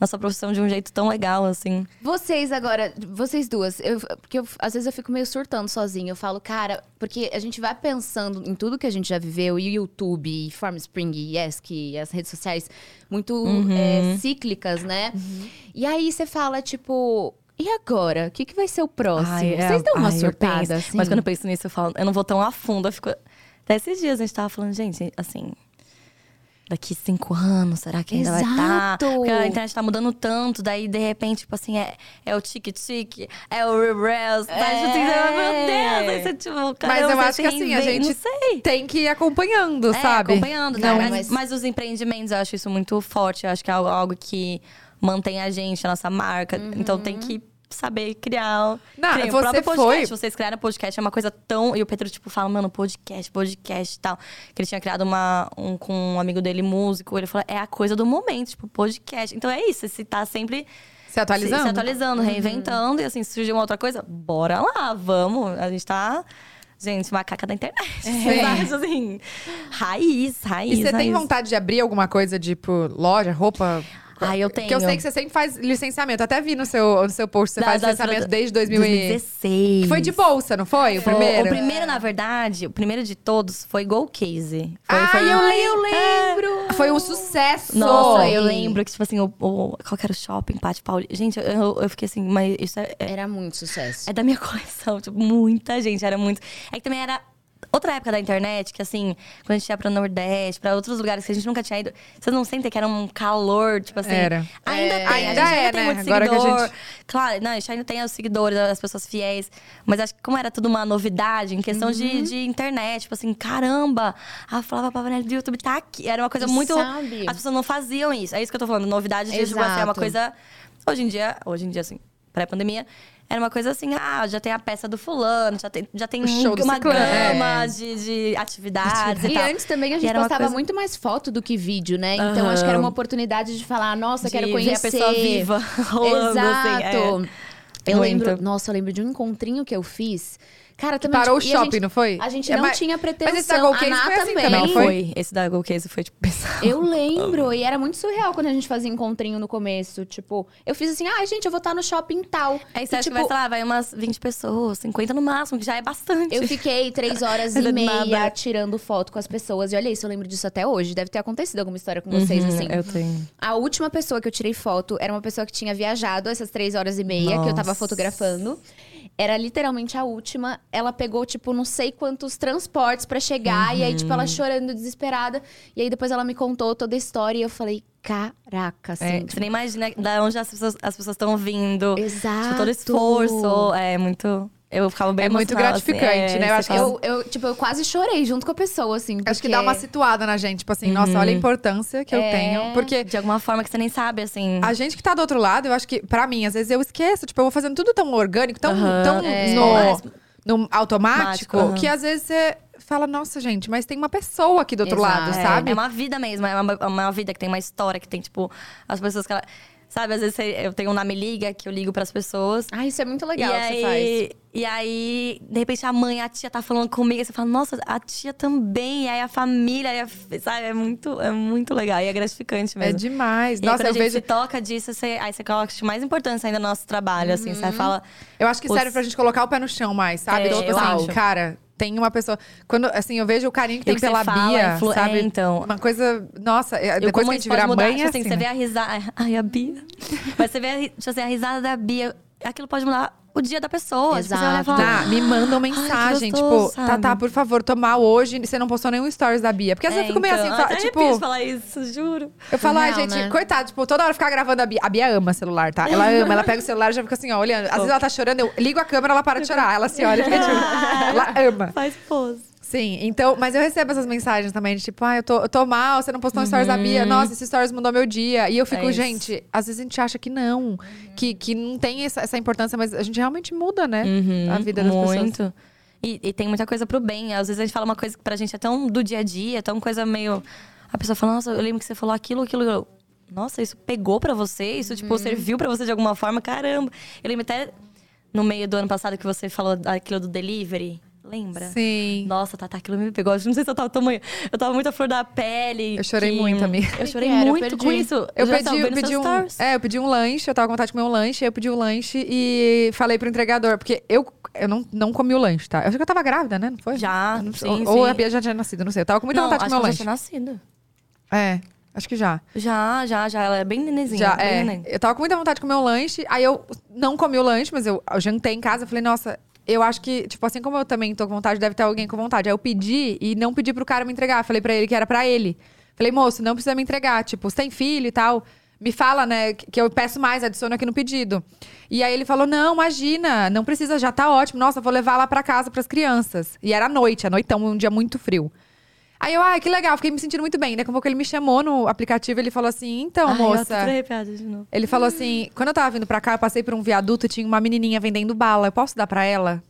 Speaker 3: na sua profissão de um jeito tão legal, assim.
Speaker 2: Vocês agora, vocês duas, eu- porque eu- às vezes eu fico meio surtando sozinha. Eu falo, cara, porque a gente vai pensando em tudo que a gente já viveu, e o YouTube, e Farm Spring, e ESC, e as redes sociais muito
Speaker 3: Uhum.
Speaker 2: é, cíclicas, né? E aí você fala, tipo, e agora? O que, que vai ser o próximo?
Speaker 3: Ai, é,
Speaker 2: vocês dão uma
Speaker 3: ai, eu
Speaker 2: surtada,
Speaker 3: penso.
Speaker 2: assim?
Speaker 3: Mas quando eu penso nisso, eu falo, eu não vou tão a fundo. Eu fico... Até esses dias a gente tava falando, gente, assim. Daqui cinco anos, será que ainda vai estar?
Speaker 2: Exato!
Speaker 3: Porque a internet tá mudando tanto, daí de repente, tipo assim, é, é o tique-tique, é o Rebels, tá?
Speaker 2: É.
Speaker 3: Tipo assim, meu Deus! Aí você, tipo, caramba,
Speaker 1: É. Mas eu
Speaker 3: você
Speaker 1: acho que
Speaker 3: se
Speaker 1: assim, a
Speaker 3: reinventa,
Speaker 1: gente
Speaker 3: Não sei.
Speaker 1: tem que ir acompanhando,
Speaker 3: É,
Speaker 1: sabe?
Speaker 3: acompanhando, né?
Speaker 2: Não,
Speaker 3: mas,
Speaker 2: mas-
Speaker 3: mas os empreendimentos, eu acho isso muito forte. Eu acho que é algo, algo que mantém a gente, a nossa marca. Então tem que saber criar.
Speaker 1: Não,
Speaker 3: Criei o
Speaker 1: você
Speaker 3: próprio
Speaker 1: foi-
Speaker 3: podcast. Vocês criaram podcast, é uma coisa tão. E o Pedro, tipo, fala, mano, podcast, podcast e tal. Que ele tinha criado uma, um com um amigo dele, músico. Ele falou, é a coisa do momento, tipo, podcast. Então é isso, você tá sempre
Speaker 1: Se atualizando? Uhum.
Speaker 3: se, se atualizando, reinventando. E assim, se surgiu uma outra coisa, bora lá, vamos. A gente tá. Gente, macaca da internet. sabe? Assim, raiz, raiz.
Speaker 1: É. E você tem
Speaker 3: raiz.
Speaker 1: vontade de abrir alguma coisa, tipo, loja, roupa?
Speaker 3: Ah, eu
Speaker 1: Porque eu
Speaker 3: tenho.
Speaker 1: sei que você é sempre faz licenciamento. Até vi no seu, no seu post, você
Speaker 3: Da-
Speaker 1: faz
Speaker 3: das-
Speaker 1: licenciamento
Speaker 3: da-
Speaker 1: desde 2000 e...
Speaker 3: 2016.
Speaker 1: Que foi de bolsa, não foi? O
Speaker 3: Foi-
Speaker 1: primeiro?
Speaker 3: O primeiro, na verdade, o primeiro de todos foi Go Case. Foi,
Speaker 1: Ah,
Speaker 3: foi Ah,
Speaker 1: eu
Speaker 3: um-
Speaker 1: lembro! Foi um sucesso!
Speaker 3: Nossa, eu lembro que, tipo assim, o, o, qual que era o shopping, Pátio Pauli. Gente, eu, eu, eu fiquei assim, mas isso é, é,
Speaker 2: Era muito sucesso.
Speaker 3: é da minha coleção. Tipo, muita gente, era muito. É que também era outra época da internet, que assim, quando a gente ia pra Nordeste, pra outros lugares que a gente nunca tinha ido, vocês não sentem que era um calor, tipo assim.
Speaker 1: Era.
Speaker 3: Ainda
Speaker 2: É.
Speaker 3: tem,
Speaker 1: Ainda
Speaker 3: a gente
Speaker 1: é,
Speaker 3: ainda tem
Speaker 1: né?
Speaker 3: muito
Speaker 1: Agora que a
Speaker 3: seguidor.
Speaker 1: gente-
Speaker 3: Claro, não, a gente ainda tem os seguidores, as pessoas fiéis. Mas acho que como era tudo uma novidade, em questão
Speaker 1: Uhum.
Speaker 3: de, de internet, tipo assim, caramba, a Flávia Pavanelli do YouTube tá aqui. Era uma coisa
Speaker 2: E
Speaker 3: muito.
Speaker 2: sabe?
Speaker 3: As pessoas não faziam isso. É isso que eu tô falando. Novidade de tipo, assim, é uma
Speaker 2: Exato.
Speaker 3: coisa. Hoje em dia, hoje em dia, assim, pré-pandemia. Era uma coisa assim, ah, já tem a peça do fulano, já tem, já tem
Speaker 1: O show do
Speaker 3: uma
Speaker 1: ciclano.
Speaker 2: É.
Speaker 3: gama de, de atividades e
Speaker 2: E
Speaker 3: tal.
Speaker 2: antes também a
Speaker 3: E
Speaker 2: gente
Speaker 3: era uma
Speaker 2: postava
Speaker 3: coisa-
Speaker 2: muito mais foto do que vídeo, né? Então acho que era uma oportunidade de falar, nossa,
Speaker 3: De
Speaker 2: quero
Speaker 3: ver
Speaker 2: conhecer.
Speaker 3: a pessoa viva rolando, assim, é.
Speaker 2: Exato. Eu
Speaker 3: Muito.
Speaker 2: lembro, nossa, eu lembro de um encontrinho que eu fiz. Cara, também
Speaker 1: Parou
Speaker 2: tipo,
Speaker 1: o
Speaker 2: e a
Speaker 1: shopping,
Speaker 2: gente-
Speaker 1: não
Speaker 3: né?
Speaker 1: foi?
Speaker 2: A gente
Speaker 1: É,
Speaker 2: não
Speaker 1: mas-
Speaker 2: tinha pretensão.
Speaker 1: mas esse da Go Case
Speaker 2: a Ná
Speaker 1: foi assim também,
Speaker 2: também.
Speaker 1: não foi?
Speaker 3: Foi. Esse da Go Case foi, tipo, bizarro.
Speaker 2: Eu lembro, e era muito surreal quando a gente fazia encontrinho no começo. Tipo, eu fiz assim, ai, gente, eu vou estar no shopping tal.
Speaker 3: Aí você
Speaker 2: E,
Speaker 3: acha
Speaker 2: tipo,
Speaker 3: que vai, sei lá, vai umas 20 pessoas, 50 no máximo, que já é bastante.
Speaker 2: Eu fiquei três horas
Speaker 3: Do
Speaker 2: e meia
Speaker 3: nada.
Speaker 2: tirando foto com as pessoas. E olha isso, eu lembro disso até hoje. Deve ter acontecido alguma história com vocês, assim.
Speaker 3: Eu tenho.
Speaker 2: A última pessoa que eu tirei foto era uma pessoa que tinha viajado essas três horas e meia que eu tava
Speaker 3: Nossa.
Speaker 2: fotografando. Era literalmente a última. Ela pegou, tipo, não sei quantos transportes pra chegar. E aí, tipo, ela chorando, desesperada. E aí, depois ela me contou toda a história. E eu falei, caraca, assim.
Speaker 3: É, você nem imagina da onde as pessoas as pessoas estão vindo.
Speaker 2: Exato.
Speaker 3: Tipo, todo esforço. É muito. Eu ficava bem
Speaker 1: Ah, É muito
Speaker 3: emocionada, assim, é,
Speaker 1: gratificante,
Speaker 2: É,
Speaker 1: né? Eu
Speaker 3: você
Speaker 1: acho que
Speaker 3: fala,
Speaker 2: Eu, eu, tipo, eu quase chorei junto com a pessoa, assim.
Speaker 1: Acho
Speaker 2: porque-
Speaker 1: que dá uma situada na gente, tipo
Speaker 3: Uhum.
Speaker 1: assim, nossa, olha a importância que eu
Speaker 2: É.
Speaker 1: tenho. Porque
Speaker 3: De alguma forma que você nem sabe, assim.
Speaker 1: a gente que tá do outro lado, eu acho que, pra mim, às vezes eu esqueço. Tipo, eu vou fazendo tudo tão orgânico, tão,
Speaker 3: Aham.
Speaker 1: tão
Speaker 3: É.
Speaker 1: no, no automático,
Speaker 3: Automático, aham.
Speaker 1: que às vezes você fala, nossa, gente, mas tem uma pessoa aqui do outro
Speaker 2: Exato.
Speaker 1: lado,
Speaker 3: É,
Speaker 1: sabe?
Speaker 3: É uma vida mesmo, é uma, é uma vida que tem uma história, que tem, tipo, as pessoas que ela. Sabe, às vezes você- eu tenho um na me liga que eu ligo pras pessoas.
Speaker 2: Ah, isso é muito legal
Speaker 3: e
Speaker 2: que
Speaker 3: aí,
Speaker 2: você faz.
Speaker 3: E aí, de repente, a mãe, a tia tá falando comigo. e Você fala, nossa, a tia também. E aí, a família, aí a- sabe? É muito, é muito legal. E é gratificante
Speaker 1: É
Speaker 3: mesmo.
Speaker 1: demais.
Speaker 3: E aí,
Speaker 1: Nossa,
Speaker 3: quando
Speaker 1: eu
Speaker 3: a gente
Speaker 1: vejo.
Speaker 3: se toca disso, você, aí você coloca mais importância ainda no nosso trabalho, assim. Você
Speaker 1: Uhum.
Speaker 3: fala,
Speaker 1: Eu acho que
Speaker 3: Os-
Speaker 1: serve pra gente colocar o pé no chão mais, sabe?
Speaker 3: É,
Speaker 1: tipo
Speaker 3: eu
Speaker 1: assim,
Speaker 3: acho.
Speaker 1: cara, tem uma pessoa. Quando, assim, eu vejo o carinho que tem
Speaker 3: que
Speaker 1: pela
Speaker 3: você fala,
Speaker 1: Bia,
Speaker 3: influ- é,
Speaker 1: sabe?
Speaker 3: então.
Speaker 1: Uma coisa. Nossa, é-
Speaker 3: eu
Speaker 1: depois
Speaker 3: como
Speaker 1: que a gente virar
Speaker 3: mudar,
Speaker 1: mãe,
Speaker 3: tipo
Speaker 1: é
Speaker 3: assim,
Speaker 1: assim,
Speaker 3: você
Speaker 1: né?
Speaker 3: vê a risada. Ai, a Bia. Mas você vê a, ri- tipo assim, a risada da Bia. Aquilo pode mudar o dia da pessoa. Tipo, você olha e fala,
Speaker 1: Tá, me mandam
Speaker 3: que
Speaker 1: mensagem,
Speaker 3: gostoso,
Speaker 1: tipo,
Speaker 3: sabe?
Speaker 1: Tatá, por favor, tô mal hoje. Você não postou nenhum stories da Bia. Porque às
Speaker 3: É,
Speaker 1: vezes eu fico meio
Speaker 3: então,
Speaker 1: assim,
Speaker 3: eu
Speaker 1: fala-
Speaker 3: até
Speaker 1: tipo.
Speaker 3: arrepio de falar isso, juro.
Speaker 1: Eu falo, ai,
Speaker 2: Real,
Speaker 1: gente,
Speaker 2: né?
Speaker 1: coitado, tipo, toda hora ficar gravando a Bia. A Bia ama celular, tá? Ela ama, ela pega o celular e já fica assim, ó, olhando. Às vezes ela tá chorando, eu ligo a câmera, ela para de chorar. Ela se olha e fica tipo. Ela ama.
Speaker 3: Faz pose.
Speaker 1: Sim, então, mas eu recebo essas mensagens também, de tipo, ah, eu tô, eu tô mal, você não postou um stories da Bia, nossa, esse stories mudou meu dia. E eu fico,
Speaker 3: Uhum. É isso.
Speaker 1: gente, às vezes a gente acha que não, que, que não tem essa, essa importância, mas a gente realmente muda, né? a vida das pessoas.
Speaker 3: Uhum, Muito. E, e tem muita coisa pro bem. Às vezes a gente fala uma coisa que pra gente é tão do dia a dia, tão coisa meio. A pessoa fala, nossa, eu lembro que você falou aquilo, aquilo. Eu, nossa, isso pegou pra você? Isso, tipo,
Speaker 1: Uhum.
Speaker 3: serviu pra você de alguma forma? Caramba. Eu lembro até no meio do ano passado que você falou aquilo do delivery. Lembra?
Speaker 1: Sim.
Speaker 3: Nossa, Tata, aquilo me pegou. Eu não sei se eu tava tamanho. Eu tava muito à flor da pele.
Speaker 1: Eu chorei
Speaker 3: que-
Speaker 1: muito, amiga.
Speaker 3: Eu chorei
Speaker 2: que era? Eu
Speaker 3: muito com
Speaker 2: perdi.
Speaker 3: isso.
Speaker 1: Eu
Speaker 3: já
Speaker 1: pedi,
Speaker 3: tava
Speaker 1: eu
Speaker 3: vendo
Speaker 1: pedi
Speaker 3: seus
Speaker 1: um,
Speaker 3: stories.
Speaker 1: é, eu pedi um lanche, eu tava com vontade de comer um lanche, aí eu pedi um lanche e falei pro entregador, porque eu, eu não, não comi o lanche, tá? Eu acho que eu tava grávida, né? Não foi?
Speaker 3: Já,
Speaker 1: Não-
Speaker 3: sim,
Speaker 1: ou, ou
Speaker 3: sim.
Speaker 1: a Bia já tinha nascido, não sei. Eu tava com muita
Speaker 3: não,
Speaker 1: vontade de
Speaker 3: acho
Speaker 1: comer o
Speaker 3: que eu já
Speaker 1: lanche.
Speaker 3: tinha nascido.
Speaker 1: É, acho que já.
Speaker 3: Já, já, já. Ela é bem nenenzinha.
Speaker 1: Já,
Speaker 3: bem
Speaker 1: é.
Speaker 3: neném.
Speaker 1: Eu tava com muita vontade de comer um lanche, aí eu não comi o lanche, mas eu, eu jantei em casa, eu falei, nossa, eu acho que, tipo, assim como eu também tô com vontade, deve ter alguém com vontade. Aí eu pedi e não pedi pro cara me entregar, falei pra ele que era pra ele. Falei, moço, não precisa me entregar, tipo, você tem filho e tal. Me fala, né, que que eu peço mais, adiciono aqui no pedido. E aí ele falou: não, imagina, não precisa, já tá ótimo. Nossa, vou levar lá pra casa pras crianças. E era à noite, à noitão, um dia muito frio. Aí eu, ai, que legal, fiquei me sentindo muito bem. Daqui a pouco ele me chamou no aplicativo, ele falou assim, então,
Speaker 3: Ai, eu tô
Speaker 1: moça.
Speaker 3: toda arrepiada de novo.
Speaker 1: Ele falou assim: quando eu tava vindo pra cá, eu passei por um viaduto e tinha uma menininha vendendo bala. Eu posso dar pra ela?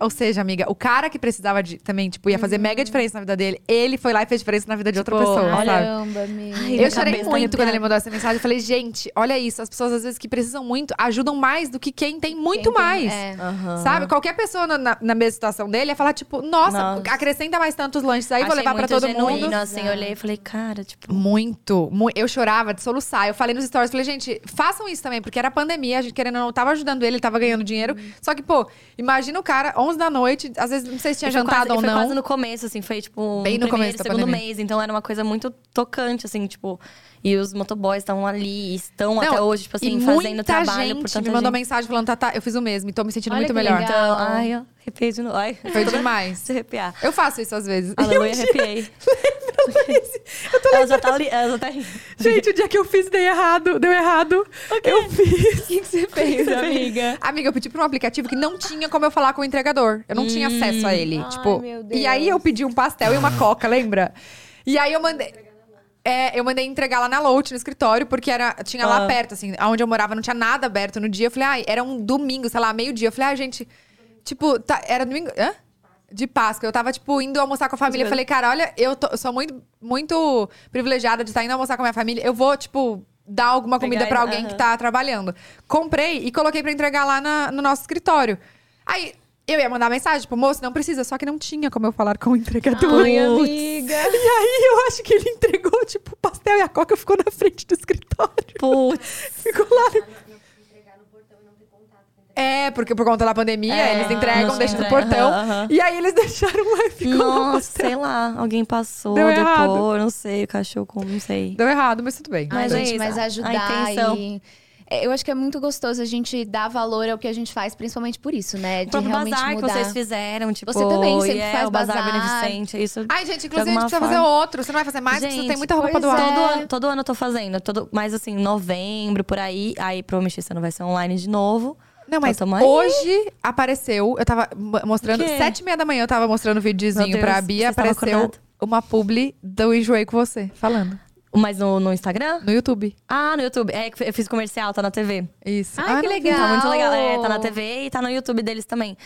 Speaker 1: Ou seja, amiga, o cara que precisava de, também, tipo, ia fazer mega diferença na vida dele, ele foi lá e fez diferença na vida de outra
Speaker 3: Tipo,
Speaker 1: pessoa,
Speaker 3: olha,
Speaker 1: sabe?
Speaker 2: Caramba, amiga.
Speaker 3: Ai, minha
Speaker 1: Eu chorei muito
Speaker 3: cabeça tá
Speaker 1: quando ele
Speaker 3: arrepiada.
Speaker 1: mandou essa mensagem. Eu falei, gente, olha isso. As pessoas, às vezes, que precisam muito, ajudam mais do que quem tem muito
Speaker 2: Quem tem-
Speaker 1: mais.
Speaker 2: é.
Speaker 1: Sabe? Qualquer pessoa na, na- na mesma situação dele ia falar, tipo, nossa,
Speaker 3: Nossa.
Speaker 1: acrescenta mais tantos lanches aí, vou
Speaker 3: Achei
Speaker 1: levar pra
Speaker 3: muito
Speaker 1: todo
Speaker 3: genuíno,
Speaker 1: mundo.
Speaker 3: assim, eu olhei e falei, cara, tipo...
Speaker 1: Muito, mu- Eu chorava de soluçar. Eu falei nos stories, falei, gente, façam isso também, porque era pandemia, a gente querendo ou não, tava ajudando ele, ele tava ganhando dinheiro.
Speaker 3: Uhum.
Speaker 1: Só que, pô, imagina o cara, 11 da noite, às vezes não sei se tinha
Speaker 3: e foi
Speaker 1: jantado
Speaker 3: quase, e
Speaker 1: ou
Speaker 3: foi
Speaker 1: não.
Speaker 3: quase no começo, assim, foi tipo um
Speaker 1: Bem no
Speaker 3: primeiro,
Speaker 1: começo da
Speaker 3: segundo
Speaker 1: pandemia.
Speaker 3: mês. Então era uma coisa muito tocante, assim, tipo... E os motoboys estavam ali, e estão até
Speaker 1: Não,
Speaker 3: hoje, tipo
Speaker 1: e
Speaker 3: assim, fazendo
Speaker 1: muita
Speaker 3: trabalho
Speaker 1: gente
Speaker 3: por tanta
Speaker 1: me mandou
Speaker 3: gente.
Speaker 1: mensagem falando, tá, eu fiz o mesmo e tô me sentindo
Speaker 2: Olha
Speaker 1: muito
Speaker 2: que
Speaker 1: melhor.
Speaker 2: legal.
Speaker 3: Então, ai, eu arrepiei de novo. Ai,
Speaker 1: Foi demais.
Speaker 3: se arrepiar.
Speaker 1: Eu faço isso às vezes.
Speaker 3: Aleluia, arrepiei. Ela já tá ali, ela já tá rindo.
Speaker 1: Gente, o dia que eu fiz deu errado, deu errado. Eu fiz.
Speaker 2: O que que você fez, amiga?
Speaker 1: Amiga, eu pedi pra um aplicativo que não tinha como eu falar com o entregador. Eu não tinha acesso a ele.
Speaker 2: Ai,
Speaker 1: tipo,
Speaker 2: meu
Speaker 1: e aí eu
Speaker 2: Deus.
Speaker 1: pedi um pastel e uma coca, lembra? E aí eu mandei. É, eu mandei entregar lá na Lout, no escritório, porque era, tinha lá
Speaker 3: Ah.
Speaker 1: perto, assim, onde eu morava, não tinha nada aberto no dia. Eu falei, ai, era um domingo, sei lá, meio-dia. Eu falei, ai, gente, tipo, tá- era domingo. Hã? De Páscoa. Eu tava, tipo, indo almoçar com a família. Eu falei, cara, olha, eu, tô- eu sou muito, muito privilegiada de estar indo almoçar com a minha família. Eu vou, tipo, dar alguma comida
Speaker 3: Pegar,
Speaker 1: pra alguém
Speaker 3: aham.
Speaker 1: que tá trabalhando. Comprei e coloquei pra entregar lá na- no nosso escritório. Aí eu ia mandar mensagem, tipo, moço, não precisa, só que não tinha como eu falar com o entregador.
Speaker 2: Ai,
Speaker 1: Putz.
Speaker 2: amiga.
Speaker 1: E aí eu acho que ele entregou, tipo, o pastel e a coca ficou na frente do escritório.
Speaker 3: Putz.
Speaker 1: Ficou lá. É, porque por conta da pandemia,
Speaker 3: É,
Speaker 1: eles entregam,
Speaker 3: não
Speaker 1: deixam no
Speaker 3: entrega.
Speaker 1: portão.
Speaker 3: Aham, aham.
Speaker 1: E aí eles deixaram lá e ficou lá o
Speaker 3: Nossa,
Speaker 1: pastel.
Speaker 3: sei lá. Alguém passou,
Speaker 1: assim? Deu
Speaker 3: deu
Speaker 1: errado.
Speaker 3: não sei, o cachorro, como, não sei.
Speaker 1: Deu errado, mas é tudo bem.
Speaker 2: Mas, gente,
Speaker 3: Ai, gente,
Speaker 2: Então, mas
Speaker 3: a- a
Speaker 2: ajudar
Speaker 3: intenção.
Speaker 2: e... É, Eu acho que é muito gostoso a gente dar valor ao que a gente faz, principalmente por isso, né?
Speaker 3: O
Speaker 2: De
Speaker 3: próprio
Speaker 2: realmente
Speaker 3: bazar
Speaker 2: mudar.
Speaker 3: que vocês fizeram, tipo...
Speaker 2: Você também sempre
Speaker 3: e é,
Speaker 2: faz
Speaker 3: o bazar,
Speaker 2: bazar.
Speaker 3: beneficente, é isso.
Speaker 1: Ai, gente, inclusive a gente
Speaker 3: alguma
Speaker 1: precisa fazer
Speaker 3: forma.
Speaker 1: outro. Você não vai fazer mais, porque você
Speaker 3: Gente,
Speaker 1: tem muita roupa pra
Speaker 2: pois
Speaker 1: doar.
Speaker 2: é.
Speaker 3: Todo, ano, todo ano eu tô fazendo, todo, mas assim, novembro, por aí. Aí, prometi, você não vai ser online de novo.
Speaker 1: Não, mas
Speaker 3: Então, tamo aí.
Speaker 1: hoje apareceu, eu tava mo- mostrando,
Speaker 3: O quê?
Speaker 1: sete e meia da manhã eu tava mostrando o videozinho
Speaker 3: Meu Deus,
Speaker 1: pra Bia,
Speaker 3: vocês tavam
Speaker 1: apareceu
Speaker 3: acordado?
Speaker 1: uma publi do Enjoei Com Você, falando,
Speaker 3: Mas no, no Instagram?
Speaker 1: no YouTube.
Speaker 3: Ah, no YouTube. É, que eu fiz comercial, tá na TV.
Speaker 1: Isso. Ah,
Speaker 2: Ai, que
Speaker 1: não, então,
Speaker 2: legal.
Speaker 3: Tá muito legal. É, tá na TV e tá no YouTube deles também.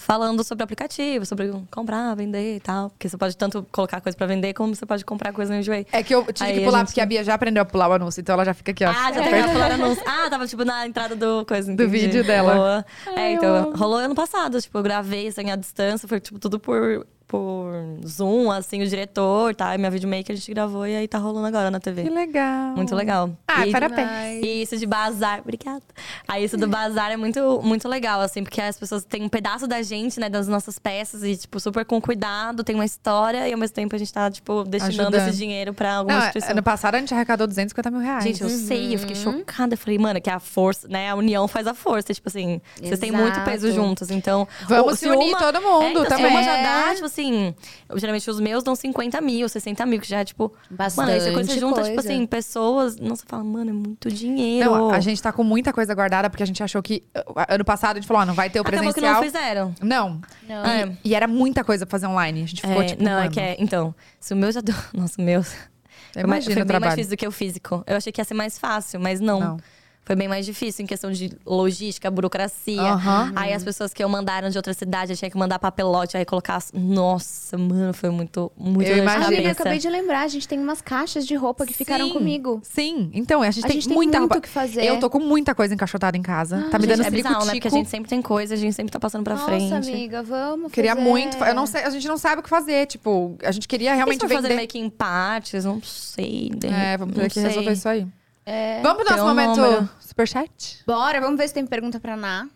Speaker 3: Falando sobre o aplicativo, sobre comprar, vender e tal. Porque você pode tanto colocar coisa pra vender, como você pode comprar coisa no Enjoei.
Speaker 1: É que eu tive
Speaker 3: Aí
Speaker 1: que
Speaker 3: a
Speaker 1: pular,
Speaker 3: gente-
Speaker 1: porque a Bia já aprendeu a pular o anúncio, então ela já fica aqui, ó.
Speaker 3: Ah, já tem aquela falando anúncio. Ah, tava tipo na entrada do coisa.
Speaker 1: é. Do
Speaker 3: entendi.
Speaker 1: vídeo dela.
Speaker 3: Boa.
Speaker 2: Ai,
Speaker 3: é,
Speaker 2: eu
Speaker 3: então,
Speaker 2: amo.
Speaker 3: rolou ano passado. Tipo, eu gravei sem a distância. Foi tipo tudo por, por Zoom, assim, o diretor, tá? E minha videomaker a gente gravou e aí tá rolando agora na TV.
Speaker 1: Que legal.
Speaker 3: Muito legal.
Speaker 1: Ah,
Speaker 3: e,
Speaker 1: parabéns.
Speaker 2: Ai.
Speaker 3: E isso de bazar, obrigada. Aí isso do bazar é muito, muito legal, assim, porque as pessoas têm um pedaço da gente, né, das nossas peças, e, tipo, super com cuidado, tem uma história, e ao mesmo tempo a gente tá, tipo, destinando
Speaker 1: Ajudando.
Speaker 3: esse dinheiro pra alguma
Speaker 1: Não, é,
Speaker 3: instituição.
Speaker 1: ano passado a gente arrecadou 250 mil reais.
Speaker 3: Gente, eu sei, eu fiquei
Speaker 2: uhum.
Speaker 3: chocada. Eu falei, mano, que a força, né? A união faz a força. Tipo assim, vocês têm muito peso
Speaker 2: Exato.
Speaker 3: juntos. Então.
Speaker 1: Vamos
Speaker 3: ou-
Speaker 1: se unir todo mundo
Speaker 3: então,
Speaker 1: também.
Speaker 3: Se uma já
Speaker 1: É.
Speaker 3: dá, tipo assim. eu, geralmente os meus dão 50 mil, 60 mil, que já é tipo. mano, aí
Speaker 2: Bastante
Speaker 3: você junta, tipo
Speaker 2: coisa.
Speaker 3: assim, pessoas. Não, você fala, mano, é muito dinheiro.
Speaker 1: Não, a gente tá com muita coisa guardada, porque a gente achou que uh, ano passado a gente falou, ó, não vai ter o
Speaker 3: Acabou que
Speaker 1: presencial.
Speaker 3: não fizeram.
Speaker 1: Não.
Speaker 2: Não.
Speaker 1: E, e era muita coisa pra fazer online. A gente ficou
Speaker 3: É,
Speaker 1: tipo.
Speaker 3: não, é
Speaker 1: mano,
Speaker 3: que é. Então, se o meu já deu. Nossa, o meu. Foi mais-
Speaker 1: Imagina
Speaker 3: foi
Speaker 1: o
Speaker 3: bem
Speaker 1: trabalho.
Speaker 3: mais difícil do que o físico. Eu achei que ia ser mais fácil, mas não.
Speaker 1: Não.
Speaker 3: Foi bem mais difícil em questão de logística, burocracia.
Speaker 1: Aham.
Speaker 3: Aí as pessoas que eu mandaram de outra cidade, eu tinha que mandar papelote, aí colocar. as- Nossa, mano, foi muito, muito
Speaker 1: Eu
Speaker 3: dor de
Speaker 1: imagino.
Speaker 2: Amiga, Ah, eu
Speaker 3: cabeça.
Speaker 2: acabei de lembrar, a gente tem umas caixas de roupa que ficaram
Speaker 1: Sim,
Speaker 2: comigo.
Speaker 1: Sim, então, a gente,
Speaker 2: A
Speaker 1: tem,
Speaker 2: gente tem
Speaker 1: muita
Speaker 2: muito
Speaker 1: roupa.
Speaker 2: o que fazer. Ah,
Speaker 1: Eu tô com muita coisa encaixotada em casa. tá me
Speaker 3: Gente,
Speaker 1: dando
Speaker 3: é
Speaker 1: esse
Speaker 3: bizarro, né? Porque a
Speaker 1: bico-tico.
Speaker 3: gente sempre tem coisa, a gente sempre tá passando pra
Speaker 2: Nossa,
Speaker 3: frente.
Speaker 2: amiga, vamos
Speaker 1: Queria
Speaker 2: fazer.
Speaker 1: muito. fa- Eu não sei, a gente não sabe o que fazer. Tipo, a gente queria realmente
Speaker 3: Realmente vai fazer
Speaker 1: vender.
Speaker 3: meio que em partes, não sei. de-
Speaker 1: É, vamos
Speaker 3: não
Speaker 1: ter que
Speaker 3: sei.
Speaker 1: resolver isso aí.
Speaker 2: É.
Speaker 1: Vamos pro
Speaker 3: Tem
Speaker 1: nosso
Speaker 3: um
Speaker 1: momento
Speaker 3: número.
Speaker 1: superchat?
Speaker 2: Bora, vamos ver se tem pergunta pra Ná.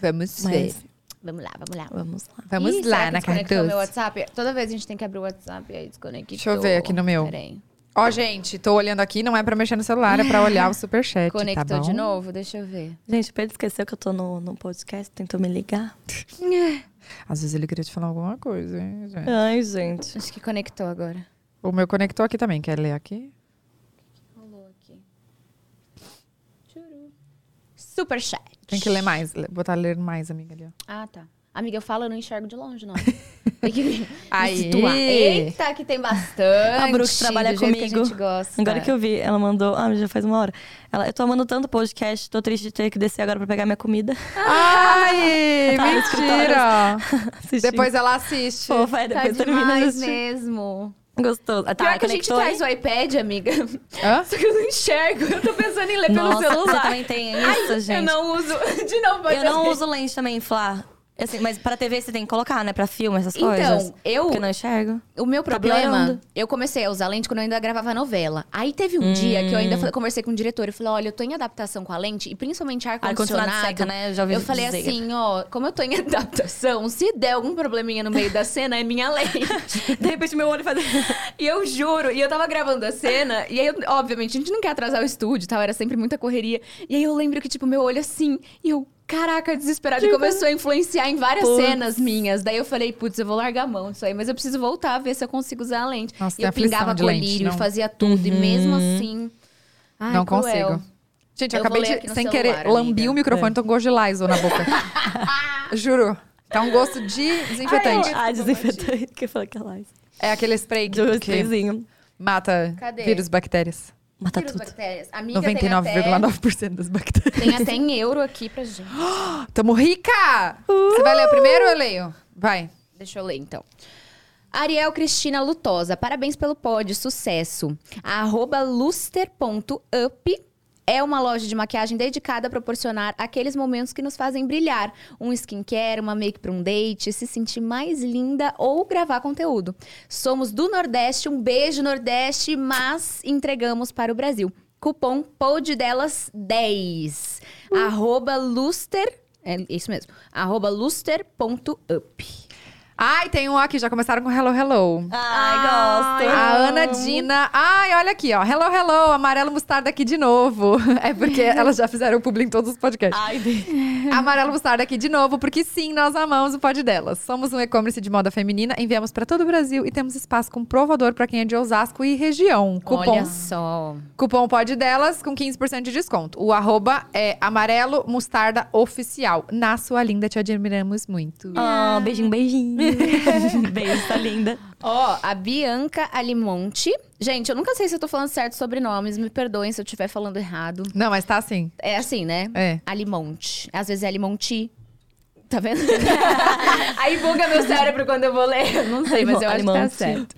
Speaker 1: Vamos
Speaker 3: Mas
Speaker 2: Vamos lá, vamos lá.
Speaker 3: vamos lá.
Speaker 1: Vamos
Speaker 2: Ih, será
Speaker 1: lá né,
Speaker 2: que
Speaker 1: na
Speaker 2: desconectou meu
Speaker 1: Cartucho.
Speaker 2: WhatsApp? Toda vez a gente tem que abrir o WhatsApp e aí desconecta.
Speaker 1: Deixa eu ver aqui no meu.
Speaker 2: Peraí.
Speaker 1: Ó, gente, tô olhando aqui, não é pra mexer no celular, é pra olhar o superchat.
Speaker 2: Conectou
Speaker 1: tá bom?
Speaker 2: de novo? Deixa eu ver.
Speaker 3: Gente, o Pedro esqueceu que eu tô no, no podcast, tentou me ligar.
Speaker 1: Às vezes ele queria te falar alguma coisa, hein, gente?
Speaker 3: Ai, gente.
Speaker 2: Acho que conectou agora.
Speaker 1: O meu conectou aqui também, quer ler aqui?
Speaker 2: Rolou aqui. Tchuru. Superchat.
Speaker 1: Tem que ler mais, le- botar ler mais, amiga ali, ó.
Speaker 2: Ah, tá. Amiga, eu falo, eu não enxergo de longe, não. Tem que
Speaker 1: Aí.
Speaker 2: me situar. Eita, que tem bastante.
Speaker 3: A Brooke trabalha
Speaker 2: do jeito Que a
Speaker 3: comigo.
Speaker 2: gente gosta.
Speaker 3: Agora que eu vi, ela mandou. Ah, já faz uma hora. Ela, eu tô amando tanto podcast, tô triste de ter que descer agora pra pegar minha comida.
Speaker 1: Ai,
Speaker 2: Tá
Speaker 1: mentira.
Speaker 3: Assistindo.
Speaker 1: Depois ela assiste.
Speaker 3: Fofa, aí
Speaker 2: Tá
Speaker 3: depois termina de
Speaker 2: demais
Speaker 3: assistir.
Speaker 2: mesmo.
Speaker 3: Gostoso. Ah, tá,
Speaker 2: Pior que a gente
Speaker 3: conectou aí?
Speaker 2: traz o iPad, amiga.
Speaker 1: Hã?
Speaker 2: Só que eu não enxergo. Eu tô pensando em ler pelo
Speaker 3: Nossa, você
Speaker 2: celular.
Speaker 3: também tem isso, gente.
Speaker 2: Eu não uso. De novo, vai
Speaker 3: Eu
Speaker 2: dar
Speaker 3: não
Speaker 2: certo.
Speaker 3: uso lente também, Flá. Assim, mas pra TV você tem que colocar, né? Pra filme, essas coisas.
Speaker 2: Então, eu.
Speaker 3: Porque eu não enxergo.
Speaker 2: O meu
Speaker 3: Tá
Speaker 2: problema,
Speaker 3: piorando.
Speaker 2: eu comecei a usar lente quando eu ainda gravava novela. Aí teve um dia que eu
Speaker 3: Hum.
Speaker 2: ainda falei- conversei com o diretor e falei: olha, eu tô em adaptação com a lente, e principalmente ar-condicionado.
Speaker 3: Ar-condicionado seca, né? Eu já ouvi
Speaker 2: Eu falei
Speaker 3: dizer.
Speaker 2: assim, ó, como eu tô em adaptação, se der algum probleminha no meio da cena, é minha lente.
Speaker 3: De repente meu olho faz.
Speaker 2: e eu juro, e eu tava gravando a cena, e aí, eu- obviamente, a gente não quer atrasar o estúdio e tal, era sempre muita correria. E aí eu lembro que, tipo, meu olho assim, e eu. Caraca, desesperado. E
Speaker 1: Tipo,
Speaker 2: começou a influenciar em várias
Speaker 3: Putz.
Speaker 2: cenas minhas. Daí eu falei, putz, eu vou largar a mão disso aí. Mas eu preciso voltar a ver se eu consigo usar a lente.
Speaker 1: Nossa,
Speaker 2: e
Speaker 1: tem
Speaker 2: eu
Speaker 1: aflição
Speaker 2: pingava
Speaker 1: de lente,
Speaker 2: colírio,
Speaker 1: não. Uhum.
Speaker 2: fazia tudo. E mesmo assim... ai,
Speaker 1: não
Speaker 2: cruel.
Speaker 1: consigo. Gente, eu,
Speaker 2: Eu vou
Speaker 1: acabei
Speaker 2: ler aqui
Speaker 1: de,
Speaker 2: no
Speaker 1: sem
Speaker 2: celular,
Speaker 1: querer, lambi
Speaker 2: amiga. É.
Speaker 1: o microfone, tô com gosto de Lysol na boca. Juro. Tá um gosto de
Speaker 2: é
Speaker 1: desinfetante.
Speaker 3: Ah, desinfetante. Que eu falei que é lá.
Speaker 1: É aquele spray
Speaker 3: De um
Speaker 1: que, que
Speaker 3: sprayzinho.
Speaker 1: mata
Speaker 2: Cadê?
Speaker 1: vírus, bactérias.
Speaker 3: Mata
Speaker 2: Vírus,
Speaker 3: tudo.
Speaker 2: bactérias. Amiga, tem até...
Speaker 1: 99,9% das bactérias.
Speaker 2: Tem até em euro aqui pra gente.
Speaker 1: Tamo rica! Você vai ler o primeiro ou eu leio? Vai.
Speaker 2: Deixa eu ler então. Ariel Cristina Lutosa, parabéns pelo pod, sucesso. A arroba luster.up é uma loja de maquiagem dedicada a proporcionar aqueles momentos que nos fazem brilhar. Um skincare, uma make para um date, se sentir mais linda ou gravar conteúdo. Somos do Nordeste, um beijo Nordeste, mas entregamos para o Brasil. Cupom PODDELAS 10. Arroba luster... É isso mesmo. Arroba luster.up.
Speaker 1: Ai, tem um aqui, já começaram com Hello Hello.
Speaker 3: Ai, gosto.
Speaker 1: A Ana Dina. Ai, olha aqui, ó. Hello, hello, amarelo mostarda aqui de novo. É porque elas já fizeram publi em todos os podcasts.
Speaker 3: Ai, de-
Speaker 1: Amarelo Mostarda aqui de novo, porque sim, nós amamos o pod delas. Somos um e-commerce de moda feminina, enviamos para todo o Brasil e temos espaço com provador para quem é de Osasco e região. Cupom,
Speaker 2: Olha só.
Speaker 1: cupom pod delas com 15% de desconto. O arroba é amarelo mostarda oficial. Na sua linda, te admiramos muito.
Speaker 3: Ah, beijinho, beijinho. Beijo, tá linda.
Speaker 2: Ó, a Bianca Alimonte. Gente, eu nunca sei se eu tô falando certo sobre nomes. Me perdoem se eu estiver falando errado.
Speaker 1: Não, mas tá assim.
Speaker 2: É assim, né?
Speaker 1: É.
Speaker 2: Alimonte. Às vezes é Alimonti. Tá vendo? Aí buga meu cérebro quando eu vou ler. Eu Não sei, mas eu acho que tá
Speaker 3: Alimonte.
Speaker 2: certo.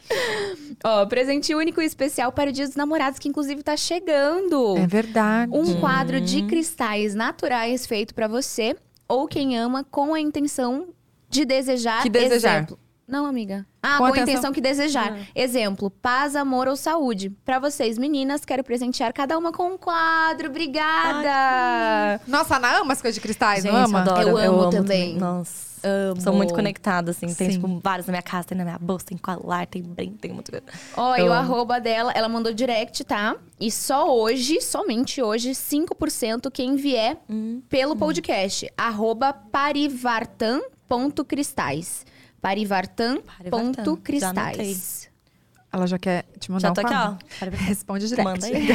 Speaker 2: Ó, presente único e especial para o Dia dos Namorados, que inclusive tá chegando.
Speaker 1: É verdade.
Speaker 2: Um quadro de cristais naturais feito pra você ou quem ama com a intenção de desejar.
Speaker 1: Que desejar.
Speaker 2: Exemplo. Não, amiga. Ah,
Speaker 1: Com Ah.
Speaker 2: com,
Speaker 1: a
Speaker 2: a
Speaker 1: intenção-
Speaker 2: intenção que desejar. Exemplo, paz, amor ou saúde. Pra vocês, meninas, quero presentear cada uma com um quadro. Obrigada!
Speaker 1: Nossa, a Ana ama as coisas de cristais,
Speaker 3: Gente,
Speaker 1: não ama?
Speaker 3: adoro.
Speaker 2: Eu amo também.
Speaker 3: Nossa. Sou muito conectada, assim. Tem,
Speaker 1: Sim.
Speaker 3: tipo, vários na minha casa. Tem na minha bolsa, tem colar, tem brinco, tem muita coisa.
Speaker 2: Ó, e
Speaker 3: Eu
Speaker 2: o
Speaker 3: amo.
Speaker 2: arroba dela, ela mandou direct, tá? E só hoje, somente hoje, 5% quem vier
Speaker 1: Uhum.
Speaker 2: pelo podcast. Arroba parivartan.cristais.
Speaker 3: Parivartan, já anotei.
Speaker 2: Parivartan.cristais.
Speaker 1: Ela já quer te mandar
Speaker 3: Já
Speaker 1: um
Speaker 3: tô aqui,
Speaker 1: quadro.
Speaker 3: ó. Para ver.
Speaker 1: Responde direto.
Speaker 3: Manda aí.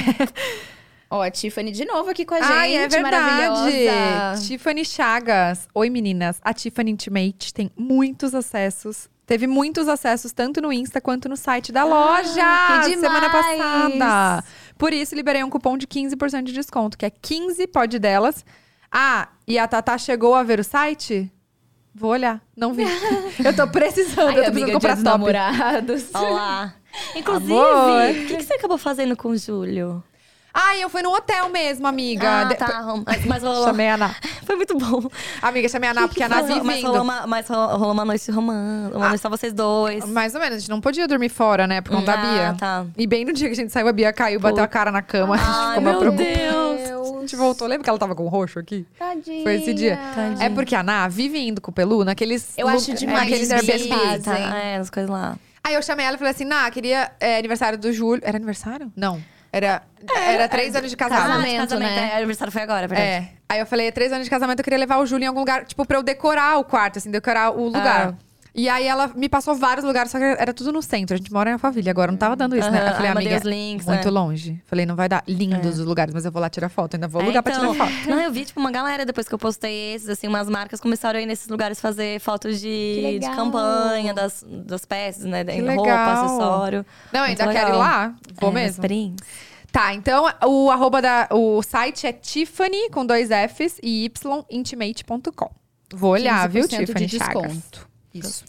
Speaker 2: Ó, a Tiffany de novo aqui com a gente.
Speaker 1: Ai, é verdade.
Speaker 2: maravilhosa.
Speaker 1: Tiffany Chagas. Oi, meninas. A Tiffany Intimate tem muitos acessos. Teve muitos acessos tanto no Insta quanto no site da loja.
Speaker 2: Ah, que
Speaker 1: Semana
Speaker 2: demais!
Speaker 1: passada. Por isso, liberei um cupom de 15% de desconto, que é 15 pode delas. Ah, e a Tatá chegou a ver o site? Vou olhar. Não vi. eu tô precisando.
Speaker 2: Ai,
Speaker 1: eu tô
Speaker 2: amiga
Speaker 1: precisando
Speaker 2: Dia
Speaker 1: comprar
Speaker 2: dos namorados.
Speaker 1: top.
Speaker 3: Olá. Inclusive,
Speaker 1: Amor.
Speaker 3: o que, que você acabou fazendo com o Júlio?
Speaker 1: Ai, eu fui no hotel mesmo, amiga.
Speaker 3: Ah,
Speaker 1: De-
Speaker 3: tá. Mas, mas rolou...
Speaker 1: Chamei a Ana.
Speaker 3: Foi muito bom.
Speaker 1: Amiga, chamei a Ana, porque a Ana
Speaker 3: mas,
Speaker 1: vive
Speaker 3: mas, rolou uma, mas rolou rolou uma noite romântica. Uma noite só vocês dois.
Speaker 1: Mais ou menos, a gente não podia dormir fora, né? Por conta da
Speaker 3: Ah,
Speaker 1: Bia.
Speaker 3: tá.
Speaker 1: E bem no dia que a gente saiu, a Bia caiu, bateu a cara na cama. a gente
Speaker 3: Ai,
Speaker 1: ficou mal
Speaker 3: meu
Speaker 1: preocupada. A
Speaker 3: Deus.
Speaker 2: Tipo,
Speaker 1: gente voltou. Lembra que ela tava com roxo aqui?
Speaker 2: Tadinha.
Speaker 1: Foi esse dia. É porque a Ná vive indo com o Pelu naqueles.
Speaker 2: Eu acho
Speaker 1: lu-
Speaker 2: demais
Speaker 1: Naqueles
Speaker 2: que eles
Speaker 1: Airbnb.
Speaker 2: fazem.
Speaker 3: Tá, é, as coisas lá.
Speaker 1: Aí eu chamei ela e falei assim: Ná, queria é, aniversário do Júlio. Era aniversário? Não. Era, era
Speaker 3: É,
Speaker 1: três anos de casado.
Speaker 2: casamento.
Speaker 3: de
Speaker 2: né?
Speaker 3: é, aniversário foi agora, é verdade.
Speaker 1: É.
Speaker 3: Ah.
Speaker 1: Aí eu falei, três anos de casamento, eu queria levar o Júlio em algum lugar, tipo, pra eu decorar o quarto, assim, decorar o lugar. E aí ela me passou vários lugares, só que era tudo no centro. A gente mora em Alphaville agora, não tava dando isso, né?
Speaker 3: Aham,
Speaker 1: Eu falei,
Speaker 3: aí
Speaker 1: amiga,
Speaker 3: mandei os links,
Speaker 1: muito
Speaker 3: né?
Speaker 1: longe. Falei, não vai dar. Lindos os lugares, mas eu vou lá tirar foto. Ainda vou
Speaker 3: É,
Speaker 1: lugar pra
Speaker 3: então.
Speaker 1: tirar foto.
Speaker 3: Não, eu vi, tipo, uma galera depois que eu postei esses, assim, umas marcas começaram a ir nesses lugares fazer fotos
Speaker 2: Que
Speaker 3: de, de
Speaker 2: legal.
Speaker 3: campanha, das, das peças, né?
Speaker 1: Que
Speaker 3: roupa,
Speaker 1: legal.
Speaker 3: acessório.
Speaker 1: Não,
Speaker 3: Muito
Speaker 1: ainda quero ir
Speaker 3: legal.
Speaker 1: lá. Vou
Speaker 3: É,
Speaker 1: mesmo.
Speaker 3: experiência.
Speaker 1: Tá, então o arroba da. O site é Tiffany com dois Fs e yintimate.com. Vou olhar, viu,
Speaker 2: 15% de
Speaker 1: Tiffany? Chagas.
Speaker 2: desconto.
Speaker 1: Isso.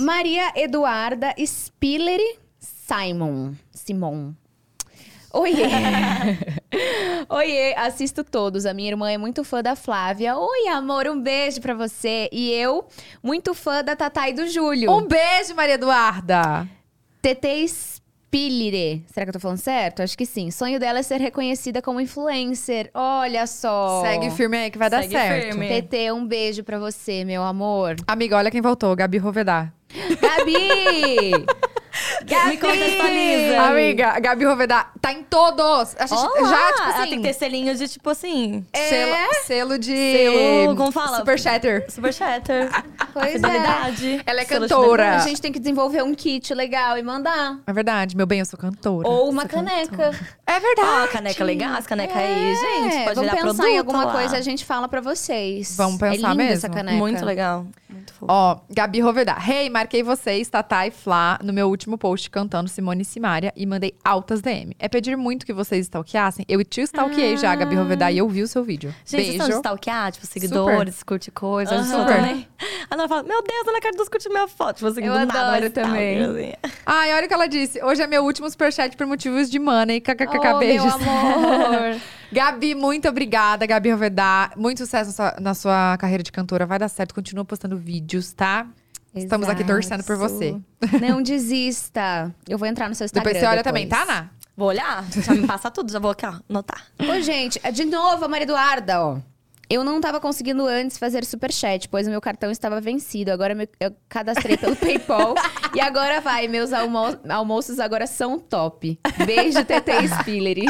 Speaker 2: Maria Eduarda Spillery Simon. Simon. Oiê! Oiê, assisto todos. A minha irmã é muito fã da Flávia. Oi, amor, um beijo pra você. E eu, muito fã da Tatá e do Júlio.
Speaker 1: Um beijo, Maria Eduarda.
Speaker 2: TT Spillire. Será que eu tô falando certo? Acho que sim. Sonho dela é ser reconhecida como influencer. Olha só.
Speaker 1: Segue firme aí que vai dar
Speaker 3: Segue
Speaker 1: certo.
Speaker 3: firme.
Speaker 2: TT, um beijo pra você, meu amor.
Speaker 1: Amiga, olha quem voltou, Gabi Rovedá.
Speaker 2: Gabi! Gabi!
Speaker 3: Me contextualiza.
Speaker 1: Amiga, a Gabi Rovedá tá em todos. A gente
Speaker 3: Olá!
Speaker 1: já, tipo
Speaker 3: Ela tem
Speaker 1: assim,
Speaker 3: que ter selinho de, tipo assim,
Speaker 1: selo, selo de...
Speaker 3: Selo, como fala?
Speaker 1: Super Shatter.
Speaker 3: super chatter.
Speaker 2: Pois é.
Speaker 3: fidelidade.
Speaker 1: Ela é
Speaker 3: Selo de
Speaker 1: cantora.
Speaker 2: A gente tem que desenvolver um kit legal e mandar.
Speaker 1: É verdade, meu bem, eu sou cantora.
Speaker 2: Ou uma caneca.
Speaker 1: É
Speaker 3: Ah,
Speaker 1: verdade.
Speaker 3: caneca legal, as canecas aí, gente. Pode
Speaker 2: É, vamos
Speaker 3: virar
Speaker 2: pensar
Speaker 3: produto
Speaker 2: em alguma
Speaker 3: lá.
Speaker 2: coisa, a gente fala pra vocês.
Speaker 1: Vamos pensar
Speaker 2: é linda
Speaker 1: mesmo?
Speaker 2: essa caneca.
Speaker 3: Muito legal. Muito fofo.
Speaker 1: Ó, Gabi Rovedá. Hey, marquei vocês, Tatá e Flá, no meu último post cantando Simone e Simária e mandei altas DM. É pedir muito que vocês stalkeassem. Eu te stalkeei já, Gabi Rovedá, e eu vi o seu vídeo.
Speaker 3: Gente, vocês estão de
Speaker 1: Beijo.
Speaker 3: stalkear, tipo, seguidores, curte coisa, a gente
Speaker 1: Aham.
Speaker 3: fala também. A Nora fala, meu Deus, ela quer dos curtir minha foto. Tipo, assim,
Speaker 2: Eu
Speaker 3: do nada,
Speaker 2: adoro
Speaker 3: mas tá,
Speaker 2: também.
Speaker 3: assim.
Speaker 1: Ai, olha o que ela disse. Hoje é meu último superchat por motivos de money. KKKK,
Speaker 2: Oh, meu
Speaker 1: beijos.
Speaker 2: amor.
Speaker 1: Gabi, muito obrigada, Gabi Rovedá. Muito sucesso na sua, na sua carreira de cantora. Vai dar certo, continua postando vídeos, tá? Estamos aqui torcendo por você.
Speaker 2: Exato. Não desista. Eu vou entrar no seu Instagram.
Speaker 1: Depois você olha também, tá, Ana?
Speaker 3: Vou olhar, já me passa tudo, já vou aqui, ó, anotar.
Speaker 2: Ô, gente, é de novo a Maria Eduarda, ó. Eu não tava conseguindo antes fazer superchat, pois o meu cartão estava vencido. Agora me- eu cadastrei pelo PayPal. e agora vai, meus almo- almoços agora são top. Beijo, TT Spillery.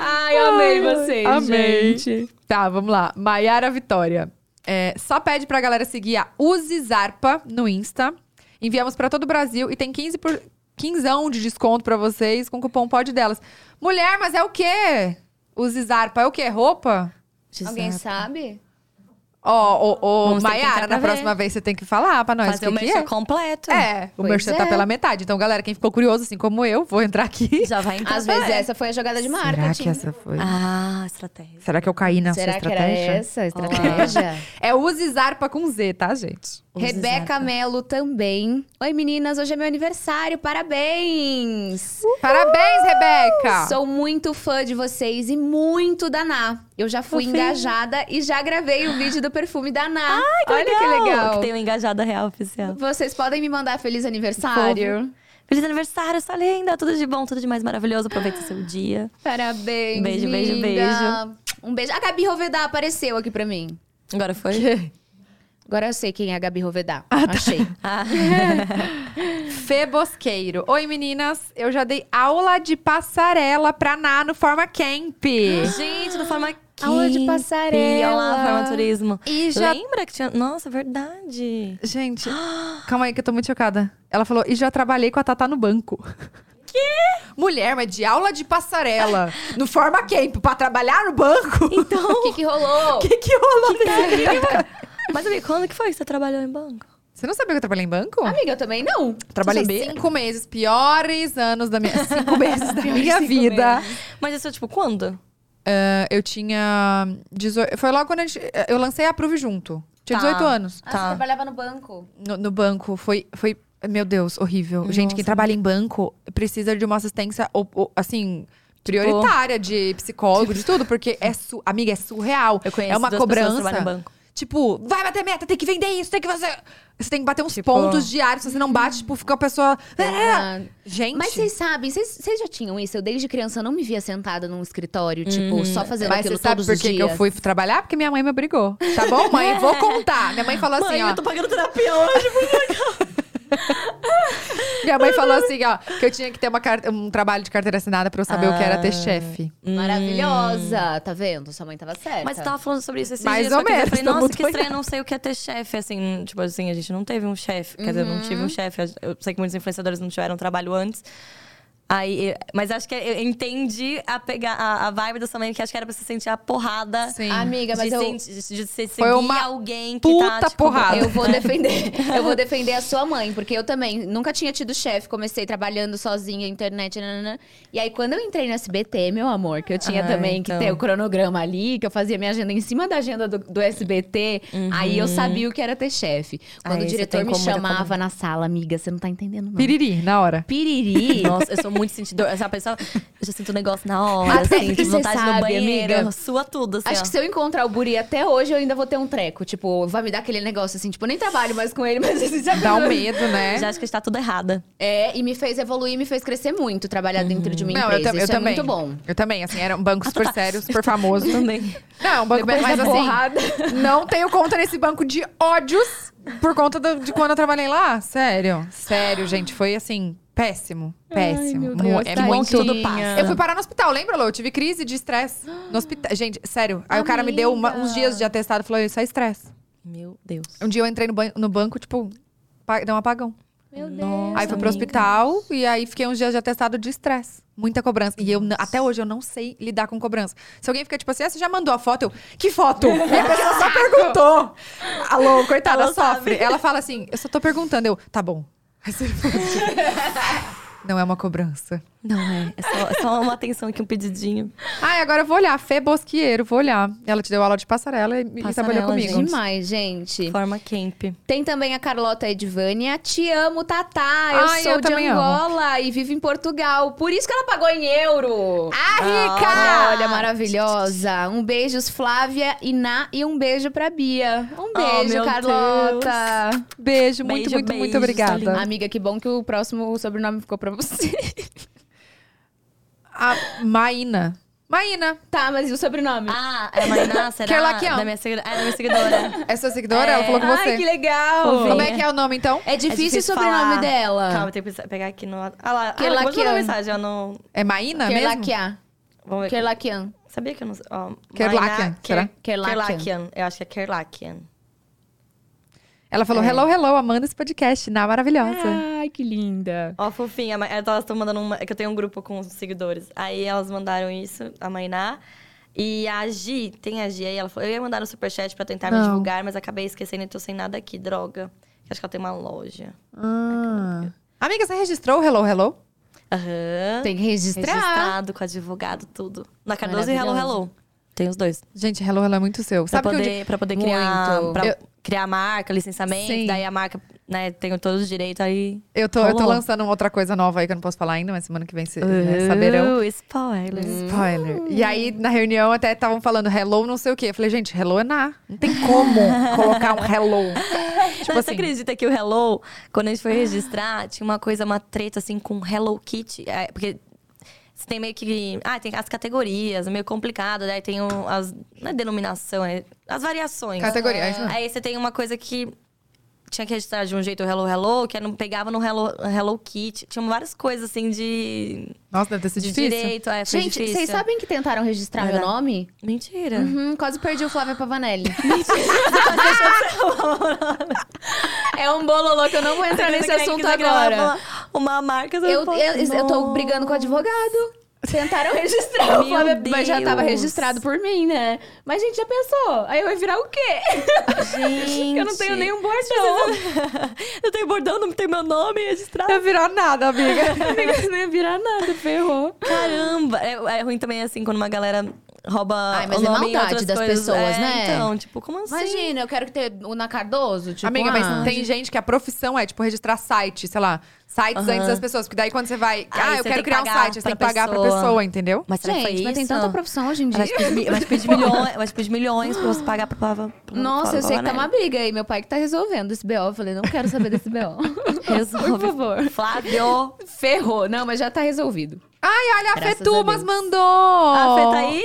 Speaker 2: Ai, amei vocês,
Speaker 1: amei.
Speaker 2: gente.
Speaker 1: Tá, vamos lá. Maiara Vitória. É, só pede pra galera seguir a Uzi Zarpa no Insta. Enviamos pra todo o Brasil e tem 15 por... 15 de desconto pra vocês com o cupom POD delas. Mulher, mas é o quê? Uzi Zarpa é o quê? Roupa?
Speaker 2: Alguém
Speaker 3: Exato.
Speaker 2: sabe?
Speaker 1: Ó, ô, ô,
Speaker 3: Vamos ter que
Speaker 1: Maiara,
Speaker 3: entrar
Speaker 1: na
Speaker 3: pra
Speaker 1: próxima vez você tem que falar pra nós
Speaker 3: Fazer o
Speaker 1: o que, que
Speaker 3: merchan
Speaker 1: é.
Speaker 3: completo.
Speaker 1: É, o
Speaker 2: Pois
Speaker 1: merchan tá
Speaker 2: é.
Speaker 1: pela metade. Então, galera, quem ficou curioso, assim como eu, vou entrar aqui.
Speaker 3: Já vai entrar.
Speaker 2: Às vezes
Speaker 3: é.
Speaker 2: essa foi a jogada de
Speaker 1: Será
Speaker 2: marketing.
Speaker 1: que essa foi?
Speaker 3: Ah, estratégia.
Speaker 1: Será que eu caí na
Speaker 2: Será
Speaker 1: sua
Speaker 2: que era
Speaker 1: estratégia?
Speaker 2: essa a estratégia?
Speaker 1: É Uzi Zarpa com Z, tá, gente?
Speaker 2: Rebeca Melo também. Oi, meninas, hoje é meu aniversário, parabéns!
Speaker 1: Parabéns, Rebeca!
Speaker 2: Sou muito fã de vocês e muito da Ná. Eu já fui
Speaker 3: Fofinho.
Speaker 2: engajada e já gravei o vídeo do perfume da Ná. Ai,
Speaker 3: Que
Speaker 2: Olha que legal!
Speaker 3: Que tem o engajada real oficial.
Speaker 2: Vocês podem me mandar feliz aniversário.
Speaker 3: Feliz aniversário, sua linda. Tudo de bom, tudo de mais maravilhoso. Aproveita seu dia.
Speaker 2: Parabéns,
Speaker 3: Beijo, beijo,
Speaker 2: linda.
Speaker 3: beijo.
Speaker 2: Um beijo. A Gabi Rovedá apareceu aqui pra mim.
Speaker 3: Agora foi?
Speaker 2: Agora eu sei quem é a Gabi Rovedá.
Speaker 1: tá.
Speaker 2: Achei.
Speaker 3: Ah.
Speaker 1: Fê Bosqueiro. Oi, meninas. Eu já dei aula de passarela pra Ná no Forma Camp.
Speaker 3: Gente, do Forma Kids.
Speaker 2: Aula de
Speaker 3: E olha
Speaker 2: passarela.
Speaker 3: lá, Forma Turismo.
Speaker 1: E já-
Speaker 3: Lembra que tinha... Nossa, verdade.
Speaker 1: Gente, calma aí que eu tô muito chocada. Ela falou, e já trabalhei com a Tatá no banco. Quê? Mulher, mas de aula de passarela, no Forma Camp, pra trabalhar no banco? O
Speaker 2: O que, que rolou?
Speaker 1: que Então, que é? rolou? nesse dia?
Speaker 3: Mas, amiga, quando que foi que você trabalhou em banco?
Speaker 1: Você não sabia que eu trabalhei em banco?
Speaker 2: Amiga, eu também não.
Speaker 1: Trabalhei
Speaker 3: sabia?
Speaker 1: cinco meses, piores anos da minha... Cinco meses da minha vida.
Speaker 3: Mas isso, tipo, quando?
Speaker 1: Ah, eu tinha... 18, foi logo quando a gente- eu lancei a Prove junto. Tinha
Speaker 3: Tá.
Speaker 1: 18 anos.
Speaker 2: Ah,
Speaker 3: Tá.
Speaker 2: você trabalhava no banco.
Speaker 1: No, no banco, foi... foi meu Deus, horrível. Gente, quem
Speaker 3: Nossa.
Speaker 1: trabalha em banco precisa de uma assistência, ou- ou, assim,
Speaker 3: Tipo,
Speaker 1: prioritária de psicólogo, de tudo. Porque é... Su, amiga, é surreal.
Speaker 3: Eu conheço
Speaker 1: é uma
Speaker 3: duas pessoas que
Speaker 1: cobrança.
Speaker 3: trabalham em banco.
Speaker 1: Tipo, vai bater meta, tem que vender isso, tem que fazer... Você tem que bater
Speaker 3: Tipo,
Speaker 1: uns pontos diários. Se você não bate, tipo, fica a pessoa...
Speaker 2: Ah,
Speaker 1: Gente...
Speaker 2: Mas vocês sabem, vocês vocês já tinham isso? Eu desde criança eu não me via sentada num escritório, tipo, só fazendo
Speaker 1: Uhum. Mas
Speaker 2: aquilo
Speaker 1: você sabe
Speaker 2: todos
Speaker 1: por
Speaker 2: os
Speaker 1: que,
Speaker 2: dias.
Speaker 1: que eu fui trabalhar? Porque minha mãe me obrigou. Tá bom, mãe? Vou contar. Minha mãe falou assim,
Speaker 3: Mãe,
Speaker 1: ó.
Speaker 3: eu tô pagando terapia hoje, por
Speaker 1: Minha mãe falou assim, ó, que eu tinha que ter uma car- um trabalho de carteira assinada pra eu saber o que era ter
Speaker 3: Ah.
Speaker 1: chefe.
Speaker 2: Maravilhosa, tá vendo? Sua mãe tava certa.
Speaker 3: Hum. Mas tá eu tava falando sobre isso esses
Speaker 1: Mais
Speaker 3: dias.
Speaker 1: ou
Speaker 3: só que
Speaker 1: menos,
Speaker 3: Eu falei,
Speaker 1: tô
Speaker 3: nossa,
Speaker 1: muito
Speaker 3: que estranho, eu não sei o que é ter chefe, assim. Tipo assim, a gente não teve um chefe. Quer dizer, eu não tive um chefe. Eu sei que muitos influenciadores não tiveram trabalho antes. Aí, mas acho que eu entendi a, pegar, a, a vibe dessa mãe, que acho que era pra você sentir a porrada.
Speaker 1: Sim.
Speaker 2: Amiga, mas
Speaker 3: de,
Speaker 2: eu,
Speaker 3: senti- de você seguir
Speaker 1: Foi uma
Speaker 3: alguém que
Speaker 1: puta
Speaker 3: tá, tipo,
Speaker 1: porrada.
Speaker 2: Eu vou defender. eu vou defender a sua mãe, porque eu também nunca tinha tido chefe. Comecei trabalhando sozinha, internet, nananã. E aí, quando eu entrei no SBT, meu amor, que eu tinha
Speaker 3: Ah,
Speaker 2: também
Speaker 3: então.
Speaker 2: que ter o cronograma ali, que eu fazia minha agenda em cima da agenda do, do SBT, aí eu sabia o que era ter chefe. Quando o
Speaker 3: Aí Uhum. você
Speaker 2: diretor
Speaker 3: tem
Speaker 2: me
Speaker 3: como muita
Speaker 2: chamava
Speaker 3: coisa.
Speaker 2: na sala, amiga, você não tá entendendo, não.
Speaker 1: Piriri, na hora.
Speaker 2: Piriri.
Speaker 3: Nossa, eu sou muito sentidora. Essa pessoa, eu já sinto um negócio na hora,
Speaker 2: Até
Speaker 3: assim,
Speaker 2: que
Speaker 3: de
Speaker 2: você
Speaker 3: vontade
Speaker 2: sabe,
Speaker 3: no banheiro.
Speaker 2: amiga.
Speaker 3: Sua tudo, assim.
Speaker 2: Acho
Speaker 3: ó.
Speaker 2: que se eu encontrar o Buri até hoje, eu ainda vou ter um treco. Tipo, vai me dar aquele negócio assim, tipo, eu nem trabalho mais com ele, mas assim, sabe?
Speaker 1: Dá um medo, né?
Speaker 3: Já acho que está tudo errada.
Speaker 2: É, e me fez evoluir, me fez crescer muito trabalhar dentro de uma
Speaker 1: Uhum. Não,
Speaker 2: empresa.
Speaker 1: eu, tam- eu
Speaker 2: Isso é
Speaker 1: também.
Speaker 2: muito bom.
Speaker 1: Eu também, assim, era um banco super sério, super famoso.
Speaker 3: Também.
Speaker 1: Não, um banco
Speaker 2: Depois
Speaker 1: mas
Speaker 2: da
Speaker 1: assim,
Speaker 2: porrada.
Speaker 1: não tenho conta nesse banco de ódios por conta do- de quando eu trabalhei lá. Sério, sério, gente, foi assim, péssimo, péssimo.
Speaker 2: meu
Speaker 1: Mu-
Speaker 2: Deus, tá
Speaker 1: é
Speaker 2: tadinha.
Speaker 1: muito
Speaker 3: Tudo passa.
Speaker 1: Eu fui parar no hospital, lembra, Lô? Eu tive crise de estresse no hospital. Gente, sério. Aí o cara me deu uma- uns dias de atestado e falou: Isso é estresse.
Speaker 3: Meu Deus.
Speaker 1: Um dia eu entrei no, ban- no banco, tipo, pa- deu um apagão.
Speaker 2: Meu
Speaker 3: Deus.
Speaker 1: aí fui pro
Speaker 3: amiga.
Speaker 1: hospital e aí fiquei uns dias de atestado de estresse. Muita cobrança. E eu, n- até hoje, eu não sei lidar com cobrança. Se alguém fica tipo assim, ah, você já mandou a foto? Eu, que foto? E a pessoa só perguntou. Alô, coitada,
Speaker 3: Ela
Speaker 1: sofre. Ela fala assim, eu só tô perguntando. Eu, tá bom. Aí você fala, tipo, Não é uma cobrança.
Speaker 3: Não é. É só, é só uma atenção aqui, um pedidinho.
Speaker 1: Ai, agora eu vou olhar. Fê Bosquieiro, vou olhar. Ela te deu aula de passarela e, e
Speaker 3: Passarela,
Speaker 1: trabalhou comigo.
Speaker 3: gente.
Speaker 2: Demais, gente.
Speaker 3: Forma camp.
Speaker 2: Tem também a Carlota Edvânia. Te amo, Tatá. Eu
Speaker 1: Ai,
Speaker 2: sou
Speaker 1: eu
Speaker 2: de
Speaker 1: também amo.
Speaker 2: Angola e vivo em Portugal. Por isso que ela pagou em euro.
Speaker 1: Ah,
Speaker 3: rica!
Speaker 2: Olha, maravilhosa. Um beijo, Flávia e Ná. E um beijo pra Bia. Um
Speaker 3: Oh,
Speaker 2: beijo,
Speaker 3: meu
Speaker 2: Carlota.
Speaker 1: Beijo, muito, muito,
Speaker 3: Beijo,
Speaker 1: muito
Speaker 3: beijos, tá
Speaker 1: obrigada.
Speaker 3: lindo.
Speaker 2: Amiga, que bom que o próximo sobrenome ficou pra você.
Speaker 1: A Maína. Maína,
Speaker 2: tá, mas e o sobrenome?
Speaker 3: Ah, é a Mariná, será?
Speaker 1: Kerlakian.
Speaker 3: Da minha seguidora. É, da minha seguidora.
Speaker 1: é sua seguidora? Ela falou com você.
Speaker 2: Ai, que legal.
Speaker 3: Vou ver.
Speaker 1: Como é que é o nome, então?
Speaker 2: É difícil, o sobrenome
Speaker 3: falar.
Speaker 2: dela.
Speaker 3: Calma, tem que pegar aqui no... Ah lá, ah,
Speaker 2: Kerlakian.
Speaker 3: eu vou mandar mensagem, eu não...
Speaker 1: É Maína mesmo?
Speaker 2: Kerlakian.
Speaker 3: Vamos ver.
Speaker 2: Kerlakian.
Speaker 3: Sabia que eu não... ó,
Speaker 1: Kerlakian,
Speaker 3: Mariná
Speaker 1: será?
Speaker 3: Ker-
Speaker 2: Kerlakian.
Speaker 3: Kerlakian. Eu acho que é Kerlakian.
Speaker 1: Ela falou,
Speaker 3: É.
Speaker 1: hello, hello, amando esse podcast, na maravilhosa.
Speaker 2: Ai, que linda.
Speaker 3: Ó, fofinha, ma- elas estão mandando uma. é que eu tenho um grupo com os seguidores. Aí elas mandaram isso, a Mainá. E a Gi, tem a Gi aí, ela falou: eu ia mandar um superchat pra tentar me
Speaker 1: Não.
Speaker 3: divulgar, mas acabei esquecendo e tô sem nada aqui, droga. Acho que ela tem uma loja.
Speaker 1: Ah. Amiga, você registrou o hello, hello?
Speaker 3: Aham.
Speaker 2: Tem que registrar.
Speaker 3: Registrado com advogado, tudo. Na Cardoso e Hello
Speaker 2: Maravilhoso.
Speaker 3: Hello. Tem os dois.
Speaker 1: Gente, hello, hello é muito seu.
Speaker 3: Pra
Speaker 1: Sabe que eu
Speaker 3: poder,
Speaker 1: di-
Speaker 3: pra poder criar. então,
Speaker 2: Muito.
Speaker 3: Pra
Speaker 1: Eu-
Speaker 3: criar marca, licenciamento,
Speaker 1: Sim.
Speaker 3: daí a marca, né, tem todos os direitos aí.
Speaker 1: eu tô, eu tô
Speaker 3: Rolou.
Speaker 1: lançando uma outra coisa nova aí que eu não posso falar ainda, mas semana que vem vocês né, saberão.
Speaker 3: Uh, spoilers.
Speaker 1: Spoiler. E aí, na reunião, até estavam falando hello, não sei o quê. Eu falei, gente, hello é na. Não tem como colocar um hello. tipo
Speaker 3: Mas
Speaker 1: assim.
Speaker 3: Você acredita que o Hello, quando a gente foi registrar, tinha uma coisa, uma treta assim com Hello Kitty? É, porque você tem meio que. Ah, tem as categorias, é meio complicado, daí tem o- as. Não é denominação, é as variações.
Speaker 1: Categoria, é isso mesmo.
Speaker 3: Aí você tem uma coisa que. Tinha que registrar de um jeito o Hello Hello, que não pegava no Hello, Hello Kitty. Tinha várias coisas assim de,
Speaker 1: Nossa, deve ter sido
Speaker 3: de
Speaker 1: difícil.
Speaker 3: direito. É, foi
Speaker 2: Tá Gente,
Speaker 3: difícil.
Speaker 2: vocês sabem que tentaram registrar
Speaker 3: Vai
Speaker 2: meu
Speaker 3: lá.
Speaker 2: nome?
Speaker 3: Mentira.
Speaker 2: Uhum, quase perdi o Flávio Pavanelli. é um bololô que eu não vou entrar nesse
Speaker 3: Você quer-
Speaker 2: assunto
Speaker 3: você quer gravar
Speaker 2: agora.
Speaker 3: Uma, uma marca. você
Speaker 2: Eu,
Speaker 3: não pode-
Speaker 2: eu, eu tô
Speaker 3: Não.
Speaker 2: brigando com o advogado. Tentaram registrar o
Speaker 3: Meu
Speaker 2: Flávio, mas já tava
Speaker 3: Deus.
Speaker 2: registrado por mim, né? Mas, gente, já pensou? Aí vai virar o quê?
Speaker 3: Gente.
Speaker 2: Eu não tenho nenhum bordão.
Speaker 3: Eu tenho bordão, não tem meu nome registrado.
Speaker 1: Não virou nada, amiga.
Speaker 2: não ia virar nada, ferrou.
Speaker 3: Caramba! É, é ruim também, assim, quando uma galera rouba
Speaker 2: Ai, mas
Speaker 3: o
Speaker 2: é
Speaker 3: nome e
Speaker 2: maldade
Speaker 3: outras
Speaker 2: das
Speaker 3: coisas.
Speaker 2: pessoas,
Speaker 3: É,
Speaker 2: né?
Speaker 3: Então, tipo, como assim?
Speaker 2: Imagina, eu quero que ter o na Cardoso, tipo,
Speaker 1: Amiga,
Speaker 2: ah,
Speaker 1: mas tem gente que a profissão é, tipo, registrar site, sei lá, sites
Speaker 3: Aham.
Speaker 1: antes das pessoas. Porque daí quando você vai, ah,
Speaker 3: Aí
Speaker 1: eu
Speaker 3: você
Speaker 1: quero
Speaker 3: tem que
Speaker 1: criar um
Speaker 3: pagar
Speaker 1: site, você tem que
Speaker 3: pra
Speaker 1: pagar pra
Speaker 3: pessoa.
Speaker 1: pessoa, entendeu?
Speaker 3: Mas será que foi
Speaker 2: Gente, mas tem
Speaker 3: isso?
Speaker 2: tanta profissão hoje em dia.
Speaker 3: Mas pedir mi- mas pedir milhões, mas pedir milhões pra você pagar pra, pra, pra né?
Speaker 2: Nossa,
Speaker 3: pra-
Speaker 2: eu sei que
Speaker 3: pra-
Speaker 2: tá uma briga aí. Meu pai que tá resolvendo esse BO. Eu falei, não quero saber desse BO.
Speaker 3: Resolve.
Speaker 2: Por favor.
Speaker 3: Flávio!
Speaker 2: Ferrou. Não, mas já tá resolvido.
Speaker 1: Ai, olha, a
Speaker 3: Graças
Speaker 1: Fetubas
Speaker 3: a Deus.
Speaker 1: mandou!
Speaker 3: A
Speaker 2: Oh.
Speaker 3: Fê tá aí?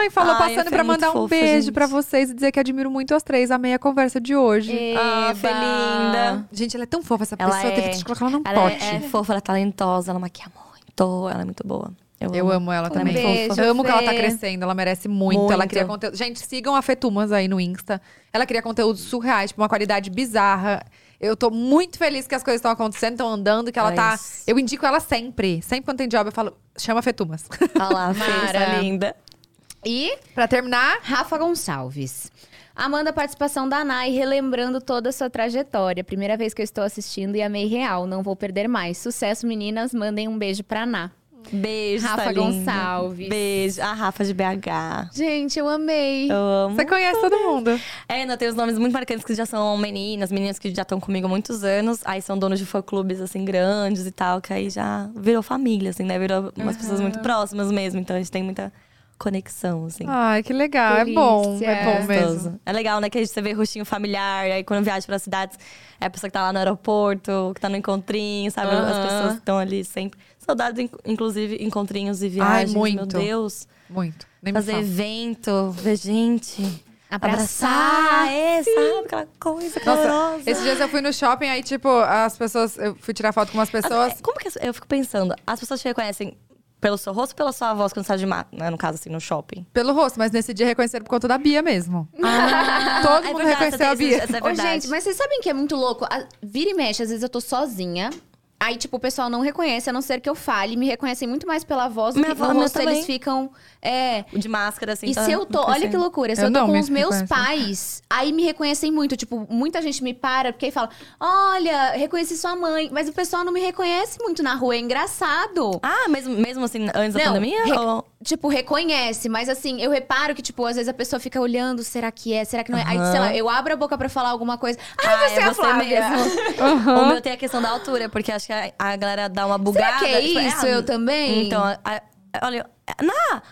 Speaker 1: Ai, falou
Speaker 3: Ai, a
Speaker 1: passando
Speaker 3: Fê
Speaker 1: pra
Speaker 3: é
Speaker 1: mandar
Speaker 3: muito
Speaker 1: um
Speaker 3: fofa,
Speaker 1: beijo
Speaker 3: gente.
Speaker 1: pra vocês e dizer que admiro muito as três. Amei a conversa de hoje.
Speaker 3: Ah, Fê linda.
Speaker 1: Gente, ela é tão fofa, essa
Speaker 3: Ela
Speaker 1: pessoa.
Speaker 3: é-
Speaker 1: Teve que te colocar ela num
Speaker 3: Ela
Speaker 1: pote.
Speaker 3: é, é fofa, ela é talentosa, ela maquia muito, ela é muito boa. Eu,
Speaker 1: Eu amo ela
Speaker 3: Um
Speaker 1: também.
Speaker 2: beijo,
Speaker 1: Eu amo que ela tá
Speaker 2: Fê.
Speaker 1: crescendo, ela merece muito.
Speaker 3: Muito.
Speaker 1: Ela cria conteúdo. Gente, sigam a Fetumas aí no Insta. Ela cria conteúdos surreais, tipo, uma qualidade bizarra. Eu tô muito feliz que as coisas estão acontecendo, estão andando, que ela
Speaker 3: É
Speaker 1: tá.
Speaker 3: isso.
Speaker 1: Eu indico ela sempre. Sempre quando tem job, eu falo, chama a Fetumas.
Speaker 3: Olha lá, Fê,
Speaker 2: Mara.
Speaker 3: essa linda.
Speaker 2: E
Speaker 1: pra terminar,
Speaker 2: Rafa Gonçalves. Amanda, a participação da Nai, relembrando toda a sua trajetória. Primeira vez que eu estou assistindo e amei real, não vou perder mais. Sucesso, meninas. Mandem um beijo pra Ná.
Speaker 3: Beijo,
Speaker 2: Rafa
Speaker 3: tá linda.
Speaker 2: Gonçalves.
Speaker 3: Beijo. A Rafa de BH.
Speaker 2: Gente, eu amei.
Speaker 3: Eu amo.
Speaker 1: você conhece todo mundo.
Speaker 3: É, não, tem os nomes muito marcantes que já são meninas, meninas que já estão comigo há muitos anos. Aí são donos de fã-clubes, assim, grandes e tal. Que aí já virou família, assim, né? Virou umas pessoas
Speaker 2: Ah.
Speaker 3: muito próximas mesmo. Então a gente tem muita conexão, assim.
Speaker 1: Ai, que legal. É
Speaker 2: Delícia.
Speaker 1: bom. É bom
Speaker 3: Gostoso.
Speaker 1: mesmo.
Speaker 3: É legal, né? Que a gente você vê rostinho familiar. Aí quando viaja para cidades, é a pessoa que tá lá no aeroporto, que tá no encontrinho, sabe? As
Speaker 1: Aham.
Speaker 3: pessoas que estão ali sempre. Saudades, in- inclusive, encontrinhos e
Speaker 1: Ai,
Speaker 3: viagens.
Speaker 1: muito.
Speaker 3: Meu Deus.
Speaker 1: Muito. Nem me
Speaker 3: Fazer
Speaker 1: fala.
Speaker 3: evento, ver gente.
Speaker 2: Abraçar.
Speaker 3: Abraçar, é, sabe? Aquela coisa calorosa.
Speaker 1: Esses dias eu fui no shopping, aí, tipo, as pessoas. Eu fui tirar foto com umas
Speaker 3: As-
Speaker 1: pessoas.
Speaker 3: é, Como que as- eu fico pensando? As pessoas te reconhecem pelo seu rosto ou pela sua voz quando você tá de mato, né? No caso, assim, no shopping.
Speaker 1: Pelo rosto, mas nesse dia reconheceram por conta da Bia mesmo. Todo mundo reconheceu a Bia.
Speaker 3: Essa é
Speaker 2: Ô,
Speaker 3: Ah, verdade.
Speaker 2: gente, mas vocês sabem que é muito louco? A- Vira e mexe, às vezes eu tô sozinha. Aí, tipo, o pessoal não reconhece, a não ser que eu fale. Me reconhecem muito mais pela voz do
Speaker 3: Minha
Speaker 2: que
Speaker 3: avó-
Speaker 2: pelo
Speaker 3: minha
Speaker 2: rosto. Eles
Speaker 3: também.
Speaker 2: ficam. É.
Speaker 3: De máscara, assim.
Speaker 2: e
Speaker 3: tá
Speaker 2: se eu tô. Olha que
Speaker 3: acontecendo.
Speaker 2: loucura. Se
Speaker 1: Eu
Speaker 2: eu, tô
Speaker 1: não
Speaker 2: com
Speaker 1: me
Speaker 2: os meus
Speaker 1: reconheço.
Speaker 2: pais, aí me reconhecem muito. Tipo, muita gente me para, porque aí fala: Olha, reconheci sua mãe. Mas o pessoal não me reconhece muito na rua. É engraçado.
Speaker 3: Ah, mesmo, mesmo assim, antes da
Speaker 2: Não,
Speaker 3: pandemia?
Speaker 2: re-
Speaker 3: Ou...
Speaker 2: Tipo, reconhece, mas assim, eu reparo que, tipo, às vezes a pessoa fica olhando, será que é? Será que não é? Aí,
Speaker 3: Aham.
Speaker 2: sei lá, eu abro a boca pra falar alguma coisa. Ai,
Speaker 3: Ah,
Speaker 2: você é a Flávia.
Speaker 3: mesmo. O meu tem a questão da altura, porque acho que a, a galera dá uma
Speaker 2: Será
Speaker 3: bugada.
Speaker 2: que é
Speaker 3: tipo,
Speaker 2: isso?
Speaker 3: ah,
Speaker 2: eu também?
Speaker 3: Então, a- a- olha, eu- é, na,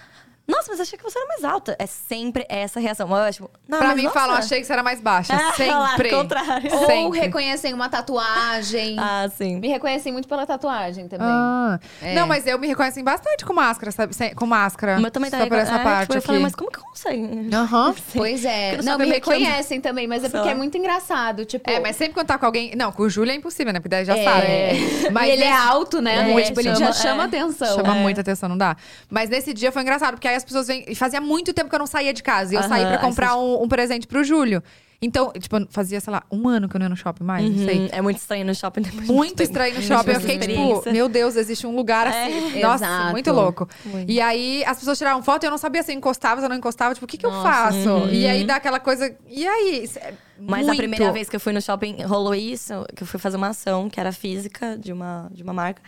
Speaker 3: nossa, mas achei que você era mais alta. É sempre essa reação. Eu acho, não,
Speaker 1: Pra
Speaker 3: mas
Speaker 1: mim,
Speaker 3: nossa.
Speaker 1: falam, achei que você era mais baixa.
Speaker 3: Ah, lá,
Speaker 1: Sempre.
Speaker 3: contrário.
Speaker 2: Ou
Speaker 1: Sempre.
Speaker 2: reconhecem uma tatuagem.
Speaker 3: Ah, sim.
Speaker 2: Me reconhecem muito pela tatuagem também.
Speaker 1: Ah.
Speaker 2: É.
Speaker 1: Não, mas eu me reconhecem bastante com máscara, sabe? Sem- Com máscara.
Speaker 3: O meu também tá
Speaker 1: Só por
Speaker 3: recon-
Speaker 1: essa
Speaker 3: é,
Speaker 1: parte
Speaker 3: tipo, eu
Speaker 1: aqui.
Speaker 3: falei, mas como que consegue?
Speaker 1: Aham.
Speaker 2: Pois é.
Speaker 3: Quero
Speaker 2: Não,
Speaker 3: saber
Speaker 2: me
Speaker 3: meio que eu-
Speaker 2: reconhecem também, mas é
Speaker 3: Sei
Speaker 2: porque
Speaker 3: lá.
Speaker 2: é muito engraçado. Tipo,
Speaker 1: É, mas sempre quando tá com alguém. Não, com o Júlio é impossível, né? Porque daí já
Speaker 2: É.
Speaker 1: sabe.
Speaker 2: Mas
Speaker 1: Mas
Speaker 2: ele é
Speaker 1: nesse-
Speaker 2: alto, né?
Speaker 3: É,
Speaker 2: amor? tipo, ele já
Speaker 3: chama-
Speaker 2: chama
Speaker 3: é.
Speaker 2: atenção.
Speaker 1: Chama
Speaker 2: É.
Speaker 1: muita atenção, não dá. Mas nesse dia foi engraçado, porque aí as pessoas vêm. E fazia muito tempo que eu não saía de casa. E eu
Speaker 3: Aham,
Speaker 1: saí pra
Speaker 3: aí
Speaker 1: comprar um, um presente pro Júlio. Então, tipo, fazia, sei lá, um ano que eu não ia no shopping mais, não sei.
Speaker 3: Uhum, É muito estranho no shopping. depois de
Speaker 1: Muito
Speaker 3: tempo.
Speaker 1: estranho no
Speaker 3: Depois
Speaker 1: shopping. Eu
Speaker 3: dessa
Speaker 1: fiquei tipo,
Speaker 3: experiência.
Speaker 1: meu Deus, existe um lugar assim.
Speaker 2: É.
Speaker 1: Nossa,
Speaker 2: Exato.
Speaker 1: muito louco. E aí as pessoas tiravam foto e eu não sabia se eu encostava, se eu não encostava. Tipo, o que, que eu faço? E aí dá aquela coisa. E aí? Isso é
Speaker 3: Mas a
Speaker 1: muito.
Speaker 3: primeira vez que eu fui no shopping, rolou isso, que eu fui fazer uma ação, que era física, de uma, de uma marca.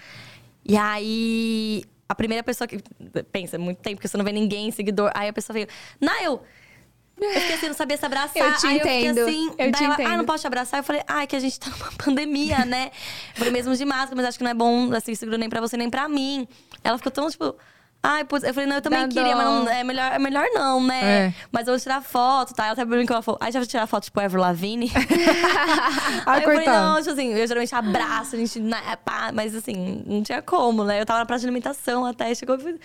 Speaker 3: E aí, a primeira pessoa que. Pensa, é muito tempo, porque você não vê ninguém, seguidor. Aí a pessoa veio. Nael! Eu fiquei assim, não sabia se abraçar.
Speaker 2: Eu te
Speaker 3: aí eu fiquei
Speaker 2: entendo,
Speaker 3: assim.
Speaker 2: eu
Speaker 3: daí
Speaker 2: te
Speaker 3: ela,
Speaker 2: entendo.
Speaker 3: ah, não posso te abraçar. Eu falei, ah, é que a gente tá numa pandemia, né? Eu falei mesmo de máscara, mas acho que não é bom assim, seguro nem pra você, nem pra mim. Ela ficou tão, tipo. Ai, putz, eu falei, não, eu também
Speaker 2: Dá
Speaker 3: queria, mas não,
Speaker 2: dó.
Speaker 3: é, melhor, é melhor não, né?
Speaker 1: É.
Speaker 3: Mas eu vou tirar foto, tá? Ela até brincou, ela falou, ai, já vou tirar foto, tipo, Ever Lavigne.
Speaker 1: Ai,
Speaker 3: Aí eu falei, não,
Speaker 1: coitado.
Speaker 3: tipo assim, eu geralmente abraço, a gente. na- pá, mas assim, não tinha como, né? Eu tava na praça de alimentação até, chegou e falei.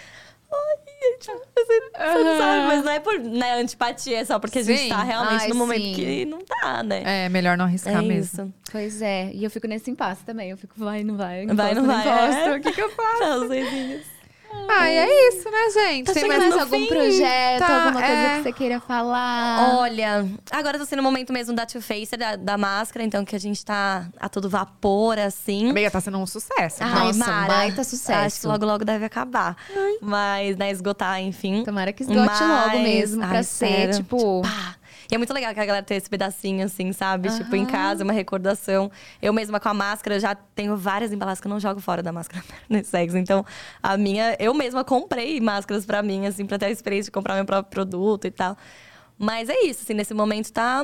Speaker 3: Ai, tipo, você, você não sabe, mas não é por né, antipatia, é só porque a
Speaker 1: Sim.
Speaker 3: gente tá realmente
Speaker 2: Ai,
Speaker 3: no momento
Speaker 2: sim.
Speaker 3: que não tá, né?
Speaker 1: É, melhor não arriscar mesmo.
Speaker 3: isso.
Speaker 2: Pois é, e eu fico nesse impasse também. Eu fico, vai, não vai.
Speaker 3: Vai, não vai.
Speaker 2: encosto.
Speaker 3: O que, que eu faço?
Speaker 1: Ah, e é isso, né, gente?
Speaker 2: Tá
Speaker 1: Tem
Speaker 2: chegando mais
Speaker 1: mais no
Speaker 2: algum
Speaker 1: fim?
Speaker 2: projeto,
Speaker 1: Tá,
Speaker 2: alguma coisa
Speaker 1: é.
Speaker 2: que você queira falar?
Speaker 3: Ah. Olha, agora tá sendo o momento mesmo da Two Face, da, da máscara, então que a gente tá a todo vapor, assim.
Speaker 1: Amiga, tá sendo um sucesso.
Speaker 2: Ai,
Speaker 1: Nossa.
Speaker 2: um baita sucesso.
Speaker 3: Acho que logo, logo deve acabar. Mas, né, esgotar, enfim.
Speaker 2: Tomara que esgote
Speaker 3: Mas-
Speaker 2: logo mesmo, pra
Speaker 3: Ai,
Speaker 2: ser,
Speaker 3: espero.
Speaker 2: tipo-
Speaker 3: pá. E é muito legal que a galera tenha esse pedacinho, assim, sabe? Tipo, em casa, uma recordação. Eu mesma com a máscara, eu já tenho várias embalagens que eu não jogo fora da máscara Pernessex. Então, a minha, eu mesma comprei máscaras pra mim, assim, pra ter a experiência de comprar meu próprio produto e tal. Mas é isso, assim, nesse momento tá.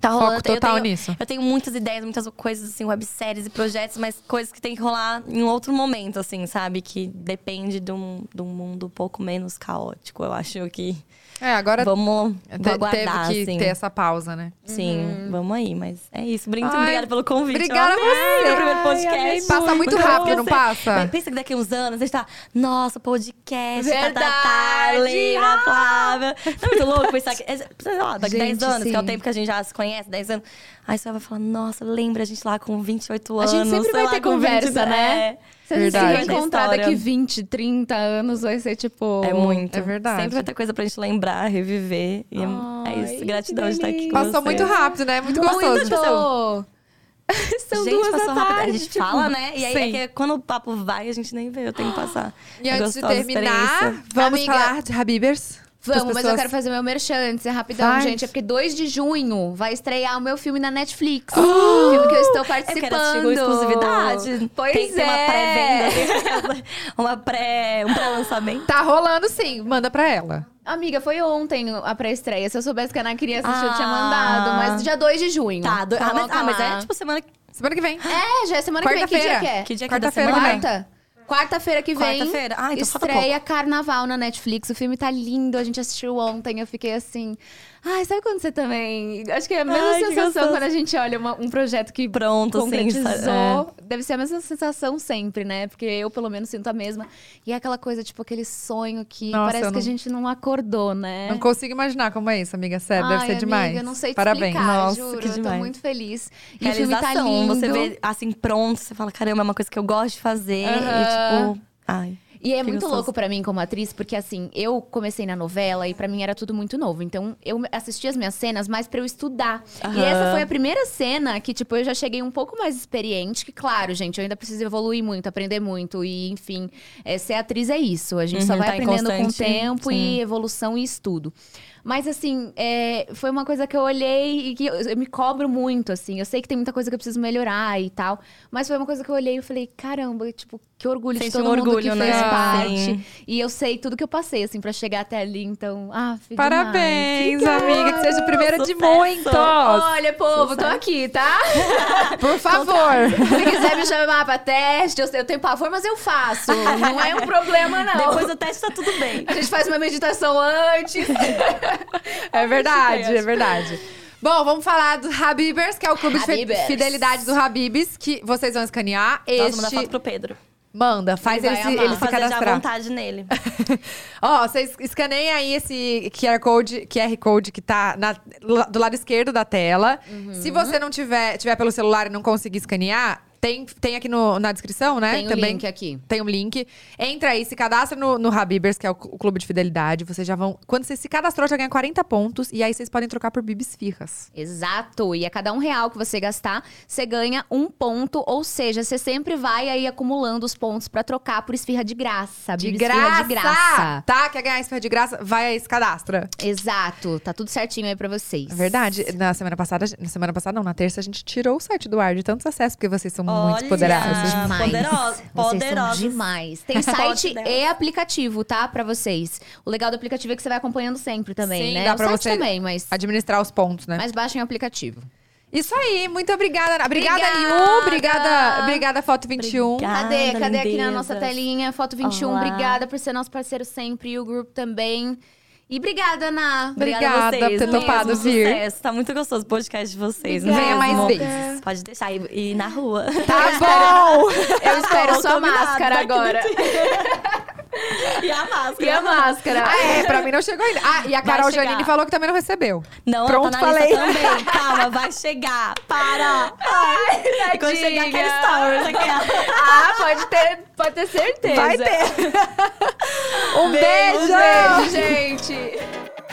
Speaker 3: Tá
Speaker 1: Foco
Speaker 3: rolando. eu
Speaker 1: total
Speaker 3: tenho,
Speaker 1: nisso.
Speaker 3: Eu tenho muitas ideias, muitas coisas, assim, webséries e projetos, mas coisas que tem que rolar em um outro momento, assim, sabe? Que depende de um, de um mundo um pouco menos caótico. Eu acho que.
Speaker 1: É, agora
Speaker 3: Vamos,
Speaker 1: te-
Speaker 3: vamos aguardar,
Speaker 1: teve que
Speaker 3: assim.
Speaker 1: ter essa pausa, né?
Speaker 3: Sim, vamos aí, mas é isso. Muito
Speaker 1: Ai,
Speaker 3: obrigada pelo convite.
Speaker 1: obrigada
Speaker 3: Eu
Speaker 1: a
Speaker 3: amei
Speaker 1: você.
Speaker 3: o primeiro
Speaker 1: Ai,
Speaker 3: podcast.
Speaker 1: passa muito rápido, não
Speaker 3: É você.
Speaker 1: passa?
Speaker 3: Mas pensa que daqui a uns anos a gente tá. Nossa, podcast,
Speaker 2: Verdade.
Speaker 3: tá Lina, Flávia. Não é muito louco pensar que. Sei lá, daqui a 10
Speaker 1: Gente,
Speaker 3: anos, que é o
Speaker 1: sim.
Speaker 3: tempo que a gente já se conhece, 10 anos. Aí você vai falar, nossa, lembra a gente lá com 28
Speaker 2: A
Speaker 3: anos.
Speaker 2: gente sempre
Speaker 3: sei
Speaker 2: vai
Speaker 3: lá,
Speaker 2: ter
Speaker 3: com
Speaker 2: conversa,
Speaker 3: 20,
Speaker 2: né?
Speaker 3: É.
Speaker 2: Se a gente
Speaker 1: Verdade.
Speaker 2: se encontrar
Speaker 3: História.
Speaker 2: daqui 20, 30 anos, vai ser tipo.
Speaker 3: É muito.
Speaker 1: É verdade.
Speaker 3: Sempre vai ter coisa pra gente lembrar, reviver. E é-
Speaker 2: Ai,
Speaker 3: é isso.
Speaker 2: que
Speaker 3: Gratidão de estar aqui.
Speaker 2: delícia.
Speaker 3: Com
Speaker 1: Passou
Speaker 3: vocês.
Speaker 1: muito rápido, né? Muito
Speaker 2: Muito
Speaker 1: gostoso.
Speaker 2: bom. São
Speaker 3: gente,
Speaker 2: duas da
Speaker 3: passou rápido.
Speaker 2: tarde,
Speaker 3: A gente
Speaker 2: tipo,
Speaker 3: fala, né? E aí,
Speaker 1: sim.
Speaker 3: é que quando o papo vai, a gente nem vê. Eu tenho que passar.
Speaker 1: E antes de
Speaker 3: Gostosa
Speaker 1: terminar,
Speaker 3: experiência.
Speaker 1: vamos
Speaker 2: Amiga.
Speaker 1: falar de Habibers?
Speaker 2: Vamos,
Speaker 1: Das
Speaker 2: mas eu
Speaker 1: pessoas-
Speaker 2: quero fazer meu merchan antes, é rapidão,
Speaker 1: Faz.
Speaker 2: gente. É porque 2 de junho vai estrear o meu filme na Netflix. filme que eu estou
Speaker 3: Eu
Speaker 2: participando.
Speaker 3: quero assistir com exclusividade.
Speaker 2: Pois
Speaker 3: tem, Tem uma
Speaker 2: é.
Speaker 3: pré-venda. uma pré... Um pré-lançamento.
Speaker 1: Tá rolando sim, manda pra ela.
Speaker 2: Amiga, foi ontem a pré-estreia. Se eu soubesse que a Ana queria assistir, eu tinha
Speaker 3: Ah.
Speaker 2: mandado. Mas dia 2 de junho.
Speaker 3: Tá, do... ah, mas,
Speaker 2: Coloca
Speaker 3: ah, mas
Speaker 2: lá.
Speaker 3: é tipo semana...
Speaker 1: Semana que vem.
Speaker 2: É, já é semana que vem. Que dia
Speaker 1: Quarta-feira.
Speaker 2: que é?
Speaker 3: Que dia que é da
Speaker 1: Quarta-feira
Speaker 3: semana?
Speaker 1: que vem.
Speaker 2: Quarta. Quarta-feira que vem.
Speaker 3: Quarta-feira? Ah, então falta
Speaker 2: estreia Carnaval na Netflix. O filme tá lindo, a gente assistiu ontem. Eu fiquei assim. Ai, sabe quando você também. Acho que é a mesma
Speaker 3: Ai, que
Speaker 2: sensação
Speaker 3: gostoso.
Speaker 2: quando a gente olha uma- um projeto que
Speaker 3: Pronto, assim,
Speaker 2: concretizou.
Speaker 3: sabe?
Speaker 2: Deve ser a mesma sensação sempre, né? Porque eu, pelo menos, sinto a mesma. E é aquela coisa, tipo, aquele sonho que
Speaker 1: Nossa,
Speaker 2: parece
Speaker 1: eu
Speaker 2: que a
Speaker 1: não-
Speaker 2: gente não acordou, né?
Speaker 1: Não consigo imaginar como é isso, amiga. Sério,
Speaker 2: Ai,
Speaker 1: deve ser demais.
Speaker 2: Amiga, eu não sei te
Speaker 1: Parabéns.
Speaker 2: explicar,
Speaker 3: Nossa,
Speaker 2: juro.
Speaker 3: que
Speaker 2: eu tô
Speaker 3: demais.
Speaker 2: muito feliz. E o filme tá
Speaker 3: Realização.
Speaker 2: lindo.
Speaker 3: Você vê, assim, pronto. Você fala, caramba, é uma coisa que eu gosto de fazer.
Speaker 2: Aham.
Speaker 3: E, tipo... Ai...
Speaker 2: E é
Speaker 3: Que
Speaker 2: muito
Speaker 3: gostoso.
Speaker 2: louco pra mim como atriz, porque assim, eu comecei na novela e pra mim era tudo muito novo. Então eu assisti as minhas cenas mais pra eu estudar. E
Speaker 3: Aham.
Speaker 2: essa foi a primeira cena que, tipo, eu já cheguei um pouco mais experiente, que claro, gente, eu ainda preciso evoluir muito, aprender muito e enfim, é, ser atriz é isso. A gente só
Speaker 3: Uhum,
Speaker 2: vai
Speaker 3: tá em
Speaker 2: aprendendo com o
Speaker 3: constante-
Speaker 2: tempo e evolução e estudo. Mas assim, é, foi uma coisa que eu olhei e que eu, eu me cobro muito, assim. Eu sei que tem muita coisa que eu preciso melhorar e tal. Mas foi uma coisa que eu olhei e falei, caramba, tipo, que orgulho de
Speaker 3: Sente
Speaker 2: todo
Speaker 3: um
Speaker 2: mundo que
Speaker 3: orgulho, né?
Speaker 2: fez parte.
Speaker 3: Sim.
Speaker 2: E eu sei tudo que eu passei, assim, pra chegar até ali. Então, ah, fica
Speaker 1: Parabéns, amiga. Que seja o primeiro de
Speaker 3: Sucesso.
Speaker 1: muitos.
Speaker 2: Olha, povo, tô aqui, tá?
Speaker 1: Por favor.
Speaker 2: Se quiser me chamar pra teste, eu, sei- eu tenho pavor, mas eu faço. Não é um problema, não.
Speaker 3: Depois do teste tá tudo bem.
Speaker 2: A gente faz uma meditação antes.
Speaker 1: É verdade,
Speaker 2: Deus.
Speaker 1: é verdade. Bom, vamos falar do Habibers, que é o clube de fe-
Speaker 2: Habibers.
Speaker 1: fidelidade do Habibs, que vocês vão escanear.
Speaker 3: Nossa, mandar foto
Speaker 1: Este
Speaker 3: pro Pedro.
Speaker 1: manda, faz
Speaker 2: Ele
Speaker 1: ele,
Speaker 2: vai
Speaker 1: se,
Speaker 2: amar.
Speaker 1: ele se
Speaker 3: Fazer já
Speaker 1: cadastrar.
Speaker 3: vontade nele.
Speaker 1: Ó, vocês escaneiem aí esse QR Code, QR Code que tá na- la- do lado esquerdo da tela.
Speaker 2: Uhum.
Speaker 1: Se você não tiver, tiver pelo celular e não conseguir escanear, tem, tem aqui no- na descrição, né?
Speaker 3: tá
Speaker 2: Tem o
Speaker 1: Também.
Speaker 2: link aqui.
Speaker 1: Tem um link. Entra aí, se cadastra no, no Habibers, que é o, cl- o clube de fidelidade. Vocês já vão. Quando você se cadastrou, já ganha 40 pontos. E aí vocês podem trocar por bibis firras.
Speaker 2: Exato. E a cada um real que você gastar, você ganha um ponto. Ou seja, você sempre vai aí acumulando os pontos pra trocar por esfirra de graça.
Speaker 1: De
Speaker 2: Bibi
Speaker 1: graça!
Speaker 2: Esfirra de graça.
Speaker 1: Tá? Quer ganhar esfirra de graça? Vai aí, se cadastra.
Speaker 2: Exato. Tá tudo certinho aí pra vocês.
Speaker 1: É verdade. Na semana passada, na semana passada, não, na terça, a gente tirou o site do ar de tantos acessos, porque vocês são muito
Speaker 3: Olha!
Speaker 1: poderosos.
Speaker 3: Ah,
Speaker 2: Demais.
Speaker 3: poderosos,
Speaker 2: Vocês são
Speaker 3: poderosos.
Speaker 2: demais. Tem
Speaker 3: Forte
Speaker 2: site
Speaker 3: delas.
Speaker 2: e aplicativo, tá? Pra vocês. O legal do aplicativo é que você vai acompanhando sempre também,
Speaker 1: Sim,
Speaker 2: né?
Speaker 1: dá
Speaker 2: o
Speaker 1: pra
Speaker 2: site
Speaker 1: você-
Speaker 2: também, mas,
Speaker 1: Administrar os pontos, né?
Speaker 2: mas baixem o aplicativo.
Speaker 1: Isso aí, muito obrigada. Ana. Obrigada,
Speaker 2: Obrigada!
Speaker 1: Liu. Obrigada, obrigada, Foto 21.
Speaker 3: Obrigada.
Speaker 2: Cadê? Cadê aqui na
Speaker 3: lindezas.
Speaker 2: nossa telinha? Foto 21,
Speaker 3: Olá.
Speaker 2: obrigada por ser nosso parceiro sempre e o grupo também. E obrigada, Ana.
Speaker 1: Obrigada
Speaker 3: a
Speaker 1: por ter
Speaker 3: mesmo,
Speaker 1: topado vir.
Speaker 3: Sucesso. Tá muito gostoso o podcast de vocês.
Speaker 2: Obrigada.
Speaker 1: Venha mais
Speaker 3: mesmo.
Speaker 1: vezes.
Speaker 3: Pode deixar e, e na rua.
Speaker 1: Tá bom!
Speaker 2: Eu espero
Speaker 3: bom,
Speaker 2: sua
Speaker 3: combinado,
Speaker 2: máscara
Speaker 3: tá aqui
Speaker 2: agora.
Speaker 3: E a máscara.
Speaker 2: E a máscara?
Speaker 1: Ah, é, pra mim não chegou ainda. Ah, e a
Speaker 3: Vai
Speaker 1: Carol
Speaker 3: chegar.
Speaker 1: Janine falou que também não recebeu.
Speaker 3: Não,
Speaker 1: Pronto,
Speaker 3: ela tá na
Speaker 1: falei.
Speaker 3: lista também. Calma, vai chegar. Para.
Speaker 2: É,
Speaker 3: E quando chegar,
Speaker 2: tadinha.
Speaker 3: né? quero stories. aquela.
Speaker 2: Ah, pode ter, pode ter certeza.
Speaker 1: Vai ter. um beijo,
Speaker 2: Beijo, gente.